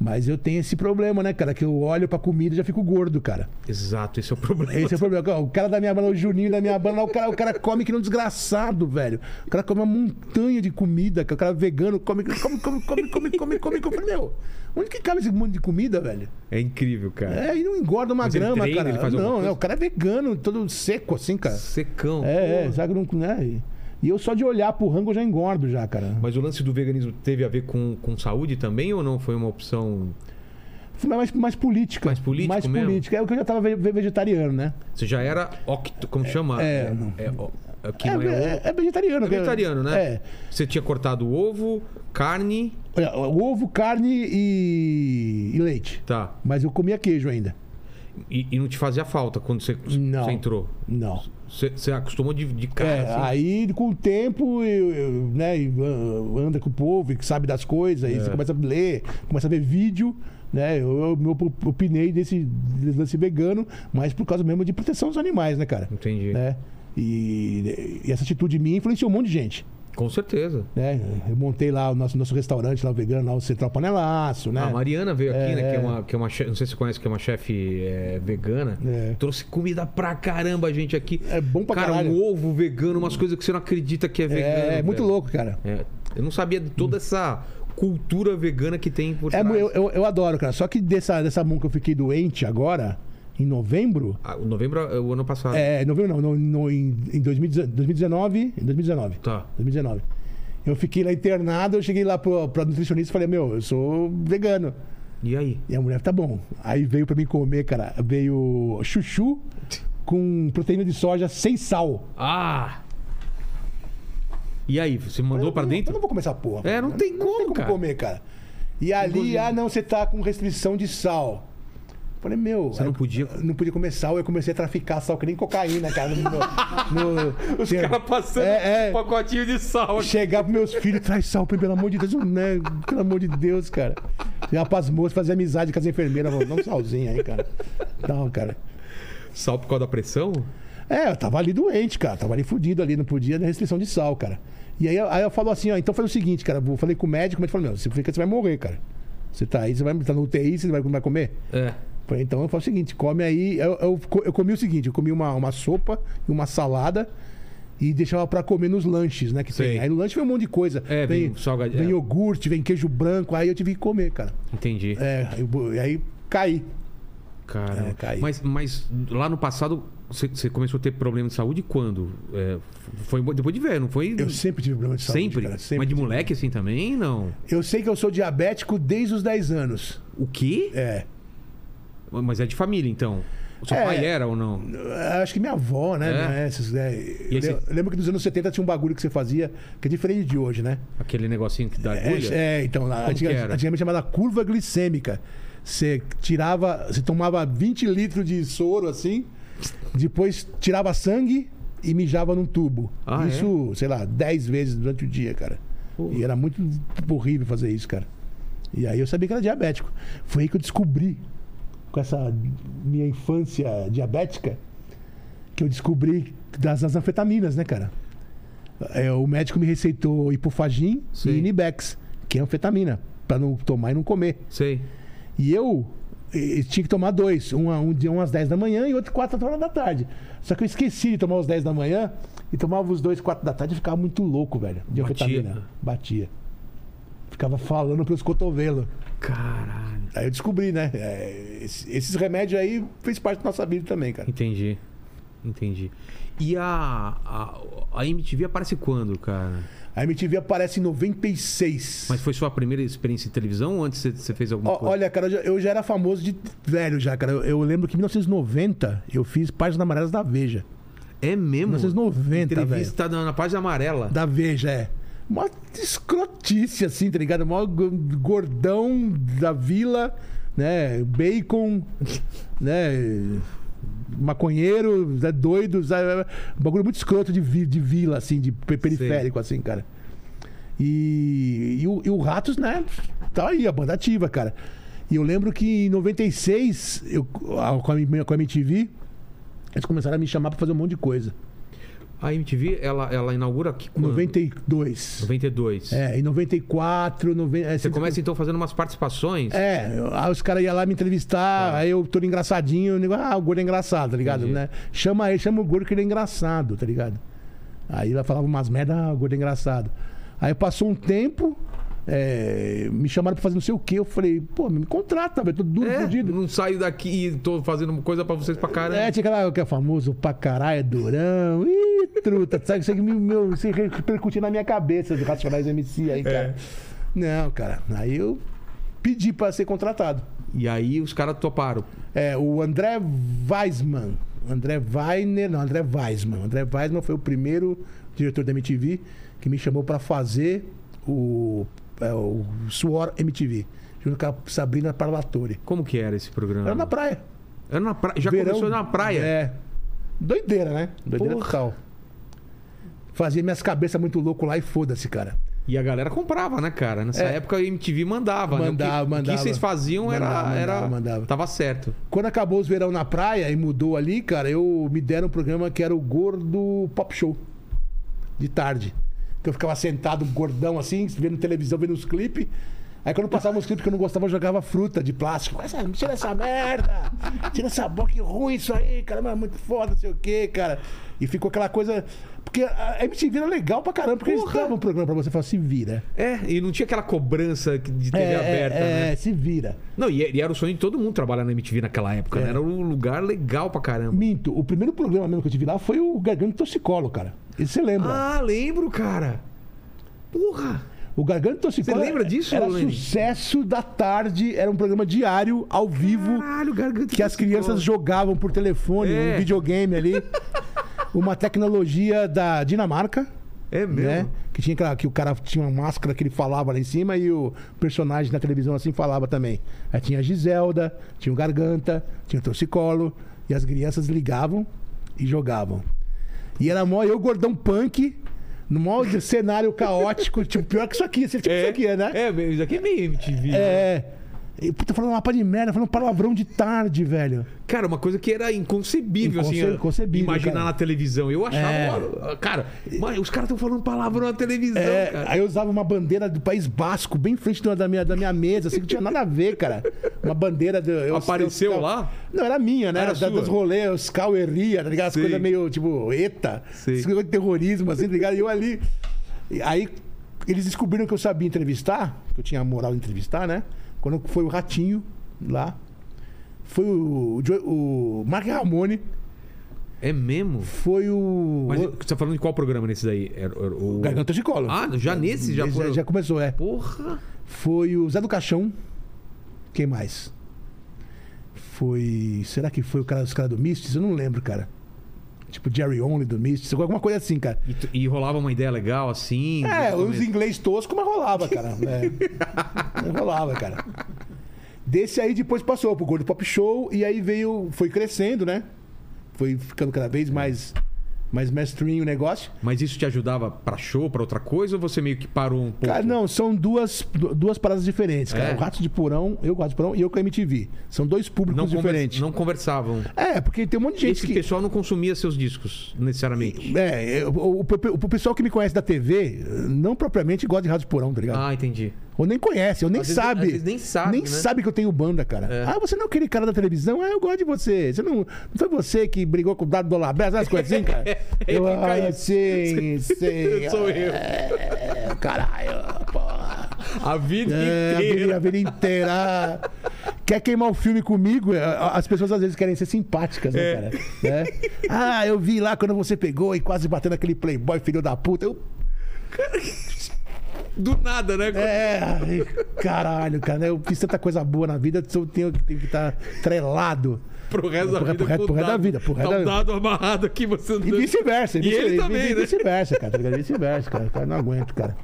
Mas eu tenho esse problema, né, cara? Que eu olho pra comida e já fico gordo, cara.
Exato, esse é o problema.
Esse é o problema. O cara da minha banda, o Juninho da minha banda, lá, o cara, o cara come que não desgraçado, velho. O cara come uma montanha de comida, que o cara vegano come, come, come, come, come, come, come. come. Eu falei, meu, onde que cabe esse monte de comida, velho?
É incrível, cara.
É, e não engorda uma
Mas ele
grama,
treina,
cara.
ele faz alguma
não,
coisa?
é, o cara é vegano, todo seco assim, cara.
Secão.
É, é, sabe? Não, né? E- E eu só de olhar pro rango eu já engordo já, cara.
Mas o lance do veganismo teve a ver com, com saúde também ou não? Foi uma opção.
Mas mais, mais política.
Mais político
Mais
mesmo?
política. É o que eu já tava ve- ve- vegetariano, né?
Você já era octo. Como chama?
é, não.
é, o- é que
É,
não é,
é- é vegetariano.
é
que
vegetariano, né?
É.
Você tinha cortado ovo, carne.
Olha, Ovo, carne e, e leite.
Tá.
Mas eu comia queijo ainda.
E, e não te fazia falta quando você,
Não.
você entrou.
Não.
Você, você acostumou de, de cara.
É,
assim.
aí com o tempo, eu, eu, né, e, ah, anda com o povo e que sabe das coisas,
É.
aí você começa a ler, começa a ver vídeo, né? Eu, eu, eu opinei desse desse lance vegano, mas por causa mesmo de proteção dos animais, né, cara?
Entendi.
Né? E, e essa atitude minha influenciou um monte de gente.
Com certeza.
Né? Eu montei lá o nosso, nosso restaurante lá, o vegano, lá o Central Panelaço, né?
A Mariana veio aqui,
É,
né? Que é
é.
uma, que é uma chefe, não sei se você conhece, que é uma chefe é, vegana.
É.
Trouxe comida pra caramba, gente, aqui.
É bom pra
Cara, um
caralho.
ovo vegano, umas coisas que você não acredita que é
É,
vegano.
é muito
velho.
louco, cara.
É, eu não sabia de toda essa cultura vegana que tem por
É,
trás.
eu, eu, eu adoro, cara. Só que dessa, dessa mão que eu fiquei doente agora, em novembro.
Ah, o novembro é o ano passado.
É, novembro não, no, no, em, em 2019. Em 2019.
Tá.
2019. Eu fiquei lá internado, eu cheguei lá pro, pra nutricionista e falei, meu, eu sou vegano.
E aí?
E a mulher, tá bom. Aí veio pra mim comer, cara, veio chuchu com proteína de soja sem sal.
Ah! E aí, você mandou pra
Eu não- Eu
dentro?
não vou começar porra.
É, não
Eu
tem como, cara.
comer, cara. E ali,
Inclusive-
ah, não, você tá com restrição de sal. Eu Falei, meu.
Você não
aí-
podia?
eu Não podia comer sal, eu comecei a traficar sal que nem cocaína, cara. No, no, no-
Os caras passando
É, é.
um pacotinho de sal aqui.
Chegar pros meus filhos, traz sal pra mim, pelo amor de Deus, né? Pelo amor de Deus, cara. Chegar pras moças, fazer amizade com as enfermeiras, falou, dá um salzinho aí, cara. Não, cara.
Sal por causa da pressão?
É, eu tava ali doente, cara. Tava ali fudido ali, não podia dar restrição de sal, cara. E aí, eu- aí eu falo assim, ó, então faz o seguinte, cara. Eu falei com o médico, mas ele falou, meu, você fica, você vai morrer, cara. Você tá aí, você vai tá no UTI, você não vai, não vai comer?
É.
Eu Falei, então eu faço o seguinte, come aí. Eu, eu, co- eu comi o seguinte, eu comi uma, uma sopa e uma salada e deixava pra comer nos lanches, né? Que
Sei.
tem. Aí no lanche vem um monte de coisa.
É,
vem,
vem salgado-
vem
é.
iogurte, vem queijo branco, aí eu tive que comer, cara.
Entendi.
É, aí eu- aí caí.
Cara,
É, caiu.
mas, mas lá no passado você- você começou a ter problema de saúde quando? É, foi depois de ver, não foi?
Eu sempre tive problema de saúde.
Hum. sempre?
cara, sempre.
Mas de moleque assim também? Não.
Eu sei que eu sou diabético desde os 10 anos.
O quê?
É.
Mas é de família então. O seu
É.
pai era ou não?
Eu Acho que minha avó, né?
É?
Minha- essas, né?
aí
Eu
você-
le- eu lembro que nos anos 70 tinha um bagulho que você fazia, que é diferente de hoje, né?
Aquele negocinho que dá agulha?
É, é, então, lá,
Como
antiga-
que era?
antigamente chamada curva glicêmica. Você tirava, você tomava 20 litros de soro assim, depois tirava sangue e mijava num tubo.
Ah,
isso, sei lá, 10 vezes durante o dia, cara. E era muito tipo, horrível fazer isso, cara. E aí eu sabia que era diabético. Foi aí que eu descobri, com essa minha infância diabética, que eu descobri das, das anfetaminas, né, cara? É, o médico me receitou hipofagin
Sim.
e inibex, que é anfetamina, pra não tomar e não comer.
Sei.
E eu eh, tinha que tomar dois, um, a- um, de- um às 10 da manhã e outro 4 horas da tarde. Só que eu esqueci de tomar os 10 da manhã e tomava os dois 4 da tarde e ficava muito louco, velho, de
Batia.
anfetamina. Batia. Ficava falando pelos cotovelos.
Caralho.
Aí eu descobri, né? eh, esse- Esses remédios aí fez parte da nossa vida também, cara.
Entendi. Entendi. E a, a, a MTV aparece quando, cara?
A MTV aparece em 96.
Mas foi sua primeira experiência em televisão ou antes você- você fez alguma
Ó,
coisa?
Olha, cara, eu já, eu já era famoso de velho já, cara. Eu, eu lembro que em 1990 eu fiz Páginas Amarelas da Veja.
É mesmo?
1990, velho.
Entrevista na, na página amarela.
Da Veja, é. Uma escrotice, assim, tá ligado? O maior go- gordão da vila, né? Bacon, né? Maconheiro, né? doido. sabe? Um bagulho muito escroto de, vi- de vila, assim, de pe- periférico, assim, cara. E, e, o, e o Ratos, né? Tá aí, a banda ativa, cara. E eu lembro que em 96, eu, a- com, a, com a MTV, eles começaram a me chamar pra fazer um monte de coisa.
A MTV, ela, ela inaugura aqui quando?
92.
92.
É, em 94, 90. É,
Você começa então fazendo umas participações.
É, eu- aí os caras iam lá me entrevistar, aí eu todo engraçadinho, eu digo, ah, o gordo é engraçado, tá ligado?
Ah. Entendi.
Né? Chama ele, chama o gordo que ele é engraçado, tá ligado? Aí ela falava umas merda, ah, o gordo é engraçado. Aí passou um tempo, é, me chamaram pra fazer não sei o quê, eu falei, pô, me contrata, velho, tô duro,
É,
fudido.
não saio daqui e tô fazendo coisa pra vocês pra caramba.
É, tinha aquela que é famoso pra caralho, é durão, ih, truta, sabe? Isso aí que me- meu, se repercutir na minha cabeça, os Racionais MC aí, cara. Não, cara, aí eu pedi pra ser contratado.
E aí os caras toparam.
É, o André Weisman. André Weiner, não, André Weisman. André Weisman foi o primeiro diretor da MTV que me chamou pra fazer o, é, o Suor MTV, junto com a Sabrina Parlatore.
Como que era esse programa?
Era na praia.
Era É na praia. Já
Verão.
começou na praia.
É. Doideira, né? Doideira
Porra.
total. Fazia minhas cabeças muito louco lá e foda-se, cara.
E a galera comprava, né, cara? Nessa
É.
época a MTV mandava. né? O que-
Mandava,
O
mandava.
que vocês faziam era.
Mandava,
era
mandava, mandava.
Tava certo.
Quando acabou os verão na praia e mudou ali, cara, eu me deram um programa que era o Gordo Pop Show. De tarde. Que eu ficava sentado, gordão assim, vendo televisão, vendo os clipes. Aí quando passava uns clipes que eu não gostava, eu jogava fruta de plástico. Essa- tira essa merda! Tira essa boca, que ruim isso aí, caramba, é muito foda, não sei o quê, cara. E ficou aquela coisa. Porque a MTV era legal pra caramba, porque eles davam um programa pra você falar, se vira.
É, e não tinha aquela cobrança que- de TV aberta,
é,
né?
se vira.
Não, e, e era o sonho de todo mundo trabalhar na MTV naquela época.
É.
né? Era um lugar legal pra caramba.
Minto, o primeiro programa mesmo que eu tive lá foi o Garganta Toxicolo, cara. Esse você lembra?
Ah, lembro, cara. Porra!
o Garganta Toxicolo.
Você lembra disso,
Era
Lenny?
sucesso da tarde, era um programa diário, ao vivo,
Caralho, garganta.
que as crianças jogavam por telefone,
É.
um videogame ali. uma tecnologia da Dinamarca.
É mesmo?
Né? Que tinha aquela, que o cara tinha uma máscara que ele falava lá em cima e o personagem na televisão assim falava também. Aí tinha a Giselda, tinha o Garganta, tinha o Torcicolo, e as crianças ligavam e jogavam. E era mó eu gordão punk, no maior cenário caótico, tipo, pior que isso aqui, você tipo
É,
isso aqui, né?
É, mesmo, isso aqui é meio MTV. né?
É. E, puta, falando uma pá de merda, falando palavrão de tarde, velho.
Cara, uma coisa que era inconcebível,
Inconce-
assim.
concebível,
imaginar
cara.
na televisão. Eu achava,
É.
ó, cara, mas os caras estão falando palavrão na televisão,
É,
cara.
aí eu usava uma bandeira do País Basco bem em frente da da minha, da minha mesa, assim, que não tinha nada a ver, cara. Uma bandeira do. eu-
Apareceu
eu-
lá?
Não, era minha, né?
Era
Era da,
sua?
dos rolês, os cauerria, tá ligado? As
Sim.
coisas meio, tipo, ETA,
Sim.
as coisas de terrorismo, assim, tá ligado? E eu ali. e Aí eles descobriram que eu sabia entrevistar, que eu tinha a moral de entrevistar, né? Quando foi o Ratinho lá. Foi o, Jo- o Mark Ramone,
É mesmo?
foi o.
Mas
o-
você tá falando de qual programa nesse daí? Era- era o...
Garganta de cola.
Ah, já nesse? Já,
já,
foi...
já começou, é.
Porra!
Foi o Zé do Caixão. Quem mais? Foi. Será que foi o cara, os caras do Mists? Eu não lembro, cara. Tipo Jerry Only do Mists, alguma coisa assim, cara.
E, tu- e rolava uma ideia legal, assim...
É,
desde o
os
começo.
inglês tosco, mas rolava, cara. É. rolava, cara. Desse aí depois passou pro Gordo Pop Show e aí veio. Foi crescendo, né? Foi ficando cada
É.
vez mais, mais mainstream o negócio.
Mas isso te ajudava pra show, pra outra coisa? Ou você meio que parou um pouco?
Cara, não, são duas, du- duas paradas diferentes, cara.
É?
O Rato de Porão, eu com o Rato de Porão e eu com a MTV. São dois públicos
Não, conver-
diferentes.
não conversavam.
É, porque tem um monte de um gente
Esse
que.
pessoal não consumia seus discos, necessariamente.
É, eu- o, o, o pessoal que me conhece da TV não propriamente gosta de Rádio Porão, tá ligado?
Ah, entendi.
Ou nem conhece, ou nem
Às vezes-
sabe.
às vezes nem sabe,
Nem
né?
sabe que eu tenho banda, cara.
É.
Ah, você não é aquele cara da televisão? Ah, eu gosto de você. Você não. Não foi você que brigou com o Dado Dolabé, essas coisas assim, cara?
É,
eu,
fica
ah,
isso.
sim, sim.
Sou eu.
É, caralho, porra.
A vida
É, a vida,
inteira.
a vida inteira. Ah, Quer queimar o filme comigo? É, a- As pessoas às vezes querem ser simpáticas, né,
É.
cara? Né? Ah, eu vi lá quando você pegou e quase bateu naquele playboy, filho da puta. Eu,
Do nada, né?
é, ai, caralho, cara. né? Eu fiz tanta coisa boa na vida, eu tenho, tenho que estar trelado.
Pro resto da
Pro re-
vida.
pro re-
com o
pro resto da
dado-
vida, pro resto
tá
da
um
vida.
dado amarrado aqui, você...
E vice-versa.
E ele também, né?
Vice-versa, cara. tá ligado? Vice-versa, cara. Cara, não aguento, cara.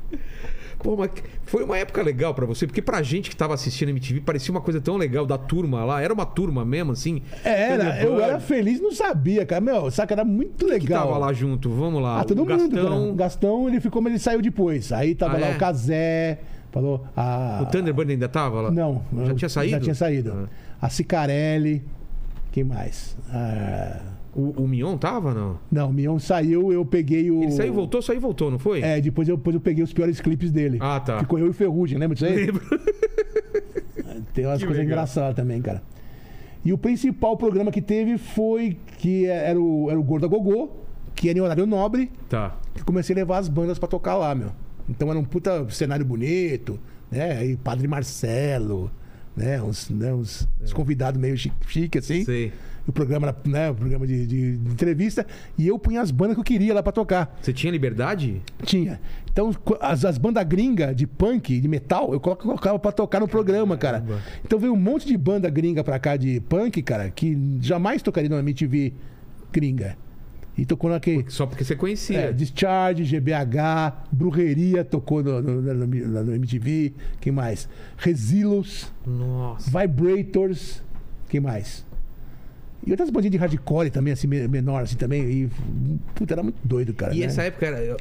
Pô, mas foi uma época legal pra você, porque pra gente que tava assistindo MTV, parecia uma coisa tão legal da turma lá. Era uma turma mesmo, assim?
Era, eu
Thunderbird,
era feliz, não sabia, cara. Meu, saca, era muito legal.
Que tava lá junto, vamos lá.
Ah, todo
o
mundo,
Gastão,
cara. O Gastão, ele ficou, mas ele saiu depois. Aí tava
Ah,
lá
é?
o Cazé, falou a...
O Thunderbird ainda tava lá?
Não.
Já
eu-
tinha saído?
Já tinha saído. A Cicarelli, quem mais? Ah,
O, o Mion tava, não?
Não, o Mion saiu, eu peguei o.
Ele saiu e voltou, saiu e voltou, não foi?
É, depois eu, depois eu peguei os piores clipes dele.
Ah, tá.
Ficou eu e o Ferrugem, lembra disso aí?
Lembro.
Tem umas
Que
coisas
legal.
engraçadas também, cara. E o principal programa que teve foi que é, era o, era o Gorda Gogô, que era em horário nobre,
Tá.
que comecei a levar as bandas pra tocar lá, meu. Então era um puta cenário bonito, né? Aí Padre Marcelo, né? Uns, né? uns, uns convidados meio chi- chique, assim.
Sei.
O programa era, né? O programa de, de- de entrevista. E eu punha as bandas que eu queria lá pra tocar.
Você tinha liberdade?
Tinha. Então, co- as, as bandas gringa de punk, de metal, eu coloca- colocava pra tocar no programa, cara.
Caramba.
Então veio um monte de banda gringa pra cá de punk, cara, que jamais tocaria na MTV gringa. E tocou naquele.
Só porque você conhecia.
É, Discharge, GBH, Brujeria tocou no, no- no- no- no MTV. Quem mais? Resilos,
Nossa.
Vibrators. Quem mais? E outras bandinhas de hardcore também, assim, me- menor, assim também. E, puta, era muito doido, cara.
E
né?
essa época era,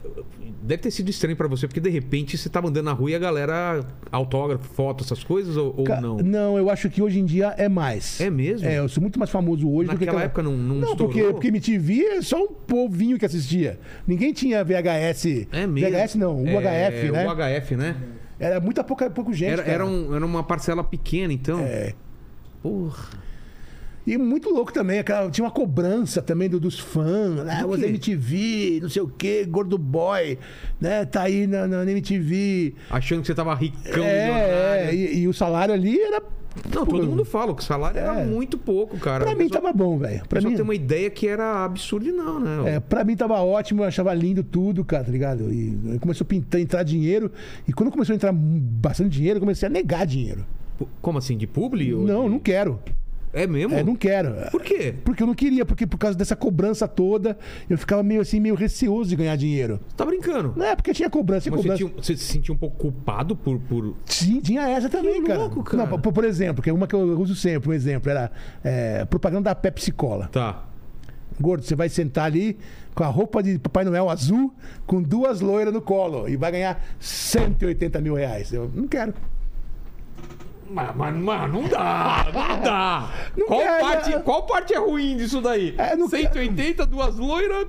deve ter sido estranho pra você, porque de repente você tava andando na rua e a galera autógrafo, foto, essas coisas ou, ou
Ca-
não?
eu acho que hoje em dia é mais.
É mesmo?
É, eu sou muito mais famoso hoje do que
Naquela época não- não
Não,
estourou?
porque, porque MTV é só um povinho que assistia. Ninguém tinha VHS.
É mesmo.
VHS não,
É,
UHF, né?
UHF, né?
Era muita pouca, pouco gente.
Era,
cara.
era, um- era uma parcela pequena, então.
É.
Porra.
E muito louco também, aquela, tinha uma cobrança também do- dos fãs, né? Os
quê?
MTV, não sei o quê, Gordo Boy, né? Tá aí na, na- na MTV.
Achando que você tava ricão,
é, é,
milionário.
e, e o salário ali era.
Não,
Pô,
todo mundo fala que o salário era
É.
muito pouco, cara.
Pra
O
mim
pessoal-
tava bom, velho.
O
Pra
pessoal
mim.
tem uma ideia que era absurdo e não, né?
É, pra mim tava ótimo, eu achava lindo tudo, cara, tá ligado? E aí começou a pintar, entrar dinheiro. E quando começou a entrar bastante dinheiro, eu comecei a negar dinheiro.
P- Como assim? De publi? ou
Não,
de-
não quero.
É mesmo?
É, não quero.
Por quê?
Porque eu não queria, porque por causa dessa cobrança toda, eu ficava meio assim, meio receoso de ganhar dinheiro.
Você tá brincando.
Não é porque tinha cobrança, tinha
Mas você,
cobrança.
tinha- você se sentia um pouco culpado por. por...
Sim, tinha essa também,
Que
cara.
louco, cara.
Não, por, por exemplo, que é uma que eu uso sempre, um exemplo, era é, propaganda da Pepsi Cola.
Tá.
Gordo, você vai sentar ali com a roupa de Papai Noel azul, com duas loiras no colo, e vai ganhar 180 mil reais. Eu não quero.
Mas, mas, mas não dá, não dá.
Não
qual,
quer,
parte,
né?
qual parte é ruim disso daí?
É, não quer.
180, duas loiras.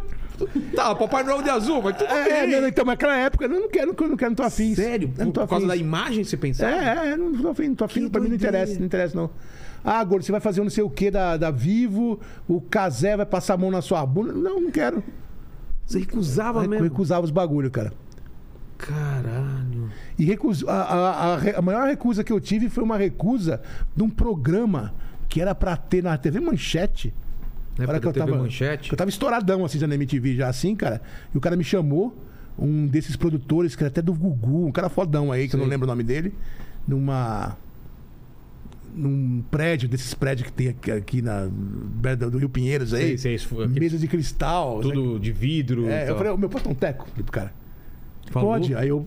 Tá, Papai Noel de azul, mas tudo
É,
bem.
não, então, mas naquela época, eu não quero, não, quero, não tô afim.
Sério?
Eu não
Por,
tô
por causa da
afim.
imagem você pensava?
É, é, é, não tô afim, não tô afim, pra mim não
doideira.
interessa, não interessa não. Ah, Gordo, você vai fazer um não sei o que da, da Vivo, o Casé vai passar a mão na sua bunda. Não, não quero.
Você recusava
Eu
mesmo?
recusava os bagulho, cara.
Caralho.
E recuso, a, a- a re- a maior recusa que eu tive foi uma recusa de um programa que era pra ter na TV Manchete.
Na
Na hora
época
que eu
da TV
tava,
Manchete.
que eu tava estouradão assim já na MTV, já assim, cara. E o cara me chamou, um desses produtores, que era até do Gugu, um cara fodão aí, que eu não
Sei.
lembro o nome dele, numa. Num prédio, desses prédios que tem aqui, aqui na beira do Rio Pinheiros aí.
Sei, sei, isso foi aquele-
mesa de cristal. né?
Tudo de vidro. e
É, eu
tal.
falei, ô, meu, posso dar um teco? Falei pro cara,
Falou.
pode? Aí eu.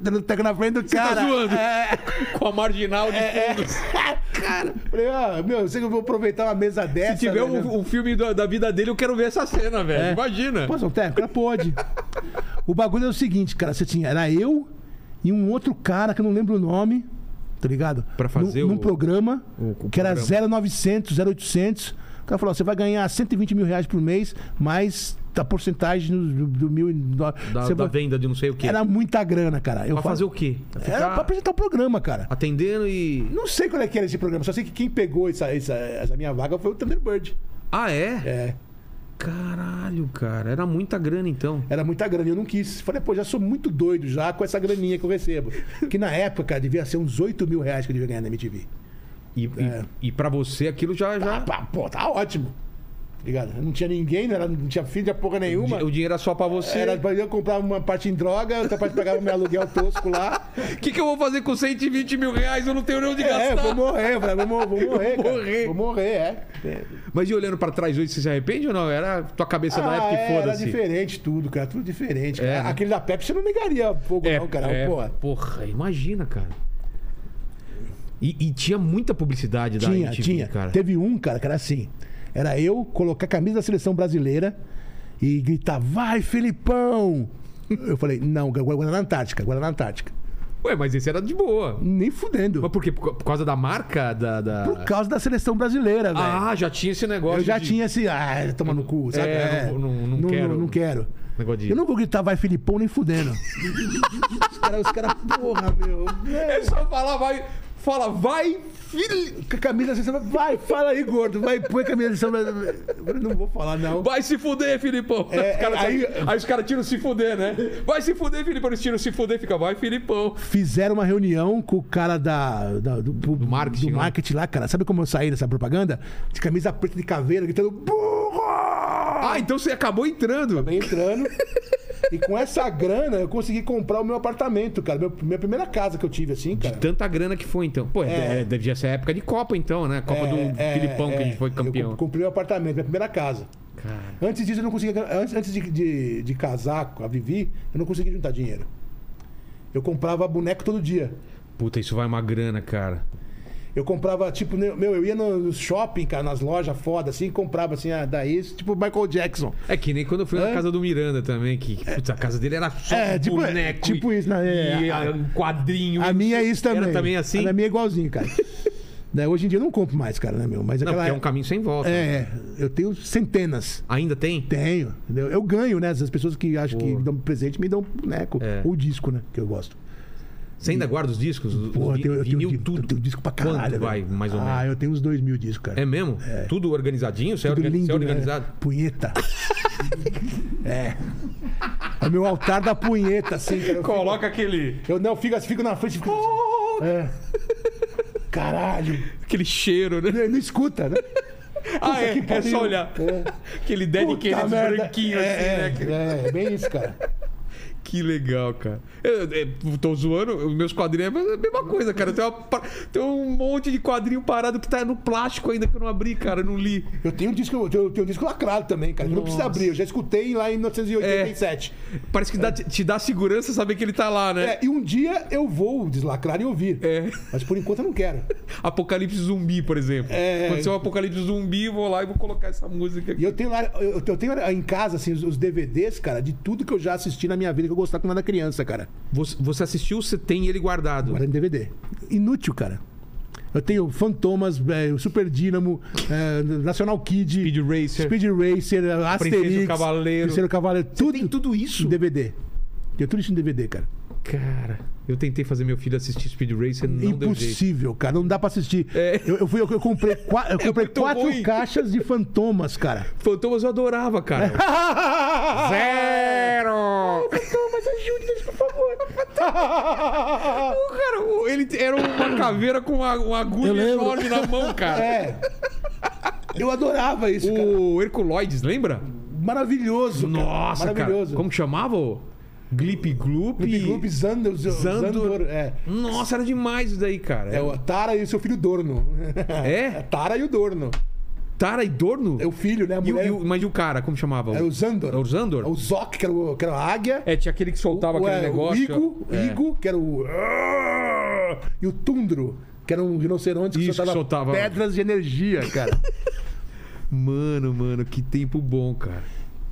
Dando teco na frente do
Tá
cara.
zoando.
É.
Com a marginal de fundo.
cara, falei, ah, meu, eu sei que eu vou aproveitar uma mesa dessa. né,
Se tiver
velho.
um, um filme da, da vida dele, eu quero ver essa cena, velho.
É.
Imagina.
Posso dar um teco? Cara, pode. o bagulho era o seguinte, cara, você tinha, era eu e um outro cara que eu não lembro o nome, tá ligado?
Pra fazer
num,
o-
Num programa,
o- o
que era
programa.
0900, 0800. O cara falou, ó, você vai ganhar 120 mil reais por mês, mais a porcentagem do, do mil... e no-
Da,
você
da
vai-"
venda de não sei o quê.
Era muita grana, cara. Eu
Pra
falo-
fazer o quê? Pra
Era pra
ficar
apresentar o programa, cara.
Atendendo e.
Não sei qual é que era esse programa, só sei que quem pegou essa, essa, essa minha vaga foi o Thunderbird.
Ah, é?
É.
Caralho, cara. Era muita grana então.
Era muita grana, e eu não quis. Falei, pô, já sou muito doido já com essa graninha que eu recebo. Que na época, cara, devia ser uns 8 mil reais que eu devia ganhar na MTV.
E,
É.
e, e pra você aquilo já.
Ah,
já...
pá, pô, tá ótimo. Tá Ligado? Eu Não tinha ninguém, não, era, não tinha filho, não tinha porra nenhuma.
O dinheiro era só pra você.
Era pra eu comprar uma parte em droga, outra parte pagava meu aluguel tosco lá.
O que, que eu vou fazer com 120 mil reais? Eu não tenho nem onde gastar.
É, vou morrer, eu falei, vou, mo- vou morrer.
Vou
cara.
morrer.
Vou morrer, é.
Mas e olhando pra trás hoje, você se arrepende ou não? Era tua cabeça na época
é,
e
era
foda-se.
diferente tudo, cara. Tudo diferente.
É,
cara.
né?
Aquele da Pepsi eu não negaria fogo, não, cara. Porra.
É, porra, imagina, cara. E, e tinha muita publicidade da
Tinha,
MTV,
tinha.
Tá, cara.
Teve um, cara, que era assim. Era eu colocar a camisa da seleção brasileira e gritar, vai, Felipão! Eu falei, não, Guaraná Antártica, Guaraná Antártica.
Ué, mas esse era de boa.
Nem fudendo.
Mas por quê? Por, por causa da marca? Da, da-
Por causa da seleção brasileira, velho.
Ah, já tinha esse negócio.
eu já
de-
tinha esse. Ah, toma no cu, sabe?
É, não- não- não quero.
Não, quero.
Negócio de-
Eu não vou gritar vai Filipão nem fudendo. os caras, os cara, porra, meu.
É só falar, vai. Fala, vai, filho.
Com a camisa da seleção, vai, fala aí, gordo. Vai, põe a camisa da seleção brasileira. Eu não vou falar, não.
Vai se fuder, Filipão.
É,
Os caras- aí,
aí-
os caras tiram se fuder, né? Vai se fuder, Filipão. Eles tiram se fuder, fica, vai, Filipão.
Fizeram uma reunião com o cara da, da- do, do
marketing,
do marketing lá, cara. Sabe como eu saí dessa propaganda? De camisa preta de caveira, gritando burro!
Ah, então você acabou entrando.
Acabei entrando. e com essa grana eu consegui comprar o meu apartamento, cara. Meu- minha primeira casa que eu tive, assim, cara.
Tanta grana que foi, então. Pô,
É.
é. devia ser a época de Copa, então, né? Copa do
É, é,
Filipão que a
é.
gente foi campeão.
Eu comprei o apartamento, minha primeira casa.
Cara.
Antes disso, eu não conseguia. Antes, antes de, de, de casar com a Vivi, eu não conseguia juntar dinheiro. Eu comprava boneco todo dia.
Puta, isso vai uma grana, cara.
Eu comprava, tipo, meu, eu ia no shopping, cara, nas lojas foda, assim, comprava assim, ah, daí, tipo Michael Jackson.
É que nem quando eu fui na
Hã?
casa do Miranda também, que putz, a casa dele era só um
É, tipo-
boneco.
tipo
e-
isso, né? É,
e, ah,
a-
um quadrinho.
A
e-
minha é isso também.
Era também assim?
A minha é igualzinho, cara. Né, Hoje em dia eu não compro mais, cara, né, meu? Mas
Não,
aquela.
porque é um caminho sem volta.
é, é, eu tenho centenas.
Ainda tem?
Tenho, entendeu? Eu ganho, né? As pessoas que acham que
Porra.
me dão presente me dão boneco.
É.
Ou disco, né? Que eu gosto.
Você ainda guarda os discos? Os
Porra,
vi-
eu tenho, eu, tenho, um
vinil,
di-
tudo.
eu tenho disco pra
Quanto
caralho. velho.
vai, mais ou
Ah,
menos?
eu tenho uns dois mil discos, cara.
É mesmo? Tudo organizadinho? Você, é,
Tudo
organi- você é
né?
organizado?
Punheta. é. É o meu altar da punheta, assim, cara. Eu fico-
Coloca aquele,
Eu não, fico, assim, fico na frente. Fico... É. Caralho.
aquele cheiro, né?
Não escuta, né?
Ah, é,
É. que
é só
pariu.
olhar.
É.
Aquele dead
Puta
Kennedy
merda.
branquinho assim,
é,
né? cara?
é, é, é bem isso, cara.
Que legal, cara. Eu, é, eu tô zoando, os meus quadrinhos é a mesma coisa, cara. Tem, uma pa- tem um monte de quadrinho parado que tá no plástico ainda que eu não abri, cara, eu não li.
Eu tenho um disco, eu tenho, eu tenho um disco lacrado também, cara. Eu não precisa abrir, eu já escutei lá
É.
em 1987.
Parece que dá- te- te dá segurança saber que ele tá lá, né?
É, e um dia eu vou deslacrar e ouvir.
É.
Mas por enquanto eu não quero.
Apocalipse zumbi, por exemplo.
É.
Aconteceu um apocalipse zumbi, eu vou lá e vou colocar essa música aqui.
E eu tenho lá, eu, eu tenho em casa, assim, os, os DVDs, cara, de tudo que eu já assisti na minha vida que eu gostava quando eu era criança, cara. é
Você, você assistiu, você tem ele guardado.
Guardando DVD. Inútil, cara. Eu tenho Fantomas, eh, Super Dynamo, eh, National Kid,
Speed Racer.
Speed Racer, é, Asterix,
Cavaleiro.
Princesa do Cavaleiro, tudo
tem tudo isso?
em DVD. Tenho tudo isso em DVD, cara.
Cara, eu tentei fazer meu filho assistir Speed Racer, não deu jeito.
Impossível, cara. Não dá pra assistir.
É.
Eu, eu fui, eu, eu comprei, qua- eu comprei
muito
quatro
ruim.
caixas de Fantomas, cara.
Fantomas eu adorava, cara. Zero!
Fantomas, ajude-nos, por favor.
Não, cara, o- ele t- era uma caveira com uma, uma agulha
Eu lembro.
enorme na mão, cara.
É. Eu adorava isso, cara.
O Herculoides, lembra?
Maravilhoso. cara.
Nossa, cara.
Maravilhoso.
Como que chamava? o? Glip Gloop.
Clube Zandor.
Zandor.
Zandor. É.
Nossa, era demais isso daí, cara.
É o Tara e o seu filho Dorno.
É?
Tara e o Dorno.
Tara e Dorno?
É o filho, né? A
E o-
mulher.
e o- mas e o cara, como chamava?
Era o Zandor.
Era o Zandor?
É o Zok, que era, o, que era a águia.
É, tinha aquele que soltava
o,
aquele
é,
negócio.
O Igo,
É.
Igo, que era o. E o Tundro, que era um rinoceronte que,
Isso, que
soltava,
soltava-
pedras de energia, cara.
Mano, mano, que tempo bom, cara.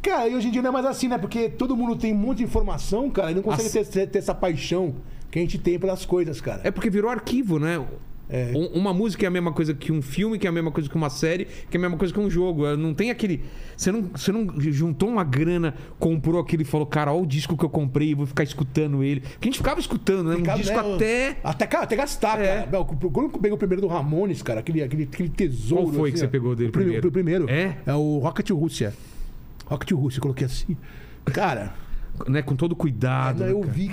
cara, e hoje em dia não é mais assim, né? Porque todo mundo tem um monte de informação, cara, e não consegue
Assim-
ter, ter essa paixão que a gente tem pelas coisas, cara.
É porque virou arquivo, né?
É.
Um- Uma música é a mesma coisa que um filme, que é a mesma coisa que uma série, que é a mesma coisa que um jogo. É, Não tem aquele. Você não, você não juntou uma grana, comprou aquele e falou, cara, olha o disco que eu comprei, eu vou ficar escutando ele. Porque a gente ficava escutando, né? Um
Ficava,
disco
né,
até.
até. ca- Até gastar,
É.
cara. Bel, Quando eu peguei o primeiro do Ramones, cara, aquele, aquele, aquele tesouro. assim,
Qual foi que você
ó.
pegou dele
o prime-
primeiro?
O primeiro.
É?
É o Rocket Rússia. Rocket Rússia, eu coloquei assim. Cara,
Né? Com todo cuidado.
É,
né,
não, eu
cara?
vi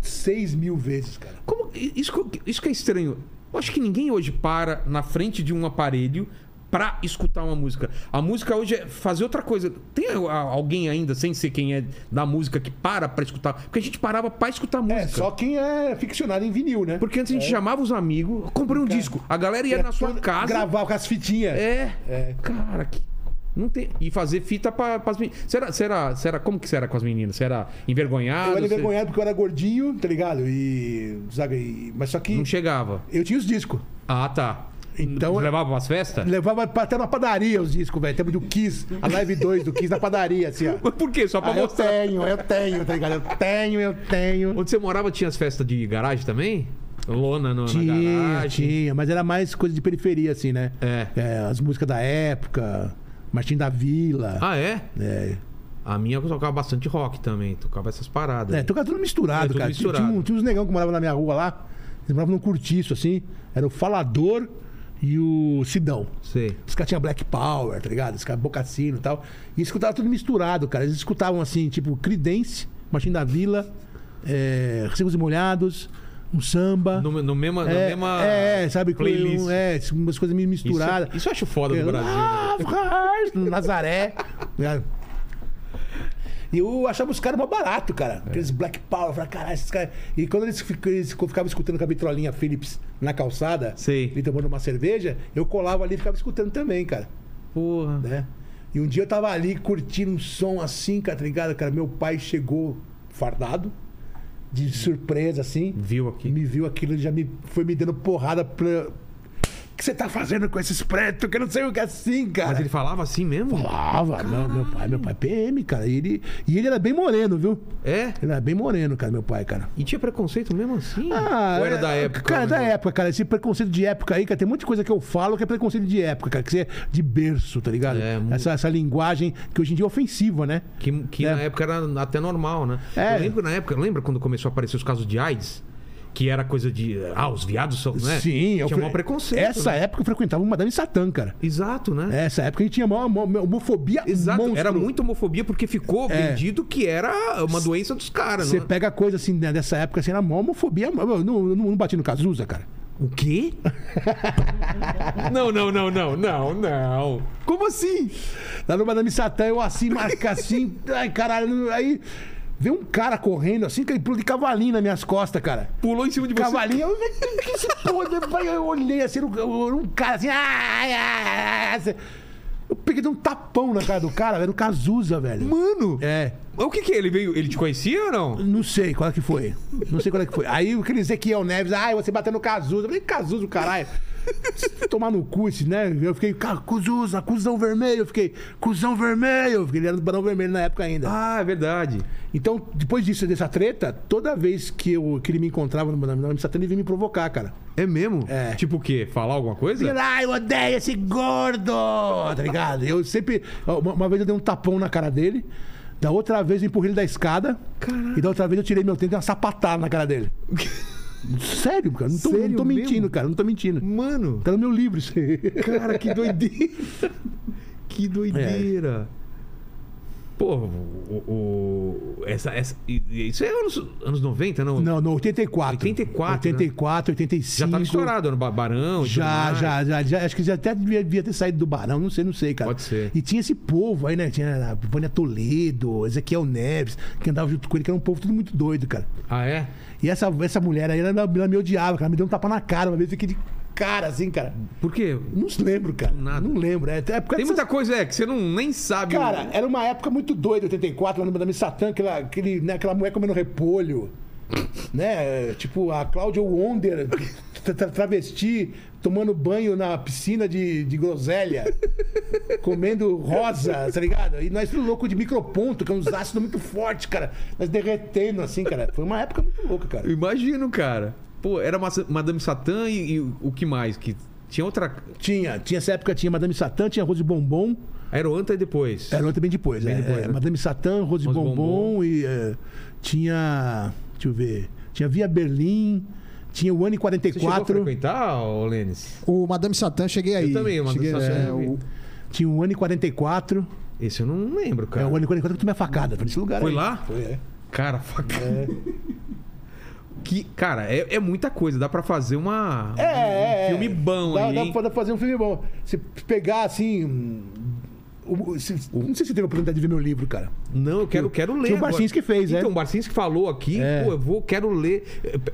6 mil vezes, cara.
Como, isso, que- isso que é estranho. Eu acho que ninguém hoje para na frente de um aparelho pra escutar uma música. A música hoje é fazer outra coisa. Tem a- alguém ainda, sem ser quem é da música, que para pra escutar? Porque a gente parava pra escutar música.
É, só quem é ficcionado em vinil, né?
Porque antes a gente chamava os amigos, comprei um disco. A galera ia
É
na sua
tudo-
casa.
Gravar com as fitinhas.
É.
É.
Cara, que. Não tem. E fazer fita pra, pras meninas. Será, será, será, como que será com as meninas? Será envergonhado?
Eu era
Você-
envergonhado porque eu era gordinho, tá ligado? E. Zaga, e- mas só que.
Não chegava.
Eu tinha os discos.
Ah, tá.
Então,
Levava umas festas?
levava pra- até na padaria os discos, velho. Tempo do Kiss, a live 2 do Kiss na padaria, assim, ó.
Mas Por quê? Só pra
Ah, eu
mostrar.
tenho, eu tenho, tá ligado? Eu tenho, eu tenho.
Onde você morava tinha as festas de garagem também? Lona no, na
Tinha,
garagem.
tinha, mas era mais coisa de periferia, assim, né?
É.
as músicas da época, Martim da Vila.
Ah, é?
É.
A minha tocava bastante rock também, tocava essas paradas.
É, tocava tudo
É,
misturado,
tudo
cara. Tinha-
misturado.
Tinha, um- tinha uns negão que moravam na minha rua lá, eles moravam num curtiço, assim. Era o Falador e o Sidão.
Sei.
Os caras tinham Black Power, tá ligado? Os caras Bocacino e tal. E escutava tudo misturado, cara. Eles escutavam assim, tipo, Credence, Martim da Vila, é, Recibos e Molhados, um samba.
No, no mesma, na
é,
mesma
é, sabe? com-
playlist.
É, umas coisas meio
Isso,
misturadas.
isso eu acho foda no
Eu-
Brasil. né?
Ah, Franz, no Nazaré. né? E eu achava os caras mó barato,
É.
cara. Aqueles Black Power. Eu falava, caralho, esses caras. E quando eles, fic- eles ficavam escutando com a vitrolinha Philips na calçada
Sei.
e tomando uma cerveja, eu colava ali e ficava escutando também, cara.
Porra.
Né? E um dia eu tava ali curtindo um som assim, cara, tá ligado? Cara, meu pai chegou fardado, de surpresa assim.
Viu aqui.
Me viu aquilo, ele já me, foi me dando porrada. Pra... O que você tá fazendo com esses pretos? Que eu não sei o que é assim, cara.
Mas ele falava assim mesmo?
falava, não, meu pai, meu pai é PM, cara. E ele, e ele era bem moreno, viu?
É?
Ele era bem moreno, cara, meu pai, cara.
E tinha preconceito mesmo assim? Ou era
é-
da época? né?
Cara,
mesmo?
da época, cara. Esse preconceito de época aí, cara, tem muita coisa que eu falo que é preconceito de época, cara, que você é de berço, tá ligado?
É, mu-
essa, essa linguagem que hoje em dia é ofensiva, né?
Que, que
É.
na época era até normal, né?
É.
Eu lembro na época, lembra quando começou a aparecer os casos de AIDS? Que era coisa de. Ah, os viados são. Né?
Sim,
Tinha
eu
um
fre-
maior preconceito.
Essa é-
né?
época eu frequentava o Madame Satã, cara.
Exato, né?
Essa época a gente tinha uma, uma- uma homofobia
Exato.
um monstro.
Era muita homofobia porque ficou
É.
vendido que era uma doença dos caras,
Você
né?
pega coisa assim né, dessa época, assim, era uma homofobia. Eu não, não, não bati no Cazuza, cara.
O quê? não, não, não, não, não, não. Como assim?
Lá no Madame Satã, eu assim, marca assim, ai, caralho, aí. Veio um cara correndo assim, que ele pulou de cavalinho nas minhas costas, cara.
Pulou em cima de você.
Cavalinho, eu, que esse porra? Aí eu olhei assim, era um, era um cara assim, ai, ai, ai, assim. eu peguei de um tapão na cara do cara, velho, o Cazuza, velho.
Mano!
É,
Mas O que que é? Ele veio. Ele te conhecia ou não?
não sei qual é que foi. Não sei qual é que foi. Aí aquele Ezequiel Neves, ai, você bateu no Cazuza. Eu falei, Cazuza, o caralho. Tomar no cu esse, né? Eu fiquei, "Ca- Cuzuza, cuzão vermelho. Eu fiquei, cuzão vermelho. Porque ele era do Barão Vermelho na época ainda.
Ah, é verdade.
Então, depois disso, dessa treta, toda vez que, eu, que ele me encontrava no Madame Madame Satã, ele vinha me provocar, cara.
É mesmo?
É.
Tipo o quê? Falar alguma coisa?
Ai, eu odeio esse gordo, tá ligado? Eu sempre. Uma, uma vez eu dei um tapão na cara dele, da outra vez eu empurrei ele da escada, e da outra vez eu tirei meu tênis e dei uma sapatada na cara dele. Sério, cara? Não tô, não
Sério
tô
mesmo?
mentindo, cara, não tô mentindo.
Mano,
Tá no meu livro isso aí.
cara, que doideira. que doideira. Pô, o, o- essa, essa, i- i- isso é anos, anos 90, não?
Não, no 84.
84,
84, 85.
né? Já tá tava estourado no Ba- Barão. e tudo
Já,
mais.
já, já, já. Acho que já até devia, devia ter saído do Barão, não sei, não sei, cara.
Pode ser.
E tinha esse povo aí, né? Tinha a Vânia Toledo, Ezequiel Neves, que andava junto com ele, que era um povo tudo muito doido, cara.
Ah, é?
E essa, essa mulher aí, ela, ela me odiava, cara. Ela me deu um tapa na cara uma vez, eu fiquei de cara, assim, cara.
Por quê?
Não se lembro, cara.
Nada.
Não lembro. É, é porque
Tem muita coisa, é, que você não, nem sabe.
Cara, era uma época muito doida, 84, lá no Madame Satã, aquela, aquele, né, aquela mulher comendo repolho. né? Tipo, a Cláudia Wonder, tra- tra- travesti, tomando banho na piscina de, de groselha, comendo rosa, tá ligado? E nós tudo louco de microponto, que é uns ácidos muito fortes, cara. Nós derretendo, assim, cara. Foi uma época muito louca, cara.
Eu imagino, cara. Pô, era Ma- Madame Satã e, e o que mais? Que tinha outra.
Tinha, tinha essa época, tinha Madame Satã, tinha Rose Bombom.
Era o Anta e depois.
Era outra bem depois,
Bem
é,
depois,
é,
né?
Madame Satã, Rose
Rose
Bombom,
Bombom.
e é, tinha. Deixa eu ver. Tinha Via Berlim, tinha o
Você
Ano
chegou a
44.
frequentar, ô Lênis?
O Madame Satã, cheguei aí.
também, o Madame
cheguei,
Satã,
é,
eu vi.
o,
Tinha o Ano 44.
Esse eu não lembro,
É,
cara.
o Ano 44 que eu tomei a facada, foi nesse lugar.
Foi
aí.
lá?
Foi, é.
Cara, faca. Que, cara, é, é muita coisa. Dá pra fazer uma.
É, é, é.
Hum, filme bom
dá,
aí,
dá
hein?
pra fazer um filme bom. Se pegar assim. um, o- se- não sei se teve a oportunidade de ver meu livro, cara.
Não, eu quero, quero ler.
Tinha o
agora.
Barcinski que fez,
então,
né?
Então, o Barcinski falou aqui,
É.
pô, eu vou, quero ler.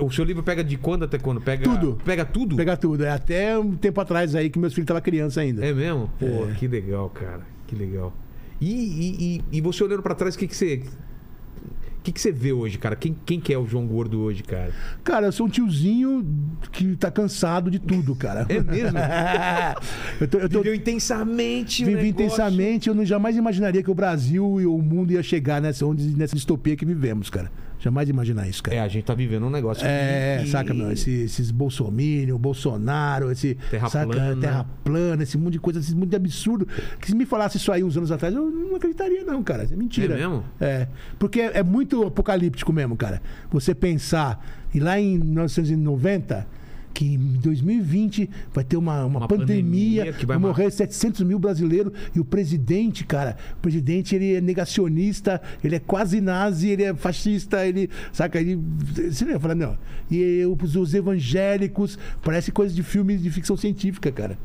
O seu livro pega de quando até quando? Pega
Tudo.
Pega tudo?
Pegar tudo. É até um tempo atrás aí que meus filhos estavam criança ainda.
É mesmo? Pô, que legal, cara. Que legal. E, e, e- e você olhando pra trás, o que, que você. O que, que você vê hoje, cara? Quem, quem que é o João Gordo hoje, cara?
Cara, eu sou um tiozinho que tá cansado de tudo, cara.
É mesmo?
eu tô, eu tô-
Viveu intensamente o
vivi
negócio.
intensamente, eu não jamais imaginaria que o Brasil e o mundo ia chegar nessa, onde, nessa distopia que vivemos, cara. Jamais imaginar isso, cara.
É, a gente tá vivendo um negócio.
É,
que-
saca, meu, esse- esses bolsominion, Bolsonaro, esse
Terra
saca,
plana.
terra plana, esse monte de coisa, esse monte de absurdo. Que se me falasse isso aí uns anos atrás, eu não acreditaria, não, cara. Isso é mentira.
É mesmo?
É. Porque é, é muito apocalíptico mesmo, cara. Você pensar, e lá em 1990, que em 2020 vai ter uma, uma,
Uma
pandemia,
pandemia que vai
vai morrer 700 mil brasileiros e o presidente, cara, o presidente ele é negacionista, ele é quase nazi, ele é fascista, ele, saca, ele, você não ia falar, não. E os, os evangélicos, parece coisa de filme de ficção científica, cara.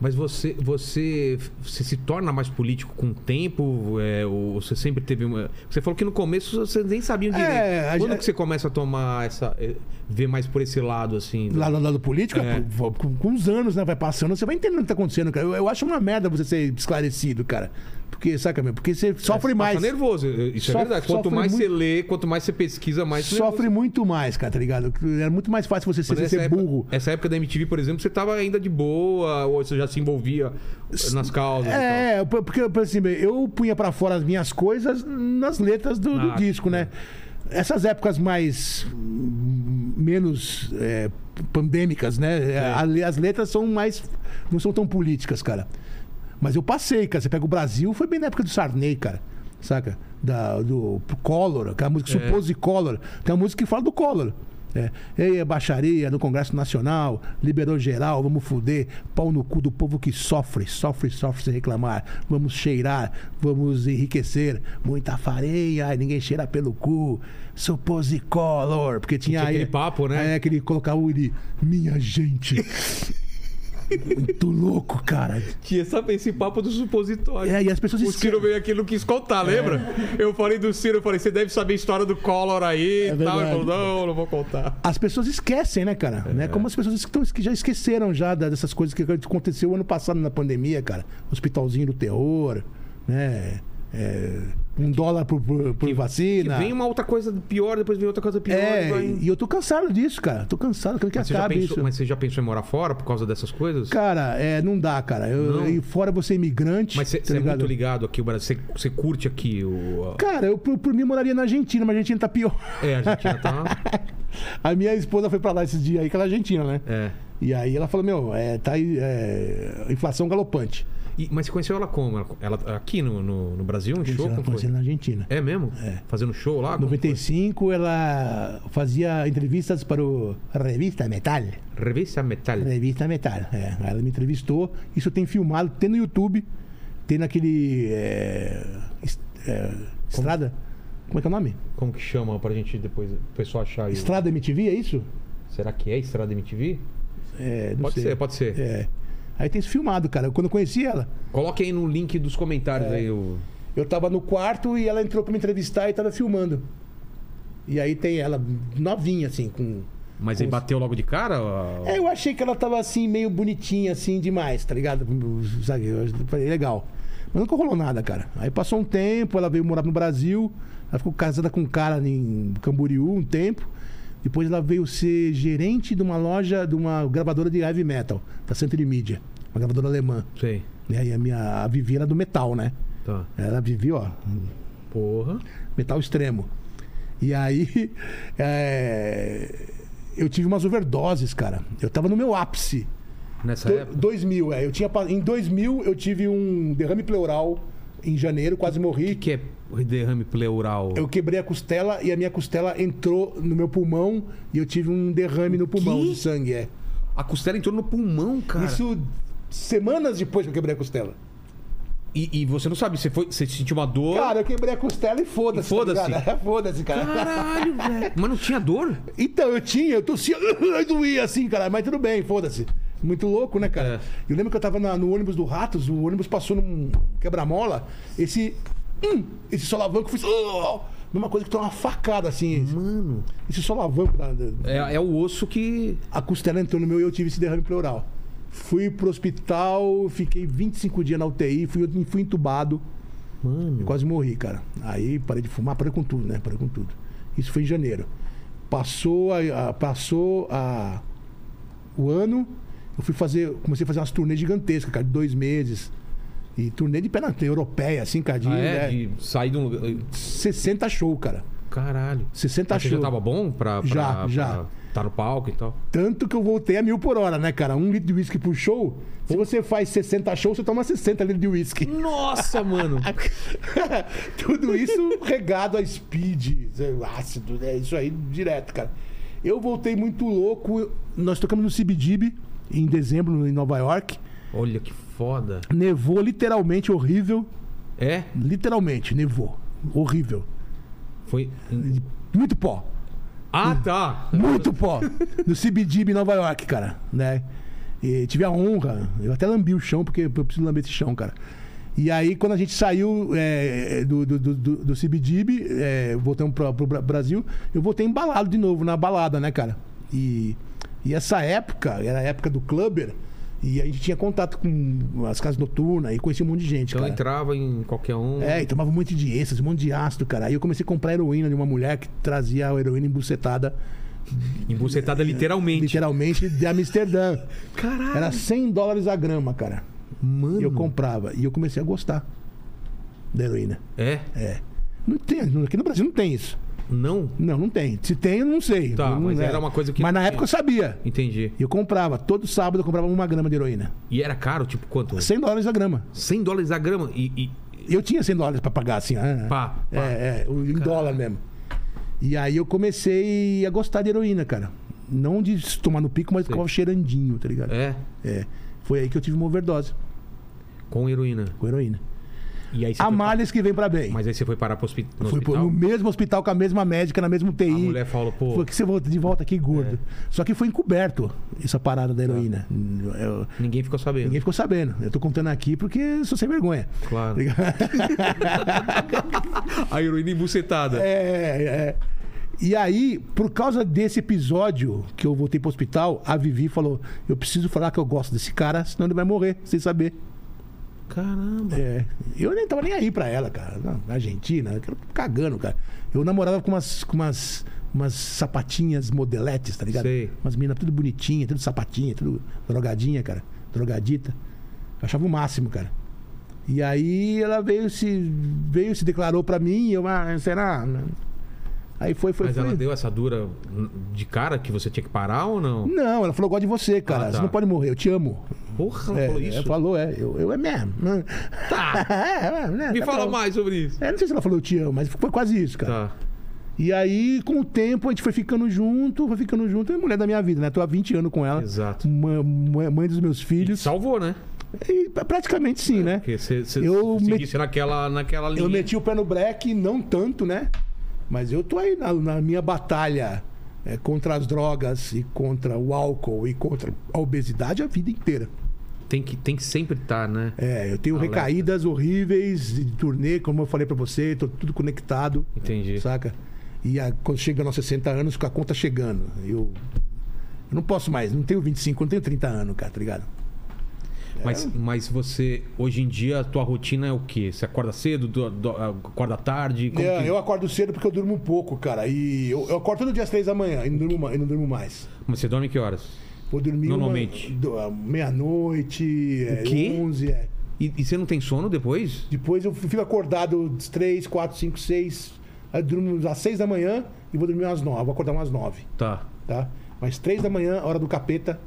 Mas você, você, você se torna mais político com o tempo? É, ou você sempre teve uma. Você falou que no começo você nem sabia direito.
É, a
Quando
gente-
que você começa a tomar essa. é, ver mais por esse lado, assim?
Lá no lado político,
É.
pô, com, com os anos, né? Vai passando, você vai entendendo o que tá acontecendo, cara. Eu, eu acho uma merda você ser esclarecido, cara. Porque, saca, meu? Porque você sofre mais.
É, Passa nervoso, isso é
Sof-
verdade. Quanto
sofre
mais
muito.
você lê, quanto mais você pesquisa, mais você
Sofre muito mais, cara, tá ligado? É muito mais fácil você ser,
né? Mas
ser
época,
burro.
Essa época da MTV, por exemplo, você tava ainda de boa, ou você já se envolvia nas causas e
É, por- porque por assim, eu punha pra fora as minhas coisas nas letras do, do
Ah, é.
disco, né? Essas épocas mais hum, menos é, pandêmicas, né?
É.
A le- As letras são mais não são tão políticas, cara. Mas eu passei, cara. Você pega o Brasil, foi bem na época do Sarney, cara. Saca? Da, do pro Collor, aquela música
É.
Supose Collor. Tem uma música que fala do Collor. É, Ei, é baixaria no Congresso Nacional, liberou geral, vamos fuder, pau no cu do povo que sofre, sofre, sofre sem reclamar, vamos cheirar, vamos enriquecer, muita farinha, ninguém cheira pelo cu, supose color, porque tinha,
Tinha
aí-
aquele papo, né?
É, aquele colocar o ele, minha gente. Muito louco, cara.
tal. Tinha essa, é, esse papo do supositório.
É, e as pessoas É.
O Ciro veio aqui e não quis contar, lembra? Eu falei do Ciro, eu falei, você deve saber a história do Collor aí e tal. Ele
É verdade.
falou, não, não vou contar.
as pessoas esquecem, né, cara?
É.
Né? Como as pessoas que, tão- que já esqueceram já da- dessas coisas que aconteceu ano passado na pandemia, cara. Hospitalzinho do terror, né? É, um dólar por, por- por
E
vacina.
vem uma outra coisa pior, depois vem outra coisa pior. e
É,
vai-
e eu tô cansado disso, cara. Tô cansado, quero que
mas, você já
acabe
pensou,
isso.
mas você já pensou em morar fora por causa dessas coisas?
Cara, é, não dá, cara. Eu,
Não.
E fora você é imigrante.
mas você
tá
você é muito
ligado?
ligado aqui, o Brasil. Você, você curte aqui o.
Cara, eu por, por mim moraria na Argentina, mas a Argentina tá pior.
É, a gente já tá.
A minha esposa foi pra lá esses dias aí, que ela é argentina, né?
É.
E aí ela falou, meu, é, tá aí, é, inflação galopante.
E- mas você conheceu ela como? Ela, ela- aqui no, no, no Brasil, um show?
Ela
Como foi?
conheceu na Argentina.
É mesmo?
É.
Fazendo show lá?
Em 95 ela fazia entrevistas para o Revista Metal.
Revista Metal.
Revista Metal. É, aí ela me entrevistou. Isso tem filmado, tem no YouTube, tem naquele. é, es- é, estrada? Como é que é o nome?
Como que chama pra gente depois o pessoal achar aí?
Estrada MTV, é isso?
Será que é Estrada MTV?
É, não
Pode
sei.
ser, pode ser.
É. Aí tem isso filmado, cara. Quando eu conheci ela,
Coloque aí no link dos
É.
comentários aí o.
eu tava no quarto e ela entrou pra me entrevistar e tava filmando. E aí tem ela novinha, assim, com
Mas aí
Com-
bateu logo de cara? ó?
É, eu achei que ela tava assim, meio bonitinha, assim, demais, tá ligado? Sabe, eu falei, legal. Mas nunca rolou nada, cara. Aí passou um tempo, ela veio morar no Brasil, ela ficou casada com um cara em Camboriú um tempo. Depois ela veio ser gerente de uma loja, de uma gravadora de heavy metal, da Centro de Mídia, uma gravadora alemã. né?
Sei.
E aí a minha a Vivi era do metal, né?
Tá.
Ela vivia, ó,
Porra.
metal extremo. E aí, é, eu tive umas overdoses, cara. Eu tava no meu ápice.
Nessa
Do-
época.
2000, é. Eu tinha, pa- em 2000 eu tive um derrame pleural em janeiro, quase morri.
O que é derrame pleural?
Eu quebrei a costela e a minha costela entrou no meu pulmão e eu tive um derrame no pulmão
quê?
de sangue, é.
A costela entrou no pulmão, cara.
Isso semanas depois que eu quebrei a costela.
E, e você não sabe, você, foi, você sentiu uma dor.
Cara, eu quebrei a costela e foda-se.
E foda-se.
Tá ligado? foda-se, cara.
Caralho, velho. Mas não tinha dor?
Então, eu tinha, eu tossia, eu doía assim, cara, mas tudo bem, foda-se. Muito louco, né, cara? Eu lembro que eu tava na- no ônibus do Ratos, o ônibus passou num quebra-mola, esse. hum, esse solavanco foi. oh, numa coisa que tem uma facada assim. Mano. Esse solavanco. da- da-
É, é o osso que.
A costela entrou no meu e eu tive esse derrame pleural. Fui pro hospital, fiquei 25 dias na UTI, fui, fui entubado. Eu
Mano.
quase morri, cara. Aí parei de fumar, parei com tudo, né? Parei com tudo. Isso foi em janeiro. Passou a, a- passou a, o ano, eu fui fazer, comecei a fazer umas turnês gigantescas, cara, de dois meses. E turnê de pé na europeia, assim, cara, de,
Ah, é?
né?
De sair de um lugar.
60 show, cara.
Caralho.
60
Mas você
tá show.
já tava bom pra, pra,
Já, já.
pra tá no palco e tal?
Tanto que eu voltei a mil por hora, né, cara? Um litro de uísque por show. Se você faz 60 shows, você toma 60 litros de uísque.
Nossa, mano.
Tudo isso regado a speed, ácido, é isso aí direto, cara. Eu voltei muito louco. Nós tocamos no CBGB em dezembro em Nova York.
Olha que foda.
Nevou literalmente horrível,
É?
literalmente nevou, horrível.
Foi.
Muito pó,
Ah, tá.
muito pó. No CBGB em Nova York, cara, né? E tive a honra, eu até lambi o chão porque eu preciso lamber esse chão, cara. E aí, quando a gente saiu é, do, do, do, do- do CBGB, é, voltamos para o Brasil, eu voltei embalado de novo na balada, né, cara? E, e essa época, era a época do clubber, e a gente tinha contato com as casas noturnas e conhecia um monte de gente,
Então
cara.
entrava em qualquer um.
É, e tomava um monte de êxtase, um monte de ácido, cara. Aí eu comecei a comprar heroína de uma mulher que trazia a heroína embucetada,
Embucetada literalmente.
literalmente, de Amsterdã.
Caralho. Hum.
Era 100 dólares a grama, cara.
Mano.
E eu comprava. E eu comecei a gostar da heroína.
É?
É. Não tem, aqui no Brasil não tem isso.
Não?
Não, não tem. Se tem, eu não sei.
Tá,
Não
mas
é.
era uma coisa que
Mas
não
na
tinha.
época eu sabia.
Entendi.
E eu comprava. Todo sábado eu comprava uma grama de heroína.
E era caro, tipo, quanto?
100 dólares a grama.
100 dólares a grama. E. e...
Eu tinha 100 dólares pra pagar, assim. ah,
Pá, pá.
É, é, o- em dólar mesmo. E aí eu comecei a gostar de heroína, cara. Não de se tomar no pico, mas ficava cheirandinho, tá ligado?
É.
É. Foi aí que eu tive uma overdose
Com heroína.
com heroína.
E aí você
A
foi pra-
malhas que vem pra bem.
Tipo, tá Mas aí você foi parar pro hospi... no
Fui pro-
hospital?
no mesmo hospital com a mesma médica, na mesma UTI.
A mulher falou, É. pô.
Foi que você volta de volta aqui gordo. Só que foi encoberto essa parada da heroína.
Tá.
Eu-
Ninguém ficou sabendo.
ninguém ficou Tá sabendo. Eu tô contando aqui porque sou sem vergonha.
Claro. A heroína embucetada.
É, é. E aí, por causa desse episódio que eu voltei pro hospital, a Vivi falou: Eu preciso falar que eu gosto desse cara, senão ele vai morrer, sem saber.
Caramba.
É. Eu nem tava nem aí pra ela, cara. Na na Argentina, eu tô cagando, cara. Eu namorava com umas, com umas, umas sapatinhas modeletes, tá ligado?
Sei.
Umas meninas tudo bonitinha, tudo sapatinha, tudo drogadinha, cara. Drogadita. Eu achava o máximo, cara. E aí ela veio se veio se declarou pra mim, e eu, ah, será? Aí foi, foi,
Mas
foi.
ela deu essa dura de cara que você tinha que parar ou não?
Não, ela falou, eu gosto de você, cara.
Ah, tá.
Você não pode morrer, eu te amo.
Porra, ela
É,
falou
ela
isso.
falou, é, eu, eu é mesmo.
Tá.
É, é, né,
Me
tá
fala
bom.
mais sobre isso.
É, não sei se ela falou eu te amo, mas foi quase isso, cara.
Tá.
E aí, com o tempo, a gente foi ficando junto, foi ficando junto. É a mulher da minha vida, né? Tô há 20 anos com ela.
Exato.
Ma- ma- mãe dos meus filhos.
Salvou, né?
E pra- praticamente sim, né?
Porque você
Eu
seguisse naquela, naquela linha.
Eu meti o pé no breque, não tanto, né? Mas eu tô aí na, na minha batalha é, contra as drogas e contra o álcool e contra a obesidade a vida inteira.
Tem, que, tem que sempre estar, né?
É, eu tenho
Alerta.
recaídas horríveis de turnê, como eu falei pra você, tô tudo conectado.
Entendi.
Saca? E a- quando chega aos 60 anos, com a conta chegando. Eu, eu não posso mais, não tenho 25, não tenho 30 anos, cara, tá ligado?
Mas, mas você, hoje em dia, a tua rotina é o quê? Você acorda cedo, do- do- acorda tarde? Como
É,
que-
Eu acordo cedo porque eu durmo um pouco, cara. E eu, eu acordo todo dia às 3 da manhã e não durmo, ma- e não durmo mais.
Mas você dorme que horas?
Vou dormir uma-
Normalmente.
do- a meia-noite, é,
quê?
11. É.
E, e você não tem sono depois?
Depois eu fico acordado às 3, 4, 5, 6. Aí eu durmo às 6 da manhã e vou dormir às 9. Vou acordar umas 9,
Tá.
tá? Mas 3 da manhã, hora do capeta,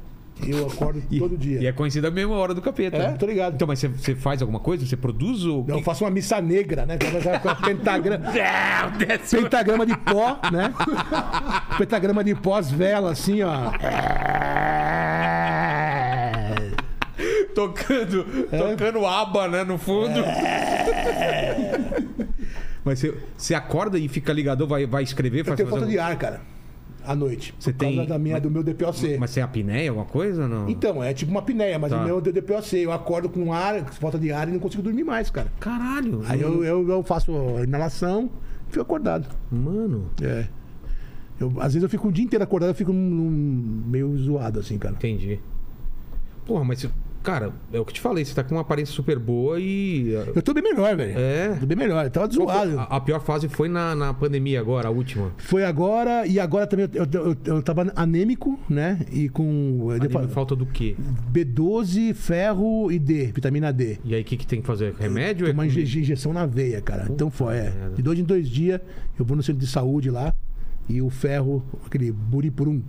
eu acordo
E-
todo dia.
E é conhecida a mesma hora do capeta.
É, tô ligado.
Então, mas você, você faz alguma coisa? Você produz ou...
Não, eu faço uma missa negra, né? Aquela- aquela- aquela Pentagrama,
É, o décimo-
pentagrama de pó, né? Pentagrama de pó, as velas, assim, ó.
tocando, tocando aba, né, no fundo. É. mas você, você acorda e fica ligador, vai, vai escrever,
Eu
faz
tenho falta
alguma-
de ar, cara, à noite.
Você
por causa
tem-
da minha, do meu DPOC.
Mas você é apneia, alguma coisa ou não?
Então, é tipo uma apneia, mas
Tá.
o meu é DPOC. Eu acordo com ar, falta de ar e não consigo dormir mais, cara.
Caralho.
Aí eu, eu, eu faço inalação, fico acordado.
Mano...
É. Eu, às vezes eu fico o dia inteiro acordado, eu fico num- num- meio zoado, assim, cara.
Entendi. Porra, mas você- Cara, é o que te falei, você tá com uma aparência super boa e.
Eu tô bem melhor, velho.
É.
Tô bem melhor. Eu tava zoado.
A, a pior fase foi na, na pandemia agora, a última.
Foi agora, e agora também eu, eu, eu, eu tava anêmico, né? E com. eu
Anêmia,
falo,
Falta do quê?
B12, ferro e D, vitamina D.
E aí, o que, que tem que fazer? Remédio?
Tomar
é
inje-
comida?
injeção na veia, cara. então foi, é.
merda.
De dois em dois dias, eu vou no centro de saúde lá e o ferro, aquele buripurum.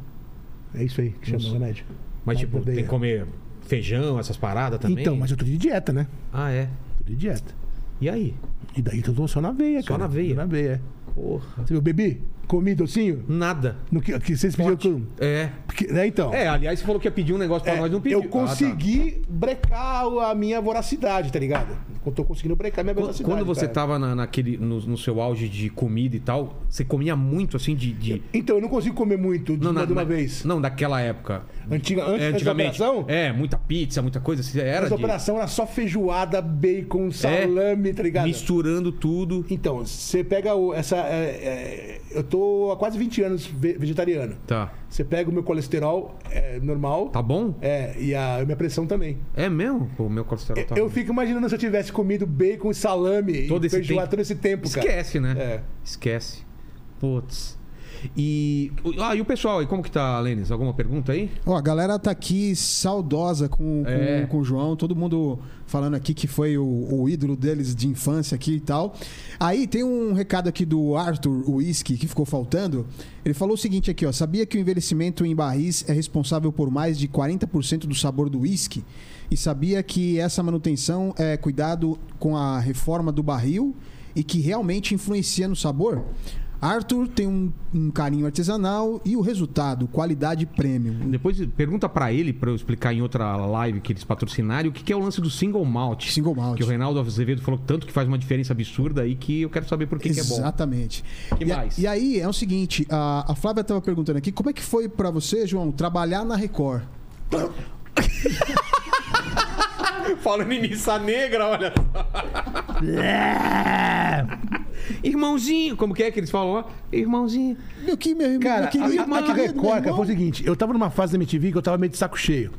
É isso aí que chama o remédio.
Mas,
Na
tipo,
veia.
tem que comer feijão, essas paradas também?
Então, mas eu tô de dieta, né?
Ah, é.
Tô de dieta.
E aí?
E daí eu tô só na veia,
Só
cara.
na veia. Hum.
Tô Na veia.
Porra.
Você viu, bebi? Comi docinho?
Nada.
No que, que vocês pediram que eu-
É.
Porque, né, então.
É, aliás, você falou que ia pedir um negócio pra
É,
nós, não pediu. Ah, tá.
Eu consegui brecar a minha voracidade, tá ligado? Eu tô conseguindo brecar a minha
Quando,
voracidade.
quando você
cara.
tava na- naquele, no, no seu auge de comida e tal, você comia muito, assim, de... de-
Então, eu não consigo comer muito de,
Não,
uma-
na-
de uma
na-
vez.
Não, daquela época.
Antiga,
É,
antes, antes da
antigamente.
operação?
É, muita pizza, muita coisa. assim, Era
Essa
de...
operação era só feijoada,
É,
bacon, salame, tá ligado?
Misturando tudo.
Então, você pega o- essa. é, é, eu tô há quase 20 anos ve- vegetariano.
Tá.
Você pega o meu colesterol é, normal.
Tá bom?
É, e a minha pressão também.
É, mesmo? Pô, meu colesterol tá
eu
ruim.
fico imaginando se eu tivesse comido bacon e salame
Todo
e
esse
feijoada
tempo.
todo esse tempo, cara.
Esquece, né?
É.
Esquece. Putz. E... Ah, e o pessoal aí? Como que tá, Lênis? Alguma pergunta aí?
Ó, a galera tá aqui saudosa com, com,
É.
com o João, todo mundo falando aqui que foi o, o ídolo deles de infância aqui e tal. Aí tem um recado aqui do Arthur Whisky que ficou faltando. Ele falou o seguinte aqui, ó: "Sabia que o envelhecimento em barris é responsável por mais de 40% do sabor do whisky? E sabia que essa manutenção é cuidado com a reforma do barril e que realmente influencia no sabor?" Arthur tem um, um carinho artesanal e o resultado, qualidade premium.
Depois pergunta pra ele, pra eu explicar em outra live que eles patrocinaram, o que, que é o lance do single malt.
Single malt.
Que o Reinaldo Azevedo falou tanto que faz uma diferença absurda aí que eu quero saber por que, que é bom.
Exatamente.
Que
e, a-
mais?
e aí é o seguinte, a, a Flávia estava perguntando aqui, como é que foi pra você, João, trabalhar na Record?
Falando em missa negra, olha. Irmãozinho, como que é que eles falam lá? Irmãozinho.
Meu que meu irmão,
Cara,
meu querido,
a, a, a
meu
que
querido, meu
é
Record, cara, foi o
irmão.
seguinte: eu tava numa fase da MTV que eu tava meio de saco cheio.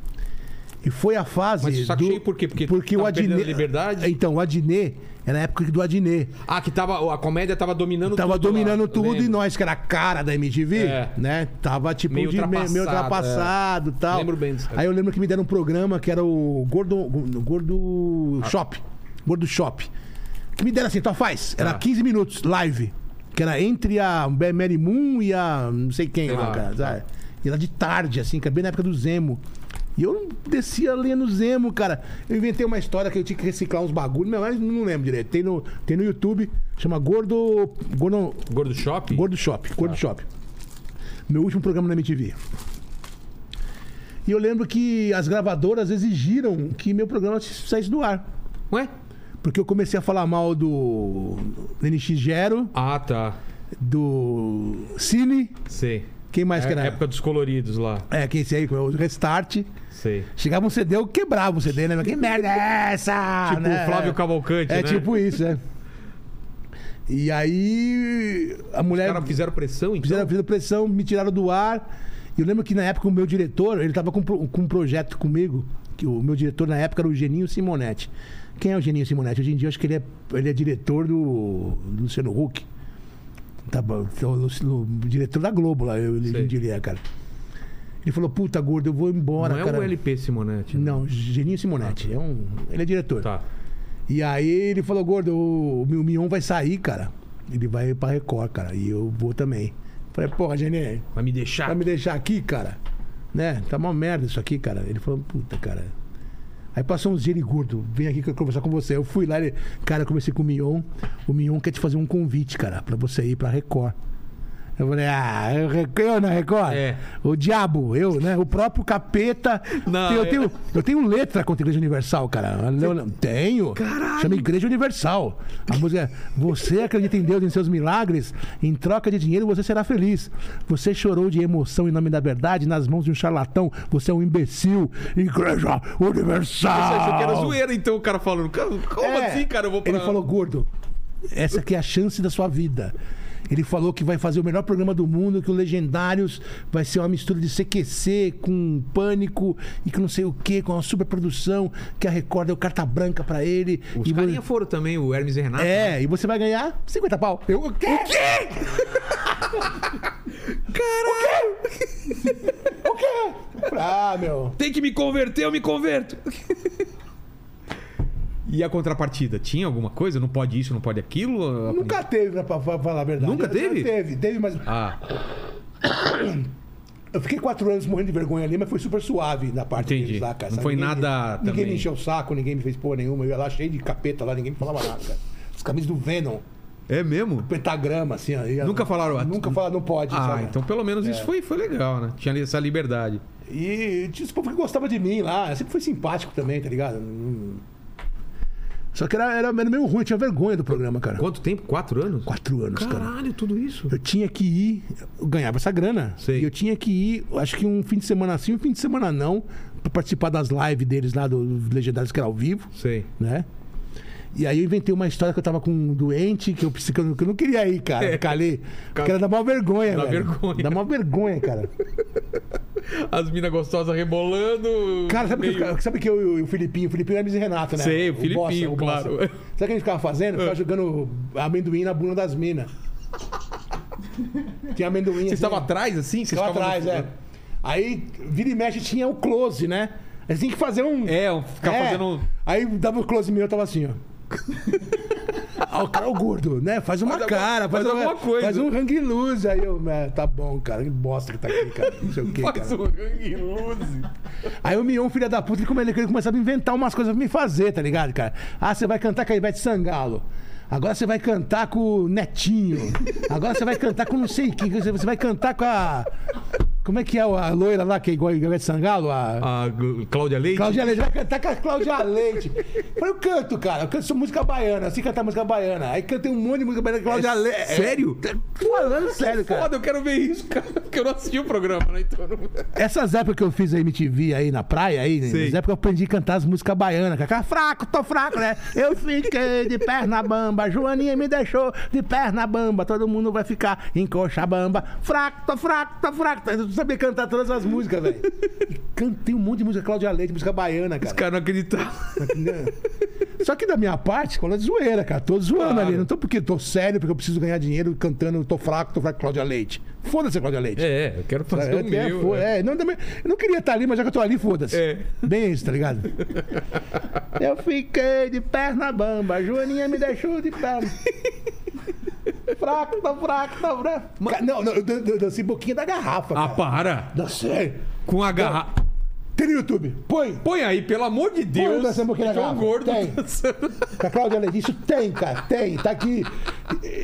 E foi a fase.
Mas de saco
do-
cheio por quê? Porque
porque o
tava perdendo
Adnet.
a liberdade?
Então, o Adnet, era a época do Adnet.
Ah, que tava, a comédia tava dominando
Tava
tudo. lá,
dominando
eu
tudo
lembro.
e nós, que era a cara da MTV,
É.
né? Tava tipo
Meio
de-
ultrapassado, é.
meio ultrapassado e tal.
Lembro bem disso, cara.
Aí eu lembro que me deram um programa que era o Gordo, Gordo
Ah.
Shop. Gordo Shop. Que me deram assim, então faz. Era
Tá.
15 minutos, live. Que era entre a Mary Moon e a não sei quem
Sei
lá,
lá,
cara.
tá.
sabe? E era de tarde, assim, que era bem na época do Zemo. E eu descia lendo Zemo, cara. Eu inventei uma história que eu tinha que reciclar uns bagulhos, mas não lembro direito. Tem no, tem no YouTube, chama Gordo. Gordo,
Gordo Shopping?
Gordo Shop, Gordo
Ah.
Shop. Meu último programa na MTV. E eu lembro que as gravadoras exigiram que meu programa saísse do ar.
Ué?
Porque eu comecei a falar mal do NX Gero,
Ah, tá.
do Cine,
Sei.
quem mais
é,
que era?
Época dos coloridos lá.
É, que esse aí, o Restart.
Sei.
Chegava um CD, eu quebrava o CD, né? Mas Que merda é essa?
Tipo
né?
o Flávio Cavalcante,
É
né?
tipo isso, né? E aí a
Os
mulher
caras fizeram pressão, então?
é fizeram, fizeram pressão, me tiraram do ar. E eu lembro que na época o meu diretor, ele tava com, pro- com um projeto comigo, que o meu diretor na época era o Geninho Simonetti. Quem é o Geninho Simonetti? Hoje em dia eu acho que ele é, ele é diretor do, do Luciano Huck. Tá bom, então, o Luci- o diretor da Globo lá, eu,
Sei.
eu diria, cara. Ele falou, puta gordo, eu vou embora,
Não é
cara.
o LP Simonetti. né?
Não, Geninho Simonetti. É um, ele é diretor.
Tá.
E aí ele falou, gordo, o meu Mion vai sair, cara. Ele vai pra Record, cara. E eu vou também. Falei, porra, Geninho,
Vai me deixar?
vai me deixar aqui, cara? Né? Tá uma merda isso aqui, cara. Ele falou, puta, cara. Aí passou uns dias ele, gordo, vem aqui que eu quero conversar com você. Eu fui lá, ele, cara, eu conversei com o Mion. O Mion quer te fazer um convite, cara, pra você ir pra Record. Eu falei, ah, eu, Re- eu na Record?
É.
O diabo, eu, né? O próprio capeta.
Não,
eu,
é-
tenho, eu tenho letra contra a Igreja Universal, cara. Eu não- Tenho.
Caralho.
Chama Igreja Universal. A música é, Você acredita em Deus e em seus milagres? Em troca de dinheiro você será feliz. Você chorou de emoção em nome da verdade nas mãos de um charlatão. Você é um imbecil. Igreja Universal.
Você achou que era zoeira, então, o cara falando. "Cara, Como
É.
assim, cara? Eu vou pra...
Ele falou, gordo, essa aqui é a chance da sua vida. Ele falou que vai fazer o melhor programa do mundo, que o Legendários vai ser uma mistura de CQC com Pânico e que não sei o que, com uma superprodução, que a Record deu carta branca pra ele.
Os
e vo-
carinha foram também, o Hermes e Renato.
É, e você vai ganhar 50 pau. Eu, o quê? O quê? O quê? Ah, meu.
Tem que me converter, eu me converto. e a contrapartida? Tinha alguma coisa? Não pode isso, não pode aquilo?
Nunca teve, pra, pra- pra falar a verdade.
Nunca
Já-
teve?
já teve, teve, mas.
Ah,
Eu fiquei quatro anos morrendo de vergonha ali, mas foi super suave na parte
Entendi.
deles lá, cara.
Não
sabe?
foi
Ninguém-
nada
Ninguém
também.
me encheu o saco, ninguém me fez porra nenhuma. Eu ia lá cheio de capeta lá, ninguém me falava nada, cara. Os camisas do Venom,
é mesmo?
pentagrama, assim. Aí,
Nunca falaram, ah,
Nunca falaram, não pode.
Ah,
sabe?
então pelo
É.
menos isso foi, foi legal, né? Tinha ali essa liberdade.
E tinha esse povo que gostava de mim lá. Eu sempre foi simpático também, tá ligado? Hum. Só que era, era meio ruim, eu tinha vergonha do programa, cara.
Quanto tempo? Quatro anos?
Quatro anos, cara.
Caralho, tudo isso.
Eu tinha que ir, eu ganhava essa grana.
Sei.
E eu tinha que ir, acho que um fim de semana sim, um fim de semana não, pra participar das lives deles lá, do do Legendários, que era ao vivo,
Sei.
né? E aí eu inventei uma história que eu tava com um doente, que eu, precis- que eu, que eu não queria ir, cara.
É.
Calei. Porque era da maior vergonha,
Dá
velho.
vergonha.
Dá maior vergonha, cara.
As minas gostosas rebolando.
Cara, sabe,
meio-
que, eu- sabe que eu e o Filipinho, o Filipinho Hermes e Renato, né?
Sei, o
Bossa,
Filipinho, claro. Ah.
Bossa. Sabe o que a gente ficava fazendo? Ficava jogando amendoim na bunda das minas. Tinha amendoim.
Você
assim,
estava
né?
atrás, assim? Você
Ficava
ficava
atrás,
no-
é. Aí, vira e mexe, tinha o close, né? Eles tinham que fazer um...
É, eu ficava
É.
fazendo...
Aí dava o close meu, eu tava assim, ó. Ah, o cara é o gordo, né? Faz uma
Faz alguma-
cara, faz,
faz
uma-
alguma coisa.
Faz um hang loose. Aí eu, "Ah, tá bom, cara, que bosta que tá aqui, cara. Não sei o que, cara.
Faz um gangue luz.
Aí o Mion, filho da puta, ele, come- ele começava a inventar umas coisas pra me fazer, tá ligado, cara? Ah, você vai cantar com a Ivete Sangalo. Agora você vai cantar com o Netinho. Agora você vai cantar com não sei quem. Você você vai cantar com a. Como é que é a loira lá que é igual a Ivete Sangalo? A.
A G- Cláudia Leite?
Cláudia Leite, vai cantar com a Cláudia Leite. Eu falei, eu canto, cara. Eu canto só música baiana, assim cantar música baiana. Aí cantei um monte de música baiana com a Cláudia
É
Leite.
sério?
Tô falando sério, cara.
Foda, eu quero ver isso, cara. Porque eu não assisti o programa, né? Então eu não...
Essas épocas que eu fiz a MTV aí na praia, aí, né?
Sei.
nessas épocas eu aprendi a cantar as músicas baianas. Cara, fraco, tô fraco, né? Eu fiquei de perna bamba, Joaninha me deixou de perna bamba, todo mundo vai ficar em coxa bamba. Fraco, tô fraco, tô fraco. Eu não sabia cantar todas as músicas, velho. E Cantei um monte de música, Cláudia Leite, música baiana, cara.
Os caras não acreditavam.
Só que da minha parte, quando é de zoeira, cara. Tô zoando
Claro.
ali. Não tô porque tô sério, porque eu preciso ganhar dinheiro cantando, tô fraco, tô fraco, Cláudia Leite. Foda-se, Cláudia Leite.
É, eu quero fazer
Eu
o
até
meu.
fo-
é.
é, não, também, eu não queria estar ali, mas já que eu tô ali, foda-se.
É.
Bem isso, tá ligado? eu fiquei de perna bamba, a Joaninha me deixou de perna. fraco, tá fraco, tá fraco. Ca- Não, não, eu dan- eu dancei assim, boquinha da garrafa,
Ah,
cara.
para!
Dancei.
Com a garra...
Tem no YouTube. Põe.
Põe aí, pelo amor de
Põe eu
Deus.
dançando um pouquinho na
João
garrafa.
Gordo
Tem.
dançando.
Com a Cláudia Leite, isso tem, cara, tem. Tá aqui.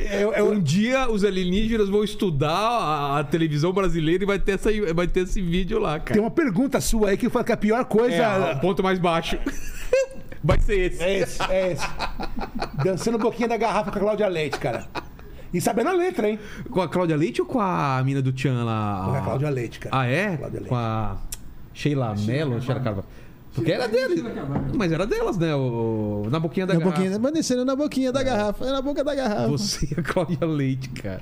Eu, eu,
Um dia os alienígenas vão estudar a, a televisão brasileira e vai ter, essa, vai ter esse vídeo lá, cara.
Tem uma pergunta sua aí que fala que a pior coisa.
É, o ponto mais baixo. Vai ser esse.
É esse, é esse. Dançando um pouquinho da garrafa com a Cláudia Leite, cara. E sabendo a letra, hein?
Com a Cláudia Leite ou com a mina do Tchan lá?
Com a Cláudia Leite, cara.
Ah, é?
Cláudia Leite.
Com a Sheila Mello, Sheila Carvalho. Porque era dele. Mas era delas, né? O... Na boquinha da
Na
garrafa.
boquinha, mas descendo na boquinha da garrafa. É na boca da garrafa.
Você e a Cláudia Leite, cara.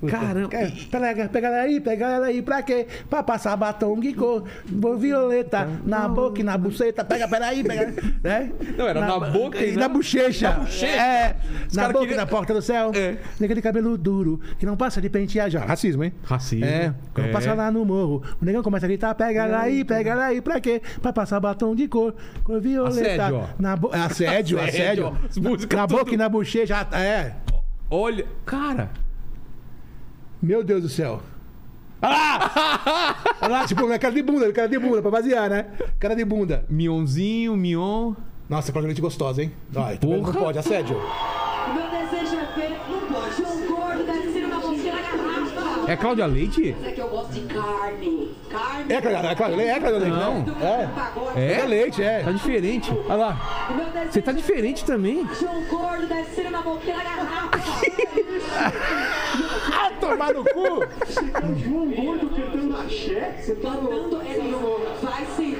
Puta.
Caramba.
Cara, Pega, pega ela aí, pega ela aí, pra quê? Pra passar batom de cor, vou violeta, na boca e na buceta, pega, pega aí, pega. Né?
Não, era na
ba-
boca e
na,
na-
bochecha.
na bochecha.
É,
Os
na
cara
boca e
queria-
na porta do céu.
É.
Nega de cabelo duro, que não passa de pentear já. Racismo, hein?
Racismo.
É, quando
É.
passa lá no morro, o negão começa a gritar, pega ela aí, pega ela aí, pra quê? Pra passar batom de cor, cor violeta.
Assédio, ó.
Na bo... é Assédio,
Assédio,
assédio.
ó. As músicas
na boca
tudo-
e na bochecha, é.
Olha, cara.
Meu Deus do céu. Ah! Olha lá, tipo, é cara de bunda, cara de bunda, pra basear, né? Cara de bunda.
Mionzinho, Mion.
Nossa, Cláudia Leite gostosa, hein? Ai,
Porra.
Não pode, assédio.
Meu desejo é ver o João Gordo descendo na boquinha da garrafa.
É a Cláudia Leite?
É que eu gosto de carne. Carne.
É Cláudia é Cláudia Leite, é Cláudia Leite,
Não.
né? É.
Pagode.
É?
É Leite, é.
Tá diferente. Olha lá.
O meu desejo
Você tá diferente também.
é João Gordo descendo na boquinha da garrafa.
Ah, tomar no cu!
Cantando ele vai se.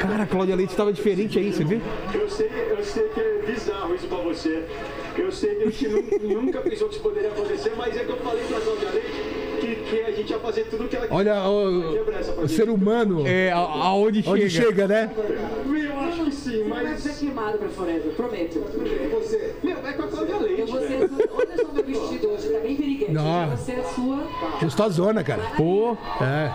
Cara, a Cláudia Leite tava diferente aí, você viu?
Eu sei, eu sei que é bizarro isso pra você. Eu sei que a gente nu- nunca pensou que isso poderia acontecer, mas é que eu falei pra Cláudia Leite que, que a gente ia fazer tudo o que ela queria.
Olha o,
Quebra essa pra
o
gente.
ser humano.
É, a- aonde chega.
Onde chega, né?
Eu acho que sim, mas.
ser queimado pra Forever, prometo.
Você. Meu, vai com a Cláudia Leite.
Eu vou ser a sua. Olha só meu vestido hoje, tá bem periguete.
Não.
Eu vou ser a sua.
Gostosona, cara.
Pô,
É.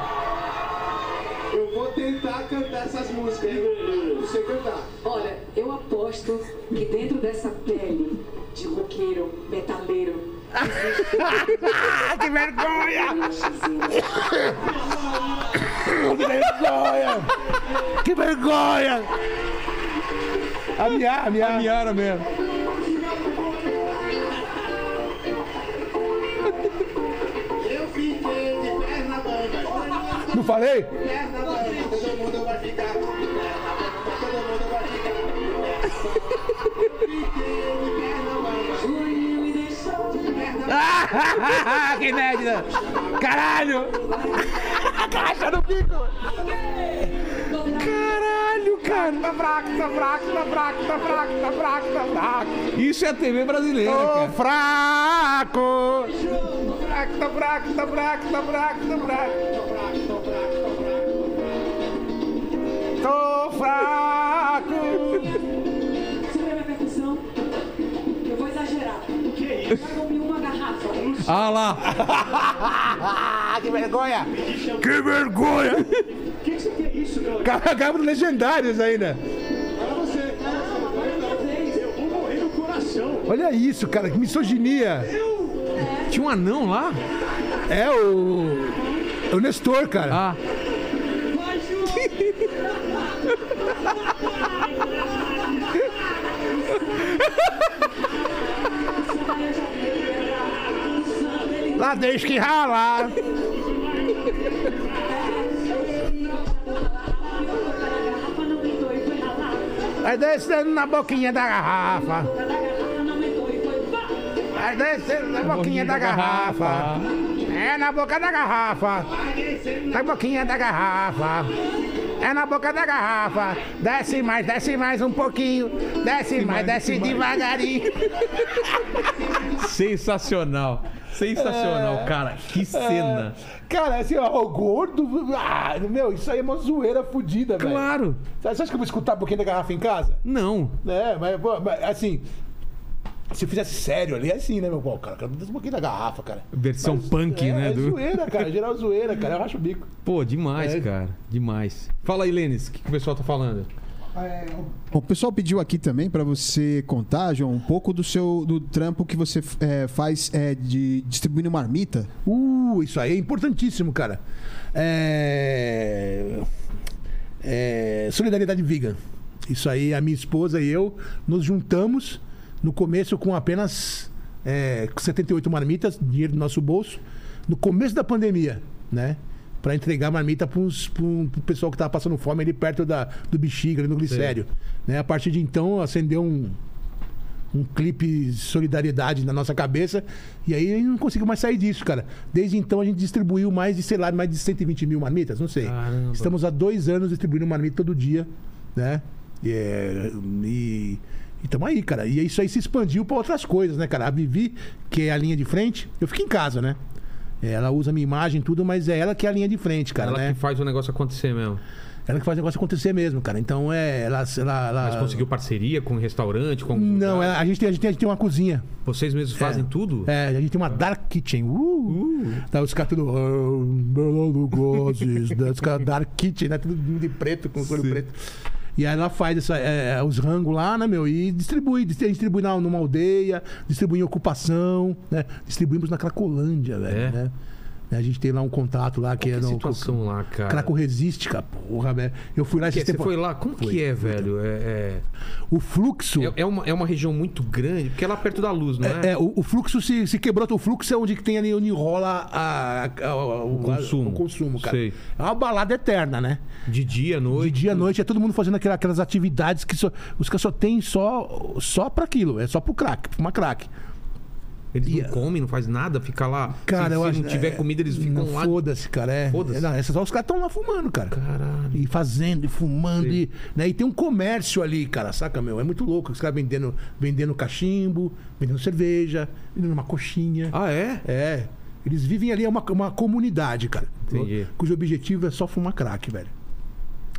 Eu vou tentar cantar essas músicas. Eu não sei cantar.
Olha, eu aposto que dentro dessa pele de roqueiro, metaleiro. que vergonha!
Que vergonha! Que vergonha! A minha, a minha.
Miara mesmo.
Eu fiquei de perna bamba.
Não falei?
Perna bamba. Todo mundo vai ficar. de perna bamba. Todo mundo vai ficar.
Júlio me deixou de merda.
que merda! Caralho! Caixa no bico! Caralho, cara! Tá fraco, tá fraco, tá fraco, tá fraco, tá fraco, tá fraco!
Isso é a TV brasileira,
Tô
cara.
fraco! Fraco, tá fraco, tá fraco, tá fraco, tá fraco! Tô fraco!
Você vai ver percussão? Eu vou exagerar. O que é isso? Eu comi uma garrafa.
Ah lá.
que vergonha! Que vergonha!
O que, que você quer isso, cara?
Acaba dos legendários né? ainda!
Para você. Eu vou morrer no coração.
Olha isso, cara, que misoginia!
Tinha um anão lá?
É o. É o Nestor, cara.
Ah.
Lá deixa que ralar.
Garrafa não me doe, foi ralar.
Vai descendo na boquinha da garrafa.
Cada garrafa não me doe, foi vá.
Vai descendo na boquinha da garrafa. É na boca da garrafa. Na boquinha da garrafa. É na boca da garrafa. Desce mais, desce mais um pouquinho. Desce mais, desce devagarinho.
Sensacional.
É.
Sensacional, cara. Que cena.
Cara, assim, ó, o gordo. Ah, meu, isso aí é uma zoeira fodida, velho.
Claro.
Você acha que eu vou escutar a boquinha da garrafa em casa?
Não.
É, mas, pô, mas, assim. Se eu fizesse sério ali, é assim, né, meu pau? Cara, cara, um pouquinho da garrafa, cara.
Versão
Mas,
punk,
é,
né?
É
do-
zoeira, cara. Geral zoeira, cara. Eu acho o bico.
Pô, demais,
É.
cara. Demais. Fala aí, Lênis. O que, que o pessoal tá falando?
O pessoal pediu aqui também para você contar, João, um pouco do seu do trampo que você eh, faz eh, de distribuindo marmita.
Uh, isso aí é importantíssimo, cara. É... é, Solidariedade Vegan. Isso aí, a minha esposa e eu nos juntamos no começo com apenas é, 78 marmitas, dinheiro do nosso bolso, no começo da pandemia, né? Pra entregar marmita para um pro pessoal que tava passando fome ali perto da, do bexiga, ali no glicério. Né? A partir de então, acendeu um, um clipe solidariedade na nossa cabeça. E aí eu não consigo mais sair disso, cara. Desde então a gente distribuiu mais de, sei lá, mais de 120 mil marmitas, não sei.
Caramba.
Estamos há dois anos distribuindo marmita todo dia, né? E, é, e, e tamo aí, cara. E isso aí se expandiu para outras coisas, né, cara? A Vivi, que é a linha de frente, eu fico em casa, né? Ela usa minha imagem e tudo, mas é ela que é a linha de frente, cara,
Ela
né?
que faz o negócio acontecer mesmo.
Ela que faz o negócio acontecer mesmo, cara. Então é. Ela, ela, ela...
Mas conseguiu parceria com um restaurante? Com algum
Não,
lugar?
ela- a, gente tem, a gente tem- a gente tem uma cozinha.
Vocês mesmos fazem tudo?
É, a gente tem uma Dark Kitchen. Uh! Tá, os caras tudo. "Ah, Belo Gozes", né? Os caras Dark Kitchen, né? Tudo de preto, com couro preto. E aí ela faz essa, é, os rangos lá, né, meu? E distribui. distri- Distribui na, numa aldeia, distribui em ocupação, né? Distribuímos na Cracolândia, velho,
É?
né? A gente tem lá um contato lá que
Que
é no
situação lá, cara.
Craco Resiste, cara. Porra, velho. Eu fui lá
Que-
esses
você
tempos.
foi lá? Como que
Fui,
é,
fui,
velho? É, é-
O fluxo.
é- é uma, é uma região muito grande, porque é lá perto da luz, não é?
É, o, o fluxo se, se quebrou. O fluxo é onde que tem ali onde enrola a- a- o,
consumo.
o consumo, cara.
Sei.
É uma balada eterna, né?
De dia, à
De
noite.
dia à noite é todo mundo fazendo aquela- aquelas, atividades que só- os caras só têm só, só para aquilo, é só pro crack, pra uma crack.
Eles
E-
não comem, não faz nada, fica lá.
Cara,
se,
eu
se
acho.
não tiver
é,
comida, eles ficam
não,
lá.
Foda-se, cara. É.
Foda-se.
É, não, é só os caras estão lá fumando, cara.
Caralho.
E fazendo, e fumando,
Sim.
e, né? E tem um comércio ali, cara, saca, meu? É muito louco. Os caras vendendo, vendendo cachimbo, vendendo cerveja, vendendo uma coxinha.
Ah, é?
É. Eles vivem ali, é uma, uma comunidade, cara.
Entendi.
Cujo objetivo é só fumar crack, velho.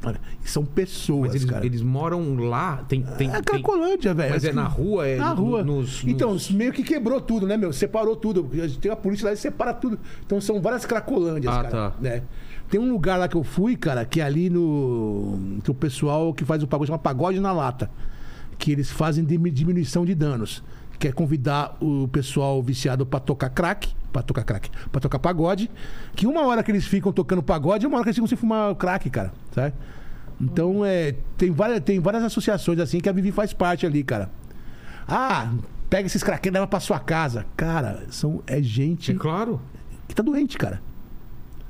Cara, e são pessoas,
Mas eles,
cara.
eles moram lá, tem. tem,
É
tem...
Cracolândia, velho.
Mas é na rua, é
Na
no-
rua.
nos-
Então,
nos-
meio que quebrou tudo, né, meu? Separou tudo. Tem a polícia lá e separa tudo. Então são várias cracolândias,
Ah,
cara.
tá.
né? Tem um lugar lá que eu fui, cara, que é ali no. que o pessoal que faz o pagode chama pagode na lata. Que eles fazem dimi- diminuição de danos. Que é convidar o pessoal viciado pra tocar crack, pra tocar crack, pra tocar pagode. Que uma hora que eles ficam tocando pagode, é uma hora que eles ficam sem fumar crack, cara, sabe? Então, é, tem, várias, tem várias associações assim que a Vivi faz parte ali, cara. Ah, pega esses craqueiros e leva pra sua casa. Cara, são, é gente
É claro.
que tá doente, cara.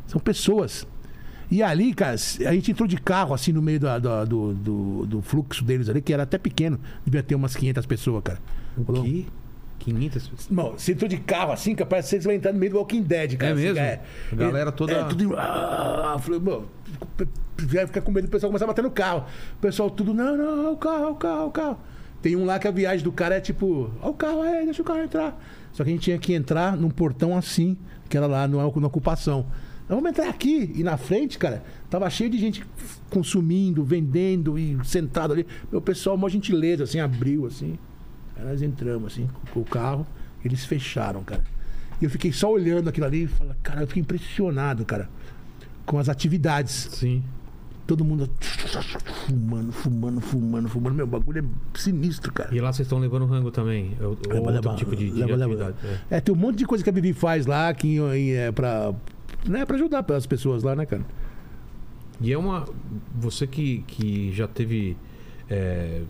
São pessoas. E ali, cara, a gente entrou de carro, assim, no meio da- da- do, do, do fluxo deles ali, que era até pequeno. Devia ter umas 500 pessoas, cara.
O quê? 500 pessoas.
Mano, você entrou de carro, assim, cara, parece que você vai entrar no meio do Walking Dead, cara.
É
Assim,
mesmo?
É.
A galera
É,
toda-
É, tudo... Ah, eu falei, mano... Já fica com medo do pessoal começar a bater no carro. O pessoal tudo, não, não, é o carro, é o carro, é o carro. Tem um lá que a viagem do cara é tipo, ó o carro aí, deixa o carro entrar. Só que a gente tinha que entrar num portão assim, que era lá no, na ocupação. Nós vamos entrar aqui. E na frente, cara, tava cheio de gente consumindo, vendendo e sentado ali. Meu pessoal, uma gentileza, assim, abriu, assim. Aí nós entramos, assim, com o carro. Eles fecharam, cara. E eu fiquei só olhando aquilo ali e falei, cara, eu fiquei impressionado, cara, com as atividades.
Sim.
Todo mundo fumando, fumando, fumando, fumando. Meu o bagulho é sinistro, cara.
E lá vocês estão levando rango também. É o- o outro tipo de, de
leva, leva.
atividade. É.
É, tem um monte de coisa que a Bibi faz lá, que em- é pra, né, pra ajudar as pessoas lá, né, cara?
E é uma. Você que, que já teve é,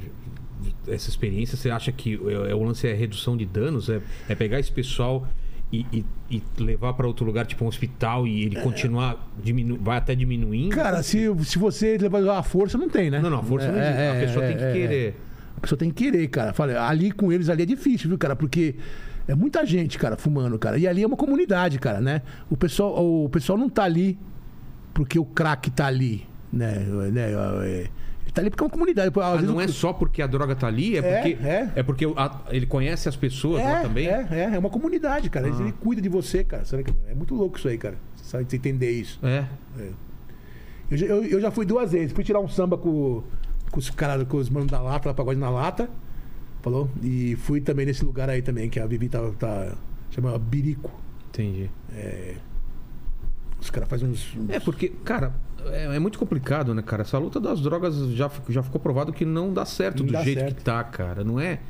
essa experiência, você acha que é, é- o lance é redução de danos? É, é pegar esse pessoal e, e- e levar para outro lugar, tipo um hospital, e ele continuar. diminu- vai até diminuindo?
É. Cara, se, se você levar a força, não tem, né?
Não, não, a força não
É,
existe.
é,
a pessoa
é,
tem que
é, é.
querer.
A pessoa tem que querer, cara. Fala, ali com eles ali é difícil, viu, cara? Porque é muita gente, cara, fumando, cara. E ali é uma comunidade, cara, né? O pessoal, o pessoal não tá ali porque o crack tá ali, né? Né? É, Ele tá ali porque é uma comunidade. Às
Ah,
vezes
não
o-
é só porque a droga tá ali, é
É,
porque,
é.
é porque a- ele conhece as pessoas lá
é,
também. Ah.
É, é, é uma comunidade, cara. Ele, ele cuida de você, cara. Sabe que- É muito louco isso aí, cara. Você sabe você entender isso.
É.
Eu, já- eu- eu já fui duas vezes. Fui tirar um samba com, com os caras, com os manos da lata, lá pagode na lata. Falou? E fui também nesse lugar aí também, que a Vivi tá. tá chama Birico.
Entendi.
Os caras fazem uns. uns-
É, porque, cara, é, é muito complicado, né, cara? Essa luta das drogas já, fi- já ficou provado que não dá certo
Não
do
dá
jeito
certo.
que tá, cara. Não é?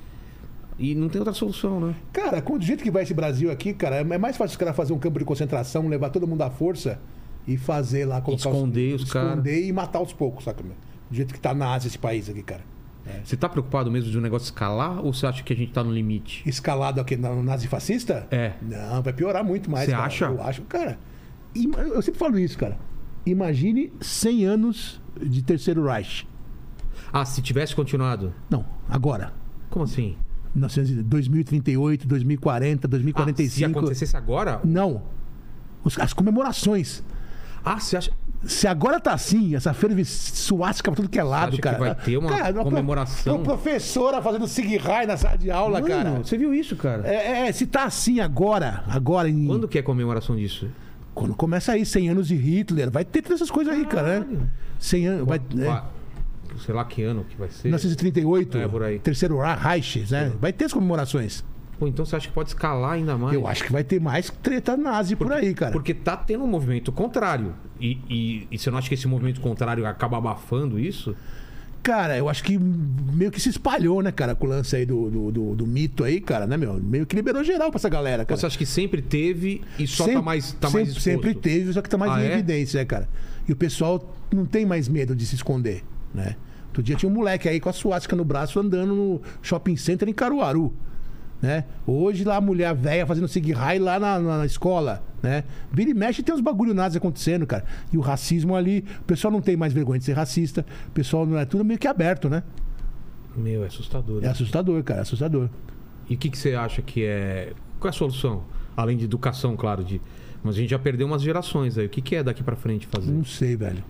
E não tem outra solução, né?
Cara, com, do jeito que vai esse Brasil aqui, cara, é é mais fácil os caras fazer um campo de concentração, levar todo mundo à força e fazer lá, colocar
Esconder os cara.
Esconder e matar aos poucos, saca? meu? Do jeito que tá na Ásia esse país aqui, cara.
Você tá preocupado mesmo de um negócio escalar ou você acha que a gente tá no limite?
escalado aqui na nazifascista?
É.
Não, vai piorar muito mais.
Você
cara.
acha?
Eu acho, cara. ima- Eu sempre falo isso, cara. Imagine 100 anos de terceiro Reich.
Ah, se tivesse continuado?
Não, agora.
Como assim?
1900 2038,
Ah,
2040,
se
2045.
acontecesse agora?
Não. Os- as comemorações.
Ah, você acha.
Se agora tá assim, essa ferve suástica pra tudo que é lado,
acha que
cara.
vai ter uma
pro-
comemoração?
Uma professora fazendo sig Rai na sala de aula,
Mano,
cara.
Você viu isso, cara?
É, é, se tá assim agora, agora em
Quando que é a comemoração disso?
Quando começa aí, 100 anos de Hitler, vai ter todas essas coisas aí, cara, né? 100 anos, vai... É,
Ah, Sei lá que ano que vai ser.
1938,
É, por aí.
terceiro Ra- Reich, né? Vai ter as comemorações.
Pô, então você acha que pode escalar ainda mais?
Eu acho que vai ter mais treta nazi por aí, cara.
Porque tá tendo um movimento contrário. E, e, e você não acha que esse movimento contrário acaba abafando isso?
Cara, eu acho que meio que se espalhou, né, cara, com o lance aí do, do, do- do mito aí, cara, né, meu? Meio que liberou geral pra essa galera, cara.
Você acha que sempre teve e só tá mais, tá mais
sempre,
exposto?
sempre teve, só que tá mais
Ah,
em
é?
evidência, né, cara? E o pessoal não tem mais medo de se esconder, né? Outro dia tinha um moleque aí com a suástica no braço andando no shopping center em Caruaru, né? Hoje lá a mulher velha fazendo sig rai lá na, na- na escola, né? Vira e mexe tem uns bagulho nazis acontecendo, cara. E o racismo ali, o pessoal não tem mais vergonha de ser racista, o pessoal não é tudo meio que aberto, né?
Meu, é assustador.
É
né?
assustador, cara, é assustador.
E o que, que você acha que é qual é a solução? Além de educação, claro. De... Mas a gente já perdeu umas gerações aí. O que, que é daqui pra frente fazer?
Não sei, velho.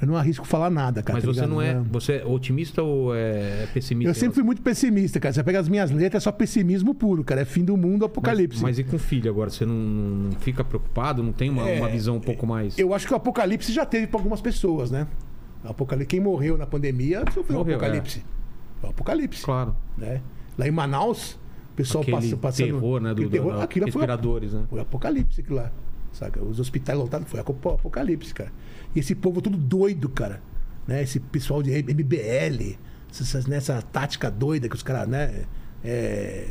Eu não arrisco falar nada, cara.
Mas
tá
você
ligado?
não é. Você é otimista ou é pessimista?
Eu sempre fui muito pessimista, cara. Você pega as minhas letras, é só pessimismo puro, cara. É fim do mundo, apocalipse.
Mas, mas e com filho agora? Você não, não fica preocupado? Não tem uma, uma visão um pouco mais.
É, Eu acho que o apocalipse já teve pra algumas pessoas, né? O apocalipse, quem morreu na pandemia sofreu o
Morreu, é.
apocalipse. O apocalipse.
Claro.
né? Lá em Manaus, o pessoal
Aquele
passa, passando.
terror, né? Do,
aquele
do-
terror,
da-
aquilo foi,
respiradores, né?
foi apocalipse aquilo lá. Saca? Os hospitais lotados foi apo- apocalipse, cara. E esse povo todo doido, cara. Né? Esse pessoal de MBL, essas, nessa tática doida que os caras, né? É.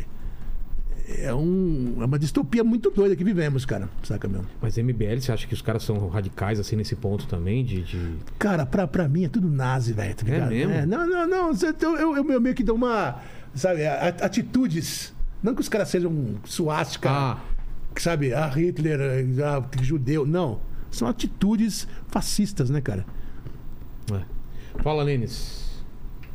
É, um, é uma distopia muito doida que vivemos, cara. Saca, meu?
Mas MBL, você acha que os caras são radicais assim nesse ponto também? De, de-
Cara, pra, pra mim é tudo nazi, velho. Tá
É
ligado?
mesmo?
não, não, não. você- Eu, eu, eu meio que dou uma. Sabe, a- atitudes. Não que os caras sejam suástica,
Ah.
que sabe, ah, Hitler, ah, judeu. Não. São atitudes fascistas, né, cara?
É. Fala, Lênis.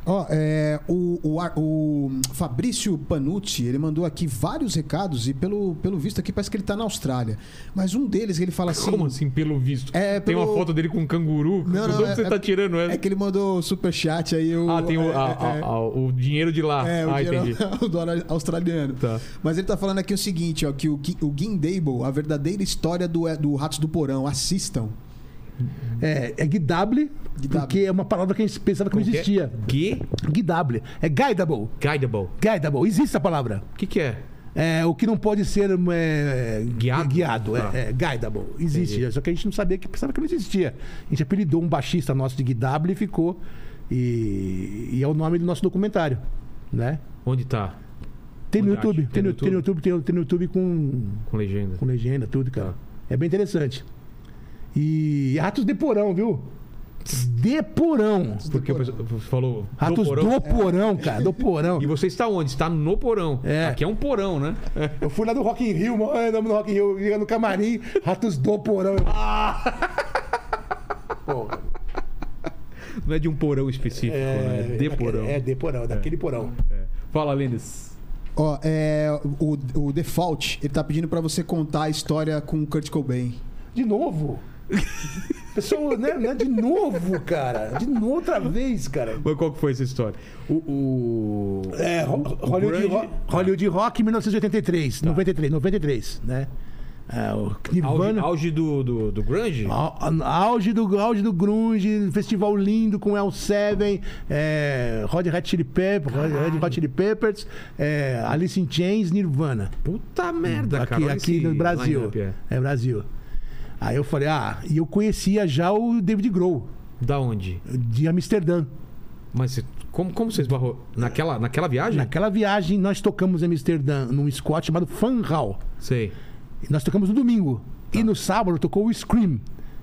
Ó, é, o, o, Ar- o Fabrício Panucci, ele mandou aqui vários recados e pelo, pelo visto aqui parece que ele tá na Austrália. Mas um deles ele fala assim...
Como assim, pelo visto?
É,
Tem
pelo-
uma foto dele com um canguru.
Não,
de
não,
onde
é-
você tá tirando essa?
É que ele mandou o superchat aí. O,
Ah, tem o,
é,
a-
é,
a- a- o dinheiro de lá.
É, o,
ah,
dinheiro-
entendi.
o dólar australiano.
Tá.
Mas ele tá falando aqui o seguinte, ó, que o, Gui- o Guindable, a verdadeira história do, é, do Ratos do Porão, assistam.
É, é guidable,
Guidable.
porque é uma palavra que a gente pensava que não
que é?
existia.
Gui
Guidable. É guidable.
Guidable.
Guidable. Existe essa palavra.
O que, que é?
É, o que não pode ser é,
Guiado?
guiado, é,
Ah.
é, guidable. Existe,
Entendi.
só que a gente não sabia que pensava que não existia. A gente apelidou um baixista nosso de guidable e ficou. E, e é o nome do nosso documentário, né?
Onde tá?
Tem no
Onde
YouTube,
acha?
tem no tem no YouTube, tem, tem no YouTube com,
Com legenda.
com legenda, tudo, cara. É bem interessante. E Ratos de Porão, viu? De Porão.
Porque o pessoal- você falou. do
Ratos do
porão.
porão, cara, do porão.
E você está onde? Está no porão.
É.
Aqui é um porão, né?
Eu fui lá no Rock in Rio, mano, é andamos no Rock in Rio, ligando no camarim, Ratos do Porão. Eu-
Ah! Não é de um porão específico, né? É de porão.
É, de porão, daquele porão.
Fala, Lênis.
Ó, é, o, o Default, ele tá pedindo pra você contar a história com o Kurt Cobain.
De novo? Pessoal, né, né? De novo, cara. De novo, outra vez, cara.
Mas qual que foi essa história? O. o- é. Tá.
É, Ho- Hollywood,
grunge-
Rock, Hollywood Rock 1983, 93, 93, né? É, o
Auge,
Nirvana.
auge do, do, do grunge?
Au- Auge do, auge do grunge, festival lindo com L7, é, Red Hot Chili Peppers, Red Hot Chili Peppers é, Alice in Chains, Nirvana.
Puta merda, cara.
aqui,
olha
aqui
esse
no Brasil.
lineup, é.
É Brasil. Aí eu falei, ah, e eu conhecia já o David Grohl,
Da onde?
de Amsterdã.
Mas você- como, como você esbarrou? Naquela, naquela viagem?
Naquela viagem, nós tocamos em Amsterdã, num squat chamado Fan Hall.
Sei.
E Nós tocamos no domingo.
Tá.
E no sábado tocou o Scream.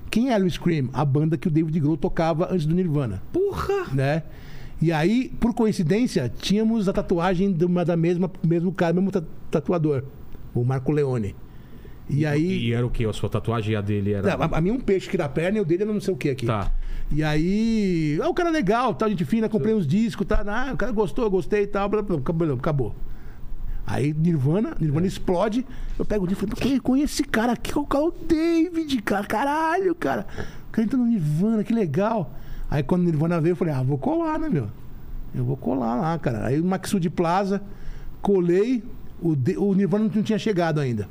Quem era o Scream? A banda que o David Grohl tocava antes do Nirvana.
Porra!
né? E aí, por coincidência, tínhamos a tatuagem de uma, da mesma mesmo cara, mesmo ta- tatuador, o Marco Leone. E aí,
E era o que? A sua tatuagem e a dele era. né?
a, a minha é um peixe aqui da perna e o dele é não sei o que aqui.
Tá.
E aí, ah, o cara é legal, tal, gente fina, comprei uns discos, tá, ah, o cara gostou, eu gostei e tal, blá, blá, blá, acabou, acabou. Aí Nirvana, Nirvana
É.
explode. Eu pego o disco e falei, conheço esse cara aqui, qual que é o David, cara, caralho, cara. O cara entrou no Nirvana, que legal. Aí quando o Nirvana veio, eu falei, ah, vou colar, né, meu? Eu vou colar lá, cara. Aí o Maxud Plaza, colei, o, de- o Nirvana não tinha chegado ainda.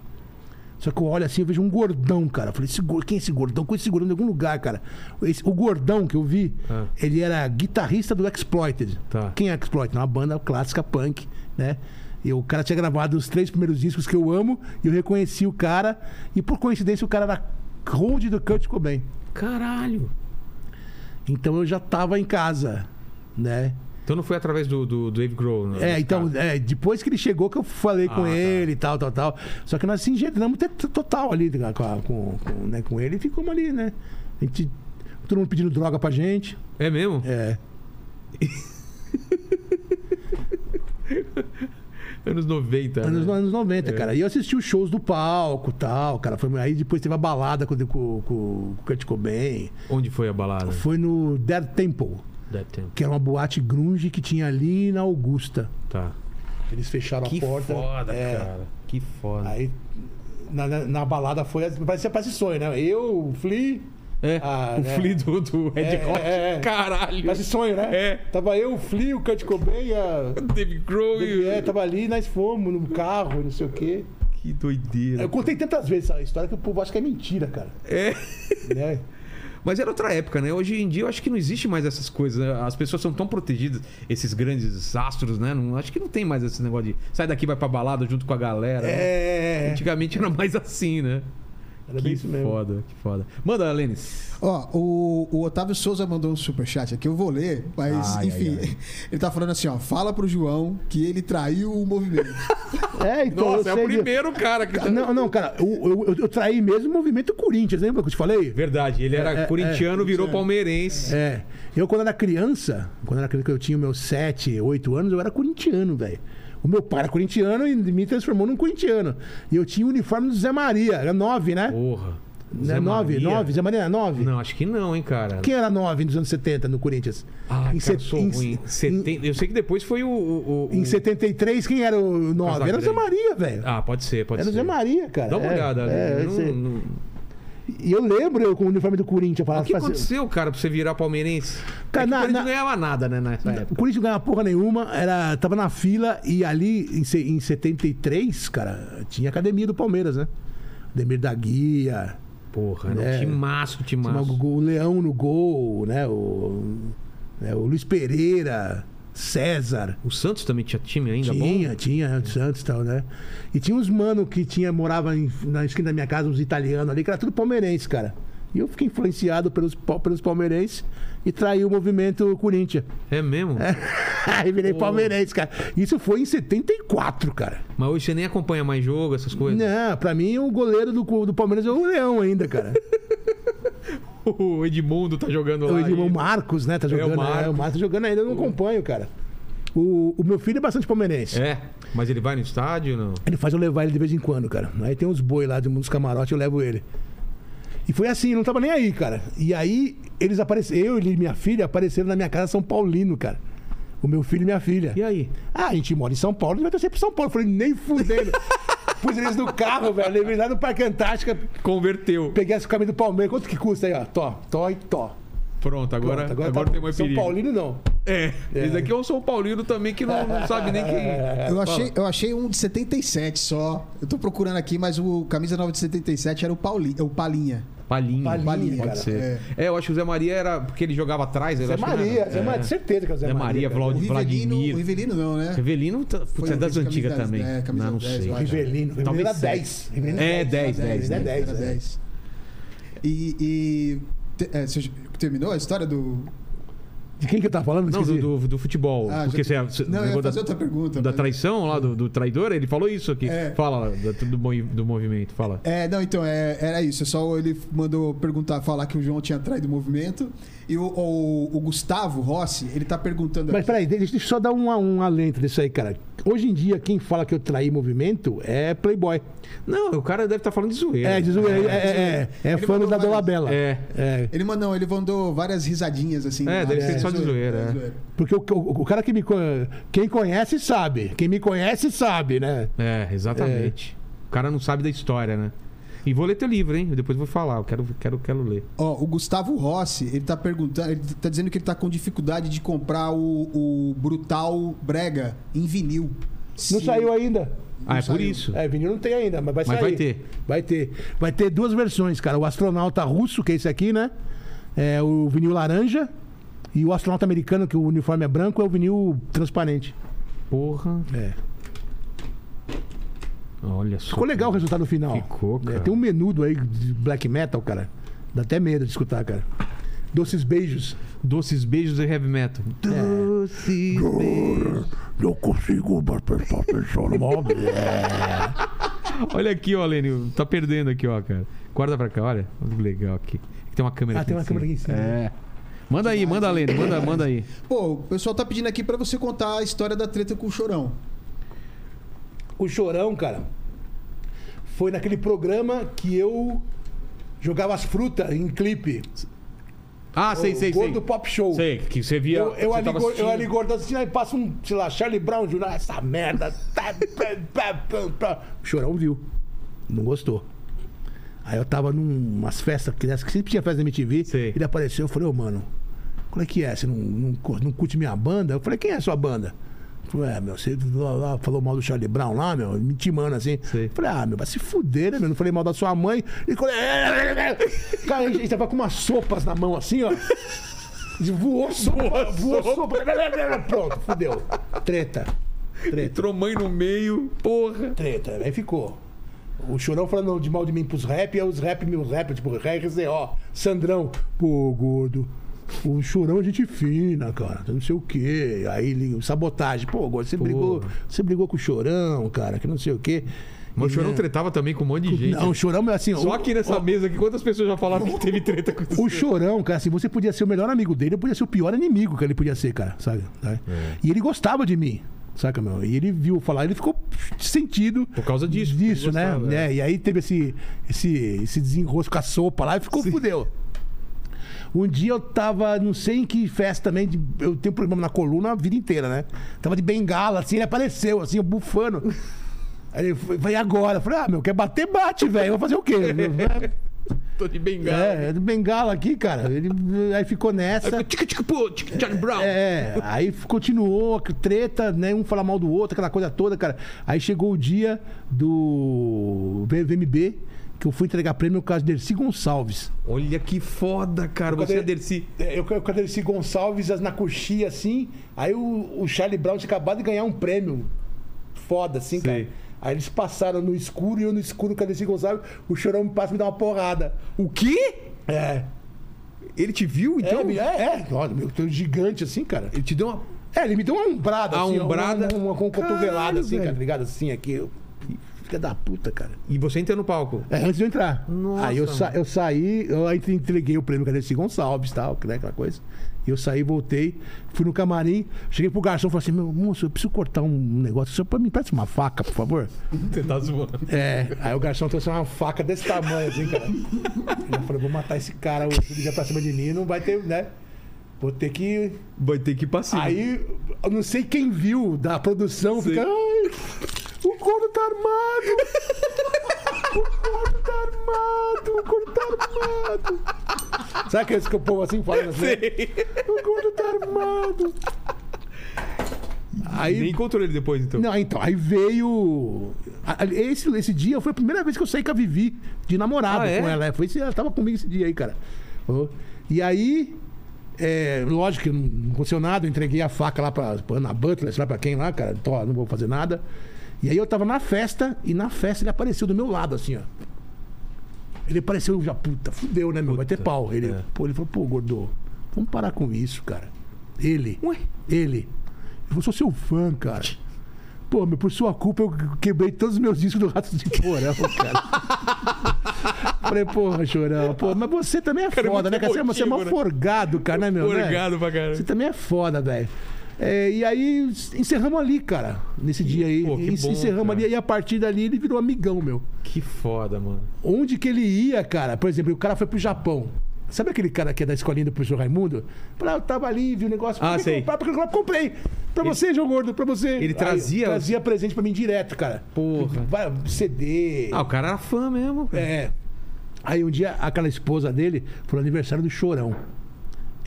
Só que eu olho assim, eu vejo um gordão, cara. Eu falei, esse gor- quem é esse gordão? Conheço esse gordão de algum lugar, cara. Esse- o gordão que eu vi,
Ah.
ele era guitarrista do Exploited.
Tá.
Quem é Exploited? Uma banda clássica punk, né? E o cara tinha gravado os três primeiros discos que eu amo, e eu reconheci o cara. E por coincidência, o cara era hold do Kurt Cobain.
Caralho!
Então eu já tava em casa, né?
Então não foi através do, do Dave Grohl, né?
É, então, é, depois que ele chegou que eu falei
Ah,
com
tá.
ele e tal, tal, tal. Só que nós se engendramos t- t- total ali tá, com, a- com, a- com, com, né, com ele e ficamos ali, né? A gente, todo mundo pedindo droga pra gente.
É mesmo?
É.
Anos 90.
É. Anos,
né?
anos 90, cara. E eu assisti os shows do palco e tal, cara. Foi, aí depois teve a balada com, com, com, com o Kurt Cobain.
Onde foi a balada?
Foi no Dead Temple,
Deve tempo.
que era uma boate grunge que tinha ali na Augusta.
Tá.
Eles fecharam
Que
a porta.
foda,
é.
cara. Que foda.
Aí na, na- na balada foi. as- Parecia, parece sonho, né? Eu, o Flea.
É,
Ah,
o
né?
Flea do, do Red
É,
Hot.
é, é.
Caralho.
Parece sonho, né?
É.
Tava eu, o Flea, o Kurt Cobain, a.
David Grohl e-
É, tava ali, nós fomos no carro, não sei o quê.
Que doideira.
Eu contei tantas vezes essa história que o povo acha que é mentira, cara.
É.
Né?
Mas era outra época, né? Hoje em dia eu acho que não existe mais essas coisas. né? As pessoas são tão protegidas, esses grandes astros, né? Não, acho que não tem mais esse negócio de sai daqui, vai pra balada junto com a galera. né?
É.
Antigamente era mais assim, né?
Era bem
que
isso mesmo.
foda, que foda. Manda, Lênis.
Ó, o, o Otávio Souza mandou um superchat aqui, eu vou ler, mas
Ai,
enfim.
ai, ai.
Ele tá falando assim, ó, fala pro João que ele traiu o movimento.
É, então.
Nossa,
eu
é o
sei de-
primeiro cara que tá.
Não, não, cara, eu, eu, eu traí mesmo o movimento Corinthians, lembra que eu te falei?
Verdade, ele era
É, é,
corintiano,
é,
virou
corintiano.
palmeirense.
É. Eu, quando era criança, quando era criança, que eu tinha meus 7, 8 anos, eu era corintiano, velho. O meu pai era corintiano e me transformou num corintiano. E eu tinha o uniforme do Zé Maria, era 9, né?
Porra.
Zé 9,
Maria?
9, Zé Maria era 9?
Não, acho que não, hein, cara.
Quem era 9 nos anos 70 no Corinthians?
Ah, cara,
set-
sou
em-
ruim.
Em,
Seten- Eu sei que depois foi o. o- o-
em
o-
73, quem era o 9? Era o Zé
Casagrande.
Maria, velho.
Ah, pode ser, pode
Era o
ser.
É Zé Maria, cara.
Dá uma
É,
olhada.
é,
ali. né? Não-
esse-
não-
E eu lembro eu com o uniforme do Corinthians.
O
Falava,
que
assim, fazia-
aconteceu, cara, pra você virar palmeirense?
Cara,
É que
na-
o Corinthians
na-
não ganhava nada, né, nessa
O
época.
Corinthians não ganhava porra nenhuma, era, tava na fila e ali em, se- em 73, cara, tinha a academia do Palmeiras, né? Demir da Guia,
Porra, era
É.
um timaço,
tinha
timaço.
o, o Leão no gol, né? O, né? o Luiz Pereira, César.
O Santos também tinha time ainda
tinha,
bom?
tinha, o Santos e tal, né? E tinha uns mano que tinha, morava em- na esquina da minha casa, uns italianos ali, que era tudo palmeirense, cara. E eu fiquei influenciado pelos, pa- pelos palmeirenses e traí o movimento Corinthians.
É mesmo?
Aí virei
Pô.
palmeirense, cara. Isso foi em 74, cara.
Mas hoje você nem acompanha mais jogo, essas coisas?
Não, pra mim o goleiro do, do Palmeiras é o Leão ainda, cara. É
O Edmundo tá jogando lá.
o Edmão
ainda.
Marcos, né? Tá jogando. É, o Marcos,
Marcos.
tá jogando ainda, eu não acompanho, cara. O, o meu filho é bastante palmeirense.
É, mas ele vai no estádio não?
Ele faz eu levar ele de vez em quando, cara. Aí tem uns boi lá de uns camarotes, eu levo ele. E foi assim, não tava nem aí, cara. E aí eles apareceram, eu ele e minha filha apareceram na minha casa São Paulino, cara. O meu filho e minha filha.
E aí?
Ah, a gente mora em São Paulo, a gente vai torcer pro São Paulo. Eu falei, nem fudendo. Pus eles no carro, velho. Levei lá no Parque Antártica,
Converteu.
peguei esse caminho do Palmeiras. Quanto que custa aí, ó? Tó, tó e tó.
Pronto, agora,
Pronto,
agora,
tá
tem mais
São
perigo.
Paulino não.
É, esse daqui é um São Paulino também que não, não sabe nem
É.
quem...
Eu achei, eu achei um de 77 só. Eu tô procurando aqui, mas o camisa nova de 77 era o, Pauli, é o Palinha.
Palinha.
Palinha,
Pode
cara.
ser. É. eu acho que o Zé Maria era... Porque ele jogava atrás. eu
Zé
acho que não
Maria,
era.
Zé Maria, certeza que é o Zé,
Zé Maria,
cara.
O
Vlad-
Rivelino,
Vladimir.
o Rivelino não, né?
Rivelino tá- putz,
Foi
é
um
das
camisa
antigas
10,
também.
é, camisa
não, não
10,
sei.
eu
cara.
acho.
Rivelino. Rivelino
Talvez
era
seja.
10. Rivelino
É, 10, 10,
dez,
né?
né?
Era
10,
10. E, e te- é, você terminou a história do...
De quem que eu tava falando?
Não, do,
Esqueci.
do, do futebol.
Ah,
porque
já-
você, você
Não, eu ia
negócio
fazer outra pergunta,
Da
mas-
traição lá, do, do traidor, ele falou isso aqui.
É.
Fala do, do, mo- do movimento, fala.
É, não, então, é, era isso. É Só ele mandou perguntar, falar que o João tinha traído o movimento. E o, o- o Gustavo Rossi, ele tá perguntando
Mas
aqui.
peraí, deixa eu só dar um, um alento disso aí, cara. Hoje em dia, quem fala que eu traí movimento é playboy.
Não, o cara deve estar falando de zoeira.
É, diz o- é, é, é, é
Ele
fã
mandou
da
vários.
Dolabella.
É.
é.
Ele mandou, ele mandou várias risadinhas, assim.
É,
na-
deve ser só de zoeira, é.
Porque o, o- o cara que me conhece, quem conhece sabe. Quem me conhece sabe, né?
É, exatamente.
É.
O cara não sabe da história, né? E vou ler teu livro, hein? Eu Depois vou falar. Eu quero, quero, quero ler.
Ó, o Gustavo Rossi, ele tá perguntando, ele tá dizendo que ele tá com dificuldade de comprar o, o Brutal Brega em vinil.
Não
Se-
saiu ainda.
ah, é por
saiu.
isso.
É, vinil não tem ainda, mas vai
Mas
sair.
vai ter.
Vai ter. Vai ter duas versões, cara. O astronauta russo, que é esse aqui, né? É o vinil laranja. E o astronauta americano, que o uniforme é branco, é o vinil transparente.
Porra.
É.
Olha só.
Ficou legal o resultado final.
Ficou, cara.
É, tem um menudo aí de black metal, cara. Dá até medo de escutar, cara. Doces beijos.
Doces beijos e heavy metal. Doces beijos.
Não consigo mais pensar, pensar no mal.
Olha aqui, ó, Lênio. Tá perdendo aqui, ó, cara. Guarda pra cá, olha. Olha que legal aqui. Tem uma câmera
Ah,
aqui.
tem uma
em
câmera aqui em cima.
É. Manda aí, manda, Lênio. Manda, manda aí.
Pô, o pessoal tá pedindo aqui pra você contar a história da treta com o Chorão.
O Chorão, cara, foi naquele programa que eu jogava as frutas em clipe.
Ah, sei, sei,
Gordo
sei.
do Pop Show.
Sei, que você via.
Eu, eu,
você
ali,
tava
go- eu
assistindo.
ali gordo assistindo, aí passa um, sei lá, Charlie Brown Jr. ah, Essa merda. tá, pá, pá, pá, pá. O chorão viu. Não gostou. Aí eu tava numas festas que dessas, que sempre tinha festa na MTV.
Sei.
Ele apareceu, eu falei, ô mano, qual é que é? Você não, não, cur- não curte minha banda? Eu falei, quem é a sua banda? Ele Falou, é, meu, você lá, lá falou mal do Charlie Brown lá, meu, me timando assim.
Sei.
Eu Falei, ah, meu, vai se fuder, né, meu? Não falei mal da sua mãe. Ele falou, é, é, é. Cara, a gente, a gente tava com umas sopas na mão assim, ó. Voou sopa, voou sopa. Pronto, fudeu. Treta. Treta
Entrou mãe no meio, porra.
treta. né? Aí ficou. O Chorão falando de mal de mim pros rap, e aí os rap, meus rap, tipo, RZO, Sandrão, pô, gordo. O Chorão é gente fina, cara, não sei o quê. Aí ele, sabotagem, pô, gordo, você, brigou, você brigou com o Chorão, cara, que não sei o quê.
Mas o
Ele,
Chorão
né?
tretava também com um monte de gente.
Não, o Chorão é assim,
Só
o-
aqui nessa mesa aqui, quantas pessoas já falaram que teve treta com
o Chorão, cara, assim, você podia ser o melhor amigo dele, eu podia ser o pior inimigo que ele podia ser, cara, sabe? sabe?
É.
E ele gostava de mim, saca, meu? E ele viu eu falar, ele ficou sentido.
Por causa disso,
Disso,
ele
né?
gostava, é.
né? E aí teve esse, esse, esse desenrosco com a sopa lá e ficou fudeu. Um dia eu tava, não sei em que festa também, de- eu tenho problema na coluna a vida inteira, né? Tava de bengala, assim, ele apareceu, assim, eu bufando. Aí ele foi, vai agora. Eu falei, ah, meu, quer bater, bate, velho. Vou fazer o quê?
Tô de bengala.
É, é do bengala aqui, cara. Ele, aí ficou nessa.
Tica, tica, pô, tica, Charlie Brown.
É, aí f- continuou, que treta, né? Um falar mal do outro, aquela coisa toda, cara. Aí chegou o dia do VMB, que eu fui entregar prêmio no caso de Dercy Gonçalves.
Olha que foda, cara. Você é Dercy.
É, Eu com o Dercy Gonçalves as- na coxinha, assim. Aí o, o Charlie Brown tinha acabado de ganhar um prêmio foda, assim,
Sei.
cara. Aí eles passaram no escuro e eu no escuro com o Dercy Gonçalves. O chorão me passa e me dá uma porrada.
O quê?
É.
Ele te viu,
É,
então?
é, é. Olha, meu, tem um gigante assim, cara.
Ele te deu uma.
É, ele me deu uma umbrada,
A
assim, ó,
umbrada?
Uma, uma, uma, cotovelada,
Caralho,
assim, cara,
velho.
ligado? Assim, aqui. Eu... Filha da puta, cara.
E você entra no palco.
É, antes de eu entrar.
Nossa,
aí eu, sa- eu saí, eu aí entreguei o prêmio com a Dercy Gonçalves, tal, né, aquela coisa. E eu saí, voltei, fui no camarim, cheguei pro garçom e falei assim: meu moço, eu preciso cortar um negócio, só pra me presta uma faca, por favor.
Você tá zoando.
É, aí o garçom trouxe uma faca desse tamanho, assim, cara. eu falei: vou matar esse cara, hoje, ele já pra cima de mim, não vai ter, né? Vou ter que
Vai ter que ir pra cima.
Aí, eu não sei quem viu da produção, fica. Ai, o corno tá armado! O corno tá armado! O corno tá armado! Sabe aqueles que o povo assim fala assim? O corno tá armado! Aí.
Nem encontrou ele depois, então.
Não, então, aí veio. a- a- Esse, esse dia foi a primeira vez que eu saí com a Vivi de namorado
Ah, é?
com ela. é, Foi, esse- ela tava comigo esse dia aí, cara. Ô, E aí, é, lógico que não aconteceu nada, eu entreguei a faca lá pra, pra Ana Butler, sei lá pra quem lá, cara. Tô, não vou fazer nada. E aí eu tava na festa, e na festa ele apareceu do meu lado, assim, ó. Ele apareceu, eu já, puta, fudeu, né, meu? Vai ter pau. Ele,
é.
pô, ele falou, pô, gordo, vamos parar com isso, cara. Ele.
Ué?
Ele. Eu sou seu fã, cara. Pô, meu, por sua culpa eu quebrei todos os meus discos do Rato de Porão, cara. Falei, porra, chorão. Pô, mas você também é
Cara, é
foda,
muito
né, cara? Você é- Você é mal
emotivo, né?
forgado, cara, né, meu? né?
Forgado pra caralho.
Você também é foda, velho. É, e aí encerramos ali, cara, nesse dia aí.
pô, que
E
bom,
encerramos
cara.
ali, e a partir dali ele virou amigão, meu
tá- Que foda, mano.
onde que ele ia, cara. Por exemplo, o cara foi pro Japão. Sabe aquele cara que é da escolinha do professor Raimundo? Falei, ah, eu tava ali, vi o negócio.
Ah,
"Por que
sei.
que eu- Pra, porque eu comprei. Pra você, João Gordo, pra você.
Ele
Aí,
trazia-
trazia presente pra mim direto, cara.
Porra.
Vai, CD.
Ah, o cara era fã mesmo, cara.
É. Aí um dia, aquela esposa dele foi no aniversário do Chorão.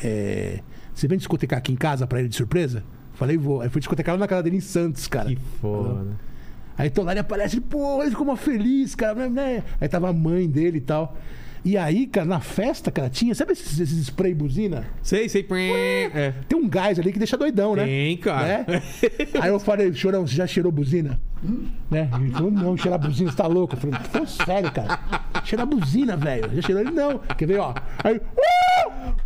É, você vem discotecar aqui em casa pra ele de surpresa? Falei, vou. Aí fui discotecar lá na casa dele em Santos, cara.
Que foda.
Aí tô lá, ele aparece, ele, pô, ele ficou mó feliz, cara, né, né? Aí tava a mãe dele e tal. E aí, cara, na festa, cara, tinha, sabe esses, esses spray buzina?
Sei, sei. É.
Tem um gás ali que deixa doidão, né?
Tem, cara.
Né? Aí eu falei, chorão, você já cheirou buzina? né? Ele falou, não, cheirar buzina, você tá louco? Eu falei, tô sério, cara. Cheirar buzina, velho. Já cheirou ele, não. Quer ver, ó? Aí,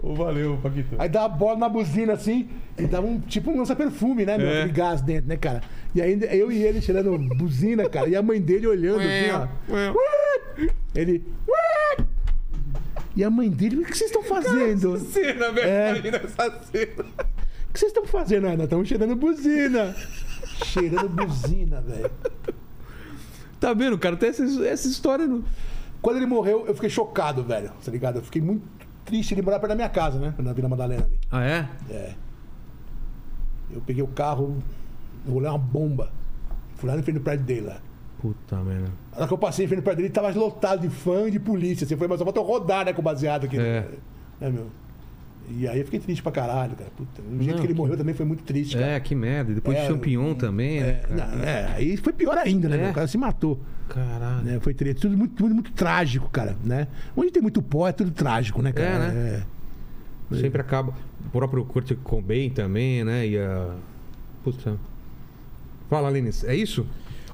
"Uh!"
Valeu, Paquito.
Aí dava a bola na buzina assim, e dava um tipo um lança-perfume, né, meu?
É.
Aquele gás dentro, né, cara? E ainda eu e ele cheirando buzina, cara, e a mãe dele olhando assim, ó.
É.
Ele. "What?" E a mãe dele, o que vocês estão fazendo? O
Cena, velho.
É.
Imagina essa cena.
que vocês estão fazendo? Ah, Nós estamos cheirando buzina. cheirando buzina, velho.
Tá vendo, cara? Tem essa, essa história. No...
Quando ele morreu, eu fiquei chocado, velho. Tá ligado? Eu fiquei muito triste, ele morava perto da minha casa, né? Na Vila Madalena ali.
Ah, é?
É. Eu peguei o carro, rolei uma bomba. Fui lá no frente do prédio dele lá.
Puta merda.
Na hora que eu passei em frente do prédio dele, tava lotado de fã e de polícia. Assim, foi, mas só falta eu rodar, né, com o baseado aqui.
É.
Né, meu? E aí eu fiquei triste pra caralho, cara. Puta, o jeito
Não,
que ele
que-
morreu também foi muito triste, cara.
É, que merda. E Depois
É,
de champignon
eu-
também, né,
É,
cara?
não, é, aí foi pior ainda, né?
É.
meu? O cara se matou.
Caralho.
né? Foi triste. Tudo muito, tudo muito trágico, cara, né? Onde tem muito pó, é tudo trágico, né, cara?
É, né?
É.
Sempre acaba. O próprio Kurt Cobain também, né? E a. Puta. Fala, Lênis. É isso?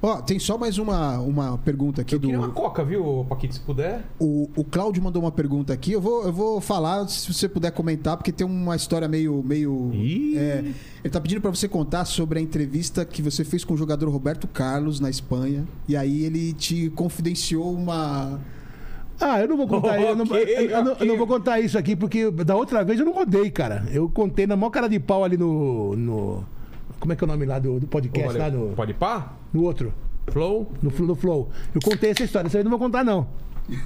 Ó, tem só mais uma, uma pergunta aqui
Eu
do.
queria uma coca, viu, Paquito, se puder.
O, o Cláudio mandou uma pergunta aqui. Eu vou, eu vou falar, se você puder comentar, porque tem uma história meio. meio
Ih.
é, ele tá pedindo para você contar sobre a entrevista que você fez com o jogador Roberto Carlos na Espanha. E aí ele te confidenciou uma.
Ah, eu não vou contar
Ok,
eu não, eu- eu não- eu não vou
ok.
contar isso aqui, porque da outra vez eu não rodei, cara. Eu contei na maior cara de pau ali no. no- como é que é o nome lá do, do podcast? lá no,
Pode pá?
no outro.
Flow?
No, Flo- no Flow. Eu contei essa história. Isso aí eu não vou contar, não.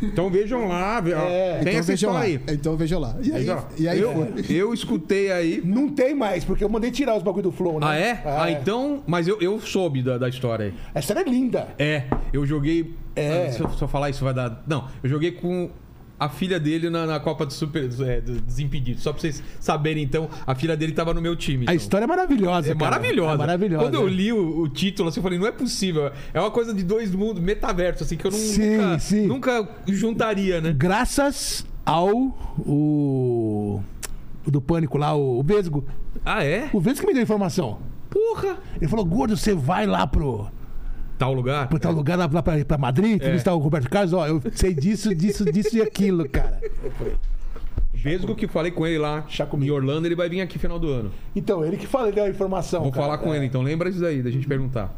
Então vejam lá. ve-
É,
tem
então
essa
veja
história
lá.
aí.
Então veja lá. E aí,
Veja lá.
e aí
eu,
foi.
eu escutei aí.
Não tem mais, porque eu mandei tirar os bagulho do Flow, né?
Ah, é? Ah, então. Mas eu, eu soube da, da história aí.
Essa história é linda.
É, eu joguei.
É.
Ah, se eu só falar isso vai dar. Não, eu joguei com a filha dele na, na Copa do Super. É, do Desimpedido. Só pra vocês saberem, então, a filha dele tava no meu time.
A
então.
história é maravilhosa.
É
cara.
maravilhosa.
É maravilhosa.
Quando eu li o, o título, assim, eu falei, não é possível. É uma coisa de dois mundos, metaverso, assim, que eu não-
Sim,
nunca,
sim.
nunca juntaria, né?
Graças ao. O, o do Pânico lá, o, o Vesgo.
Ah, é?
O Vesgo que me deu a informação.
Porra!
Ele falou, gordo, você vai lá pro,
Tal lugar?
pro tal lugar, lá, lá pra, pra Madrid,
É.
entrevistar o Roberto Carlos, ó, eu sei disso, disso, disso e aquilo, cara.
Mesmo que falei com ele lá
Chá comigo.
em Orlando, ele vai vir aqui final do ano.
Então, ele que fala, ele deu a informação.
Vou
cara.
falar com
É.
ele, então lembra disso daí, da gente perguntar.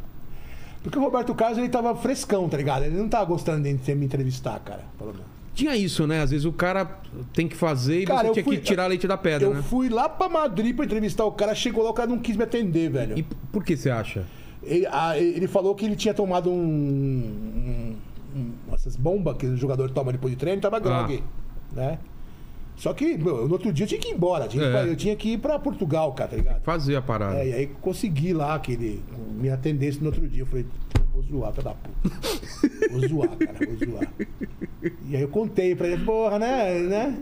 Porque o Roberto Carlos, ele tava frescão, tá ligado? Ele não tava gostando de de me entrevistar, cara. pelo menos.
Tinha isso, né? Às vezes o cara tem que fazer e
Cara,
você
eu
tinha
fui-
que tirar leite da pedra,
Eu
né?
fui lá pra Madrid pra entrevistar o cara, chegou lá, o cara não quis me atender, velho.
E por que você acha?
Ele, a- ele falou que ele tinha tomado um. um- um- essas bombas que o jogador toma depois de treino, tava grog, né? Só que, meu, no outro dia eu tinha que ir embora. tinha que ir pra-
É.
eu tinha que ir pra Portugal, cara, tá ligado?
Fazer a parada.
É, e aí consegui lá que ele me atendesse no outro dia. Eu falei, vou zoar, filho da puta. Vou zoar, cara, vou zoar. E aí eu contei pra ele, porra, né? Né,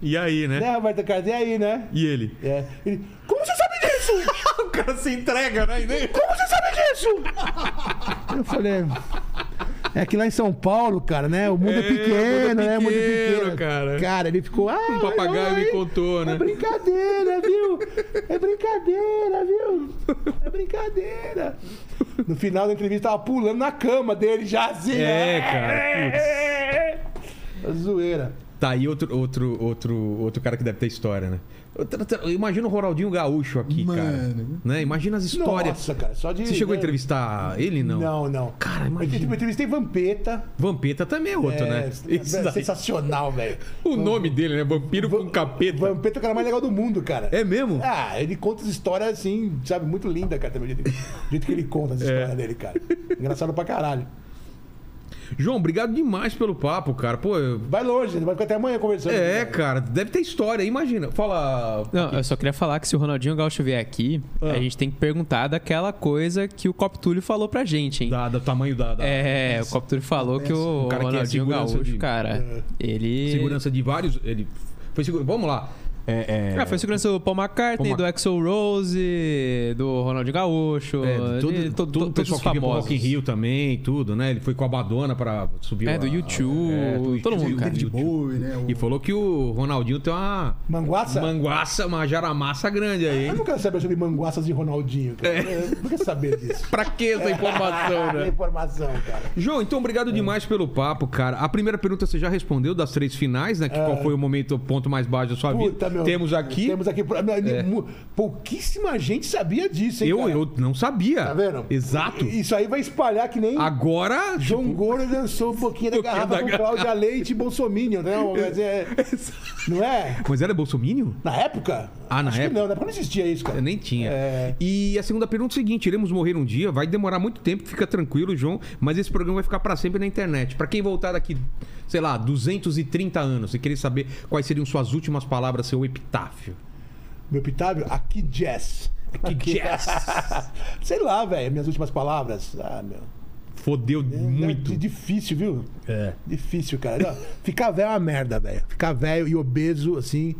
E aí, né?
né Roberto Carlos? E aí, né?
E ele?
É. Ele, como você sabe disso?
o cara se entrega, né?
Como você sabe disso? Eu falei. É que lá em São Paulo, cara, né? O mundo é,
É,
pequeno,
o mundo é
né? O mundo é
pequeno,
pequeno.
cara.
cara, ele ficou. Ah,
Um papagaio
ai,
me contou,
É
né?"
brincadeira, viu? É brincadeira, viu? É brincadeira. No final da entrevista, tava pulando na cama dele, já assim.
É,
né? é,
cara,
Zoeira.
Tá aí outro, outro, outro, outro cara que deve ter história, né? Outra- outra- Imagina o Ronaldinho Gaúcho aqui,
Mano.
cara. Né? Imagina as histórias.
Nossa, cara, só de.
Você chegou a
né?
entrevistar ele, não?
Não, não.
Cara,
Eu
imagina.
entrevistei Vampeta.
Vampeta também é outro, né?
É,
Esse
é
daí.
sensacional, velho.
O nome dele, né? Vampiro com capeta.
Vampeta é o cara mais legal do mundo, cara.
É mesmo?
Ah, ele conta as histórias assim, sabe, muito linda, cara, também. O jeito, o jeito que ele conta
É.
as histórias dele, cara. Engraçado pra caralho.
João, obrigado demais pelo papo, cara. Pô, eu-
Vai longe, vai ficar até amanhã conversando.
é, cara, deve ter história, imagina. Fala.
Não, eu só queria falar que se o Ronaldinho Gaúcho vier aqui, a gente tem que perguntar daquela coisa que o Coptúlio falou pra gente, hein?
Da, do tamanho da. da-
é, o Coptúlio falou que o,
Um cara que é
Ronaldinho
segurança
Gaúcho,
de-
cara, ele...
Segurança de vários. Ele foi seguro. Vamos lá. É, é-
Ah, foi segurança do Paul McCartney,
Paul
do Axl Rose, do Ronaldinho Gaúcho,
É,
de
todo,
todo,
todo,
todos
o pessoal
os
que veio pro
famosos.
Rock in Rio também, tudo, né? Ele foi com a Badona pra subir é,
É,
lá.
do U2, todo mundo, cara.
do U2.
Bowie, né? O-
E falou que o Ronaldinho tem uma
Manguaça?
manguaça, uma jaramaça grande aí.
Eu
hein?
não quero saber sobre manguaças de Ronaldinho, cara. Eu não quero saber disso.
É. pra que essa informação,
Ah,
né?
informação, cara.
João, então
É.
obrigado demais pelo papo, cara. A primeira pergunta você já respondeu das três finais, né? Que qual foi o momento, o ponto mais baixo da sua vida.
É. Puta, meu.
Temos aqui- É.
Temos aqui. pra- meu, mu- Pouquíssima gente sabia disso, hein?
Eu,
cara?
eu não sabia.
Tá vendo?
Exato.
Isso aí vai espalhar que nem.
Agora.
João Gordo dançou um pouquinho da
pouquinho
garrafa
Tipo, da
com Cláudia Leite e Bolsominion, né? Mas é- não é?
Mas era bolsomínio?
Na época?
Ah, na
Acho Que
época?
não, na época não existia isso, cara.
Eu nem tinha.
É.
E a segunda pergunta é o seguinte: iremos morrer um dia, vai demorar muito tempo, fica tranquilo, João, mas esse programa vai ficar pra sempre na internet. Pra quem voltar daqui, sei lá, 230 anos e querer saber quais seriam suas últimas palavras, seu epitáfio.
Meu Pitávio, aqui jazz.
Que jazz!
Sei lá, velho, minhas últimas palavras. Ah, meu.
Fodeu muito.
É difícil, viu? É. Difícil, cara. Não, Ficar velho é uma merda, velho. Ficar velho e obeso, assim,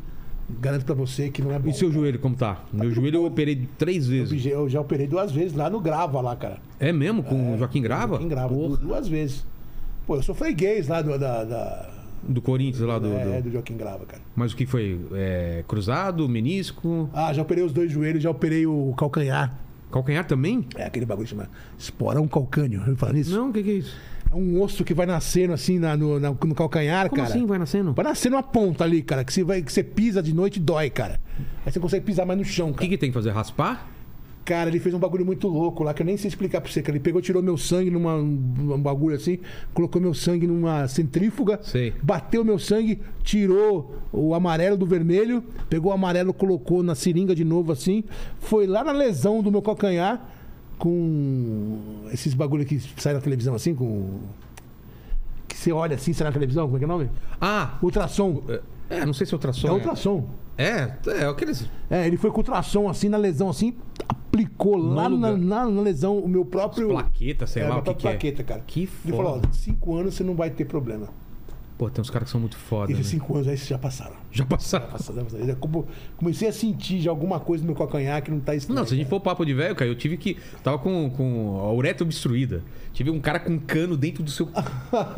garanto pra você que não é bom.
E seu joelho, como tá? Meu joelho eu operei três
Eu
vezes.
já- Eu já operei duas vezes lá no Grava, lá, cara.
É mesmo? Com o Joaquim Grava?
Em Grava, du-
Porra.
duas vezes. Pô, eu sou freguês lá do, da, da-
Do Corinthians lá do.
é,
do-
do Joaquim Grava, cara.
Mas o que foi? É, cruzado, menisco?
Ah, já operei os dois joelhos, já operei o calcanhar.
Calcanhar também?
É aquele bagulho que chama esporão calcâneo. Eu falo nisso?
Não, o que, que é isso?
É um osso que vai nascendo assim na- no, na- no calcanhar,
Como
Ah, cara.
assim vai nascendo?
Vai nascendo uma ponta ali, cara, que você, vai, que você pisa de noite e dói, cara. Aí você consegue pisar mais no chão,
O que,
cara.
que tem que fazer? Raspar?
Cara, ele fez um bagulho muito louco lá, que eu nem sei explicar pra você, cara. Ele pegou, tirou meu sangue numa um, um bagulho assim, colocou meu sangue numa centrífuga,
Sei.
bateu meu sangue, tirou o amarelo do vermelho, pegou o amarelo, colocou na seringa de novo assim, foi lá na lesão do meu calcanhar com esses bagulho que sai na televisão assim, com... Que você olha assim, sai na televisão, como é que é o nome?
Ah,
Ultrassom.
é, não sei se é ultrassom.
É ultrassom.
É, é aqueles.
É, ele foi com ultrassom assim, na lesão assim, aplicou lá
No
na,
lugar.
na- na lesão o meu próprio.
Plaqueta, sei
é,
lá
minha
o que,
própria
que é.
plaqueta, cara.
Que
Ele falou:
foda.
ó, cinco anos você não vai ter problema.
Pô, tem uns caras que são muito foda.
Esses
né?
cinco anos aí já passaram.
Já passaram.
Passaram, passaram. Eu como- comecei a sentir já alguma coisa no meu calcanhar que não tá estranho.
Não, se a gente
cara.
for papo de velho, cara, eu tive que. Tava com, com a uretra obstruída. Tive um cara com um cano dentro do seu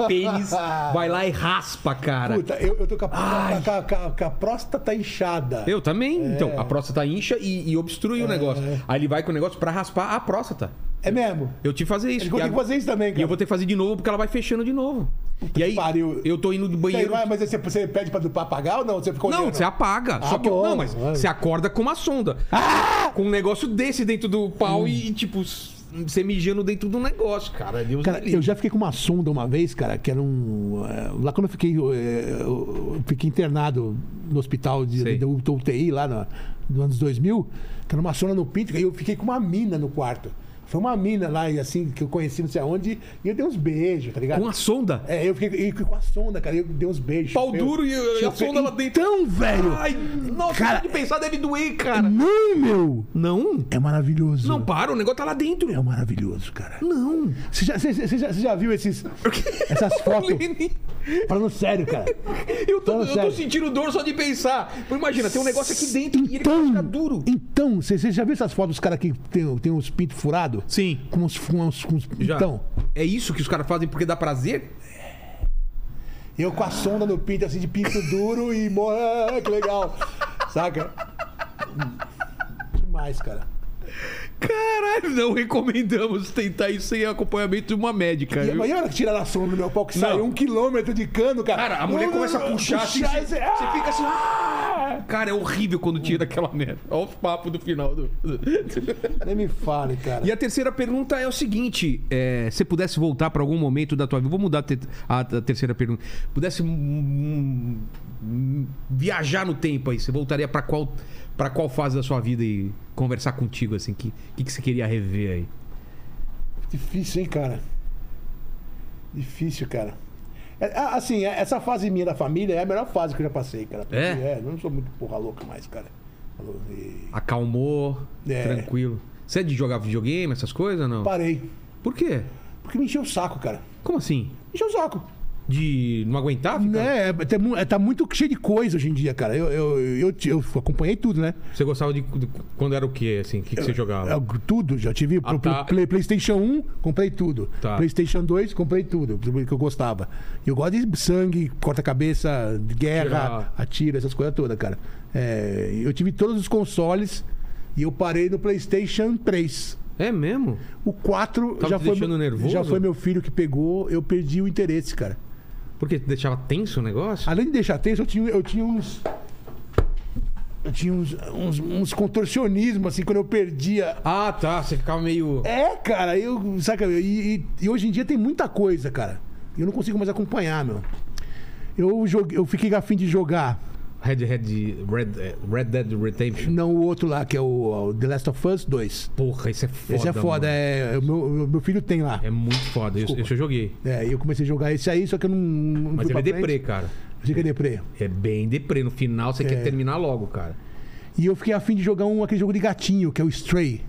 pênis. Vai lá e raspa, cara.
Puta, eu, eu tô com a,
Ai.
com a- com a- com a próstata inchada.
Eu também,
É.
então. A próstata incha e, e obstrui o negócio. Aí ele vai com o negócio pra raspar a próstata.
É mesmo?
Eu tive que fazer isso.
Acho que eu
e
tenho que
agora-
fazer isso também, cara.
E eu vou ter que fazer de novo porque ela vai fechando de novo. e aí,
pariu.
eu tô indo do
Tem,
banheiro.
mas- Mas aí você, você pede pra, pra pagar ou não? Você ficou
Não,
olhando?
você apaga.
Ah,
só que
bom,
não, mas
vai. Ah!
você acorda com uma sonda. Com um negócio desse dentro do
Hum.
pau e, e, tipo, s- você mijando dentro do negócio, cara. Deus
Cara,
me livre.
eu já fiquei com uma sonda uma vez, cara, que era um. eh, Lá quando eu fiquei. eh, Eu eu fiquei internado no hospital de,
Sei.
de UTI lá na- nos anos 2000, que era uma sonda no pinto, e eu fiquei com uma mina no quarto. Foi uma mina lá, e assim, que eu conheci não sei aonde, e eu dei uns beijos, tá ligado?
Com a sonda?
É, eu fiquei, eu fiquei com a sonda, cara, e eu dei uns beijos.
Pau duro e- e a sonda lá dentro.
Então, velho!
Ai, nossa,
Cara- é
só de pensar deve doer, cara.
Não, meu!
Não.
É maravilhoso.
Não para, o negócio tá lá dentro.
É maravilhoso, cara.
Não.
Você já, você- você já- você já viu esses, essas fotos?
Lenny,
Falando sério, cara.
Eu tô,
Falando
eu tô
sério.
sentindo dor só de pensar. Pô, Imagina, tem um negócio aqui dentro e ele
Então-
fica duro.
Então, você você já viu essas fotos dos caras que tem, tem uns pintos furados?
Sim.
Com uns, com uns- com uns-
Já.
Então,
É isso que os caras fazem porque dá prazer?
eu com a sonda no pinto, assim, de pinto duro e... mo- Ah, que legal. Saca? Demais, cara.
Caralho, não recomendamos tentar isso sem acompanhamento de uma médica.
E
viu?
amanhã que tiraram a sonda do meu pau, que saiu
É, Não.
um quilômetro de cano, cara.
Cara, a mulher
Não,
começa a
não,
puxar, assim,
e você-
você fica assim. "Ah!" Cara, é horrível quando tira aquela merda. Olha o papo do final do.
Nem me fale, cara.
E a terceira pergunta é o seguinte: é, se pudesse voltar pra algum momento da tua vida, vou mudar a, te- a- a terceira pergunta. Pudesse hum, hum, viajar no tempo aí, você voltaria pra qual para qual fase da sua vida e conversar contigo assim? Que que, que você queria rever aí?
Difícil, hein, cara? Difícil, cara. É, a- assim, é- essa fase minha da família é a melhor fase que eu já passei, cara. Porque,
É?
é eu não sou muito porra louca mais, cara. Falou, e-
Acalmou,
É.
tranquilo. Você é de jogar videogame, essas coisas ou não?
Parei.
Por quê?
Porque me encheu o saco, cara.
Como assim?
Me encheu o saco.
De não aguentar? Ficar...
É, é, tem mu- é, tá muito cheio de coisa hoje em dia, cara. Eu, eu, eu, eu acompanhei tudo, né?
Você gostava de, de- quando era o quê, assim? O que, que você jogava?
Eu- É, tudo, já tive. pro- pro
tá.
Play- PlayStation 1, comprei tudo.
Tá.
PlayStation 2, comprei tudo. tudo Que eu gostava. E Eu gosto de sangue, corta-cabeça, de guerra,
Tira.
atira, essas coisas todas, cara. É, eu tive todos os consoles e eu parei no PlayStation 3.
É mesmo?
O 4
Tava
já
Tá te
foi,
deixando nervoso?
já foi meu filho que pegou, eu perdi o interesse, cara.
Porque deixava tenso o negócio?
Além de deixar tenso, eu tinha, eu tinha uns. Eu tinha uns, uns, uns contorcionismos, assim, quando eu perdia
Ah, tá. Você ficava meio.
é, cara, eu. Saca, meu, e, e- e hoje em dia tem muita coisa, cara. Eu não consigo mais acompanhar, meu. Eu, joguei, eu fiquei afim de jogar.
Red, Red, Red, eh, Red Dead Redemption.
Não o outro lá, que é o, o The Last of Us 2.
Porra, isso é foda.
Esse é foda,
mano.
é. o Meu, o meu filho tem lá.
É muito foda. Esse, esse eu joguei.
É, e eu comecei a jogar esse aí, só que eu não. não
Mas ele
fui
é
pra frente.
deprê, cara.
Achei que é deprê.
É bem deprê. No final
É.
você quer terminar logo, cara.
E eu fiquei afim de jogar um, aquele jogo de gatinho, que é o Stray.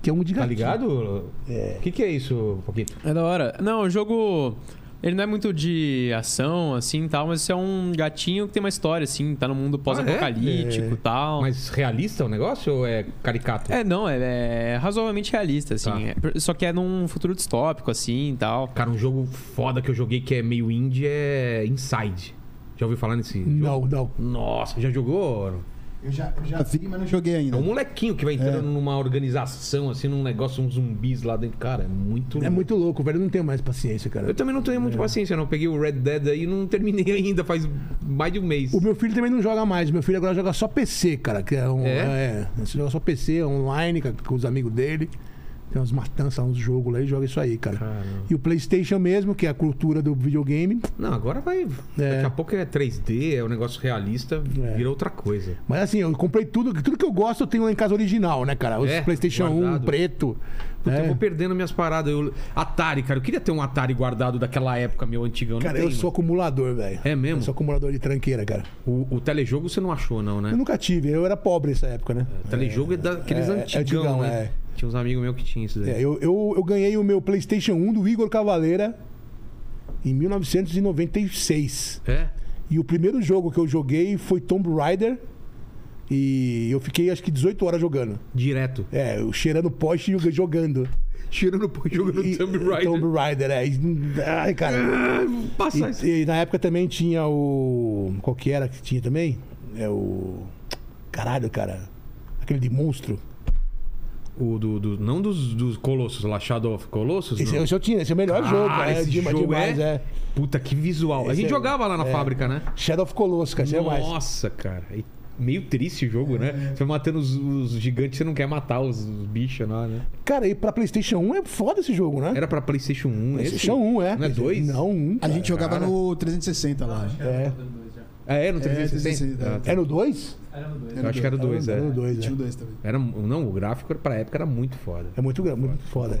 Que é um de
Tá
gatinho.
ligado? O que, que é isso, Paquito?
É da hora. Não, o jogo. Ele não é muito de ação, assim e tal, mas isso é um gatinho que tem uma história, assim, tá no mundo pós-apocalíptico e
Ah,
tal.
é? Mas realista o negócio ou é caricato?
É, não, é, é razoavelmente realista, assim.
Tá.
É per- só que é num futuro distópico, assim e tal.
Cara, um jogo foda que eu joguei que é meio indie é Inside. Já ouviu falar nesse
Não,
jogo?
não.
Nossa, já jogou?
Eu já, eu já vi, mas não joguei
É
ainda.
um molequinho que vai entrando
É.
numa organização, assim, num negócio, uns zumbis lá dentro. Cara, é muito
É
louco.
muito louco, velho. Eu não tenho mais paciência,
Eu
cara.
também não tenho muita
É.
paciência, não. Eu peguei o Red Dead aí e não terminei ainda, faz mais de um mês.
O meu filho também não joga mais. Meu filho agora joga só PC, cara. Que é, um,
É?
é? Você joga só PC online com, com os amigos dele. Tem umas matanças, uns jogos lá e joga isso aí, cara.
Caramba.
E o PlayStation mesmo, que é a cultura do videogame.
Não, agora vai.
É.
Daqui a pouco é 3D, é um negócio realista,
É.
vira outra coisa.
Mas assim, eu comprei tudo. Tudo que eu gosto eu tenho lá em casa original, né, cara? Os
É,
PlayStation 1,
guardado.
preto.
Puta,
né?
eu vou perdendo minhas paradas. Eu... Atari, cara, eu queria ter um Atari guardado daquela época, meu antigão.
Cara,
não
eu
tem,
sou acumulador, velho.
É mesmo?
Eu sou acumulador de tranqueira, cara.
mano. O, o telejogo você não achou, não, né?
Eu nunca tive, eu era pobre nessa época, né?
O telejogo é, daqueles
é, é
antigão,
antigão,
né?
é.
Tinha uns amigos meus que tinham isso daí.
É, eu, eu, eu ganhei o meu PlayStation 1 do Igor Cavaleira em 1996.
É?
E o primeiro jogo que eu joguei foi Tomb Raider. E eu fiquei acho que 18 horas jogando.
Direto.
É, eu cheirando poste e jogando.
Tirando pô, jogando
E-
Tomb Raider.
Tomb Raider, é. E- Ai, cara.
Passa isso.
E, e na época também tinha o. Qual que era que tinha também? É o. Caralho, cara. Aquele de monstro.
O do, do- não dos, dos Colossos lá, Shadow of Colossus?
Esse,
não.
esse eu tinha, esse é o melhor jogo.
Cara,
é,
Ah, esse
dema-
jogo
demais,
é-
é.
Puta, que visual. a
Esse
gente
é-
jogava lá na
é.
fábrica, né?
Shadow of Colossus, cara, esse é mais. É.
Nossa, cara. E meio triste o jogo, né? Você vai matando os, os gigantes, você não quer matar os, os bichos lá, né?
Cara, e pra PlayStation 1 é foda esse jogo, né?
Era pra PlayStation 1.
PlayStation 1, é.
Não é 2?
Não, 1.
A gente jogava no 360 lá.
É.
É, no 360?
360,
Ah, tá.
É no 2?
Eu acho que era o 2, é.
Era no 2,
Tinha
é.
o 2 também.
Era, não, o gráfico pra época era muito foda.
É muito, gra- muito foda.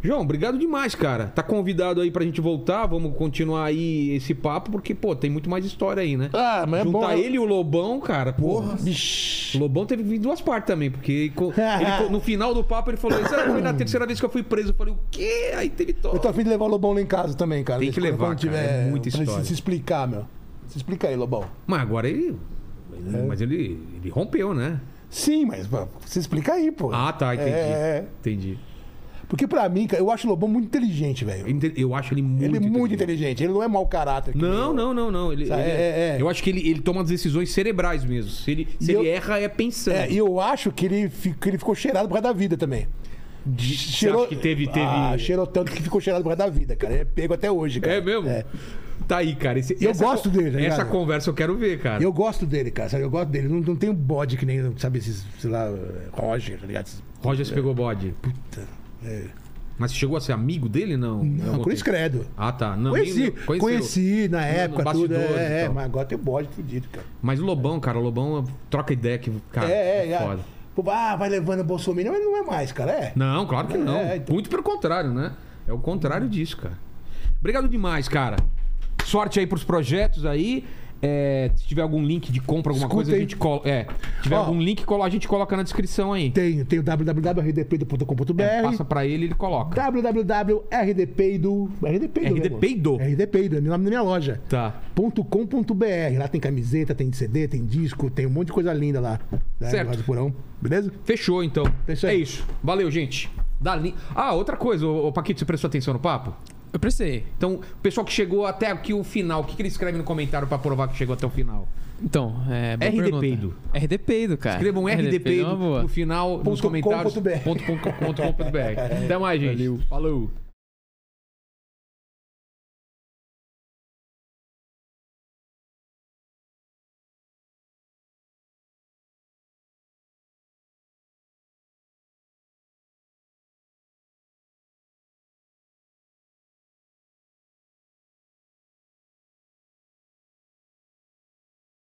João, obrigado demais, cara. Tá convidado aí pra gente voltar. Vamos continuar aí esse papo, porque, pô, tem muito mais história aí, né?
Ah, mas é
Juntar
bom.
ele e o Lobão, cara, porra. O Lobão teve que vir duas partes também, porque ele co- ele co- no final do papo ele falou: Isso aí foi na terceira vez que eu fui preso. Eu falei: O quê? Aí teve
Eu tô
todo.
afim de levar o Lobão lá em casa também, cara.
Tem que
Quando-
levar,
quando
cara, é muita
pra ele
história.
Se, se explicar, meu. Se explica aí, Lobão.
Mas agora ele.
É.
ele- Mas ele, ele rompeu, né?
Sim, mas pô, se explica aí, pô.
Ah, tá, entendi.
É, é.
Entendi.
Porque pra mim, cara, eu acho o Lobão muito inteligente, velho.
Inte- Eu acho ele muito.
Ele é muito inteligente. Ele não é mau caráter. que
Não,
nem eu.
não, não, não. Ele,
Sabe,
ele-
é, é.
Eu acho que ele, ele toma as decisões cerebrais mesmo. Se ele, se
E
ele
eu-
erra, é pensando.
É, e eu acho que ele, fi- que ele ficou cheirado por causa da vida também.
acha que teve- teve-
Ah, cheirou tanto que ficou cheirado por causa da vida, cara. Ele é pego até hoje, cara.
É mesmo? Tá aí, cara. Esse-
Eu
essa
gosto dele, tá
Essa
ligado?
conversa eu quero ver, cara.
Eu gosto dele, cara. Sabe? Eu gosto dele. Não, não tem um bode que nem, sabe, esses, sei lá, Roger, tá ligado? Esses-
Roger se pegou bode.
Puta. É.
Mas você chegou a ser amigo dele? Não.
Não, Cruz Credo.
Ah, tá. Não,
Conheci,
nem-
conheci,
conheceu.
na época, tudo.
bastidores então. e
É, é,
tal.
mas agora tem bode fudido, cara.
Mas o Lobão, cara, o Lobão troca ideia que. Cara,
é, é, é.
Ah, foda.
Pô, Ah, vai levando o Bolsonaro, mas não é mais, cara. É.
Não, claro que não.
É, então.
Muito pelo contrário, né? É o contrário disso, cara. Obrigado demais, cara. Sorte aí pros projetos aí. É, se tiver algum link de compra, alguma
Escuta
coisa, a
aí.
gente coloca. É, se tiver
Ó.
algum link, colo- a gente coloca na descrição aí.
Tem, tem o www.rdp.com.br.
É, passa pra ele ele
Tá.
coloca.
www.rdpeido. RDpeido. né,
RDpeido?
amor? RDpeido, é o nome da minha loja.
Tá.
.com.br. Lá tem camiseta, tem CD, tem disco, tem um monte de coisa linda lá. né,
Certo.
do Rádio Porão. Beleza?
Fechou, então.
É isso
É
aí.
isso. Valeu, gente. Dá lin- Ah, outra coisa, ô, ô, Paquito, você prestou atenção no papo?
Eu prestei.
Então, o pessoal que chegou até aqui o final, o que, que ele escreve no comentário pra provar que chegou até o final?
Então, é. boa
RD
pergunta.
peido.
RD peido, cara.
Escreva um RDP
é uma boa.
no final nos
Ponto É. com
comentários.
ponto BR.
Ponto com- ponto com ponto BR. Até mais, gente. Falou.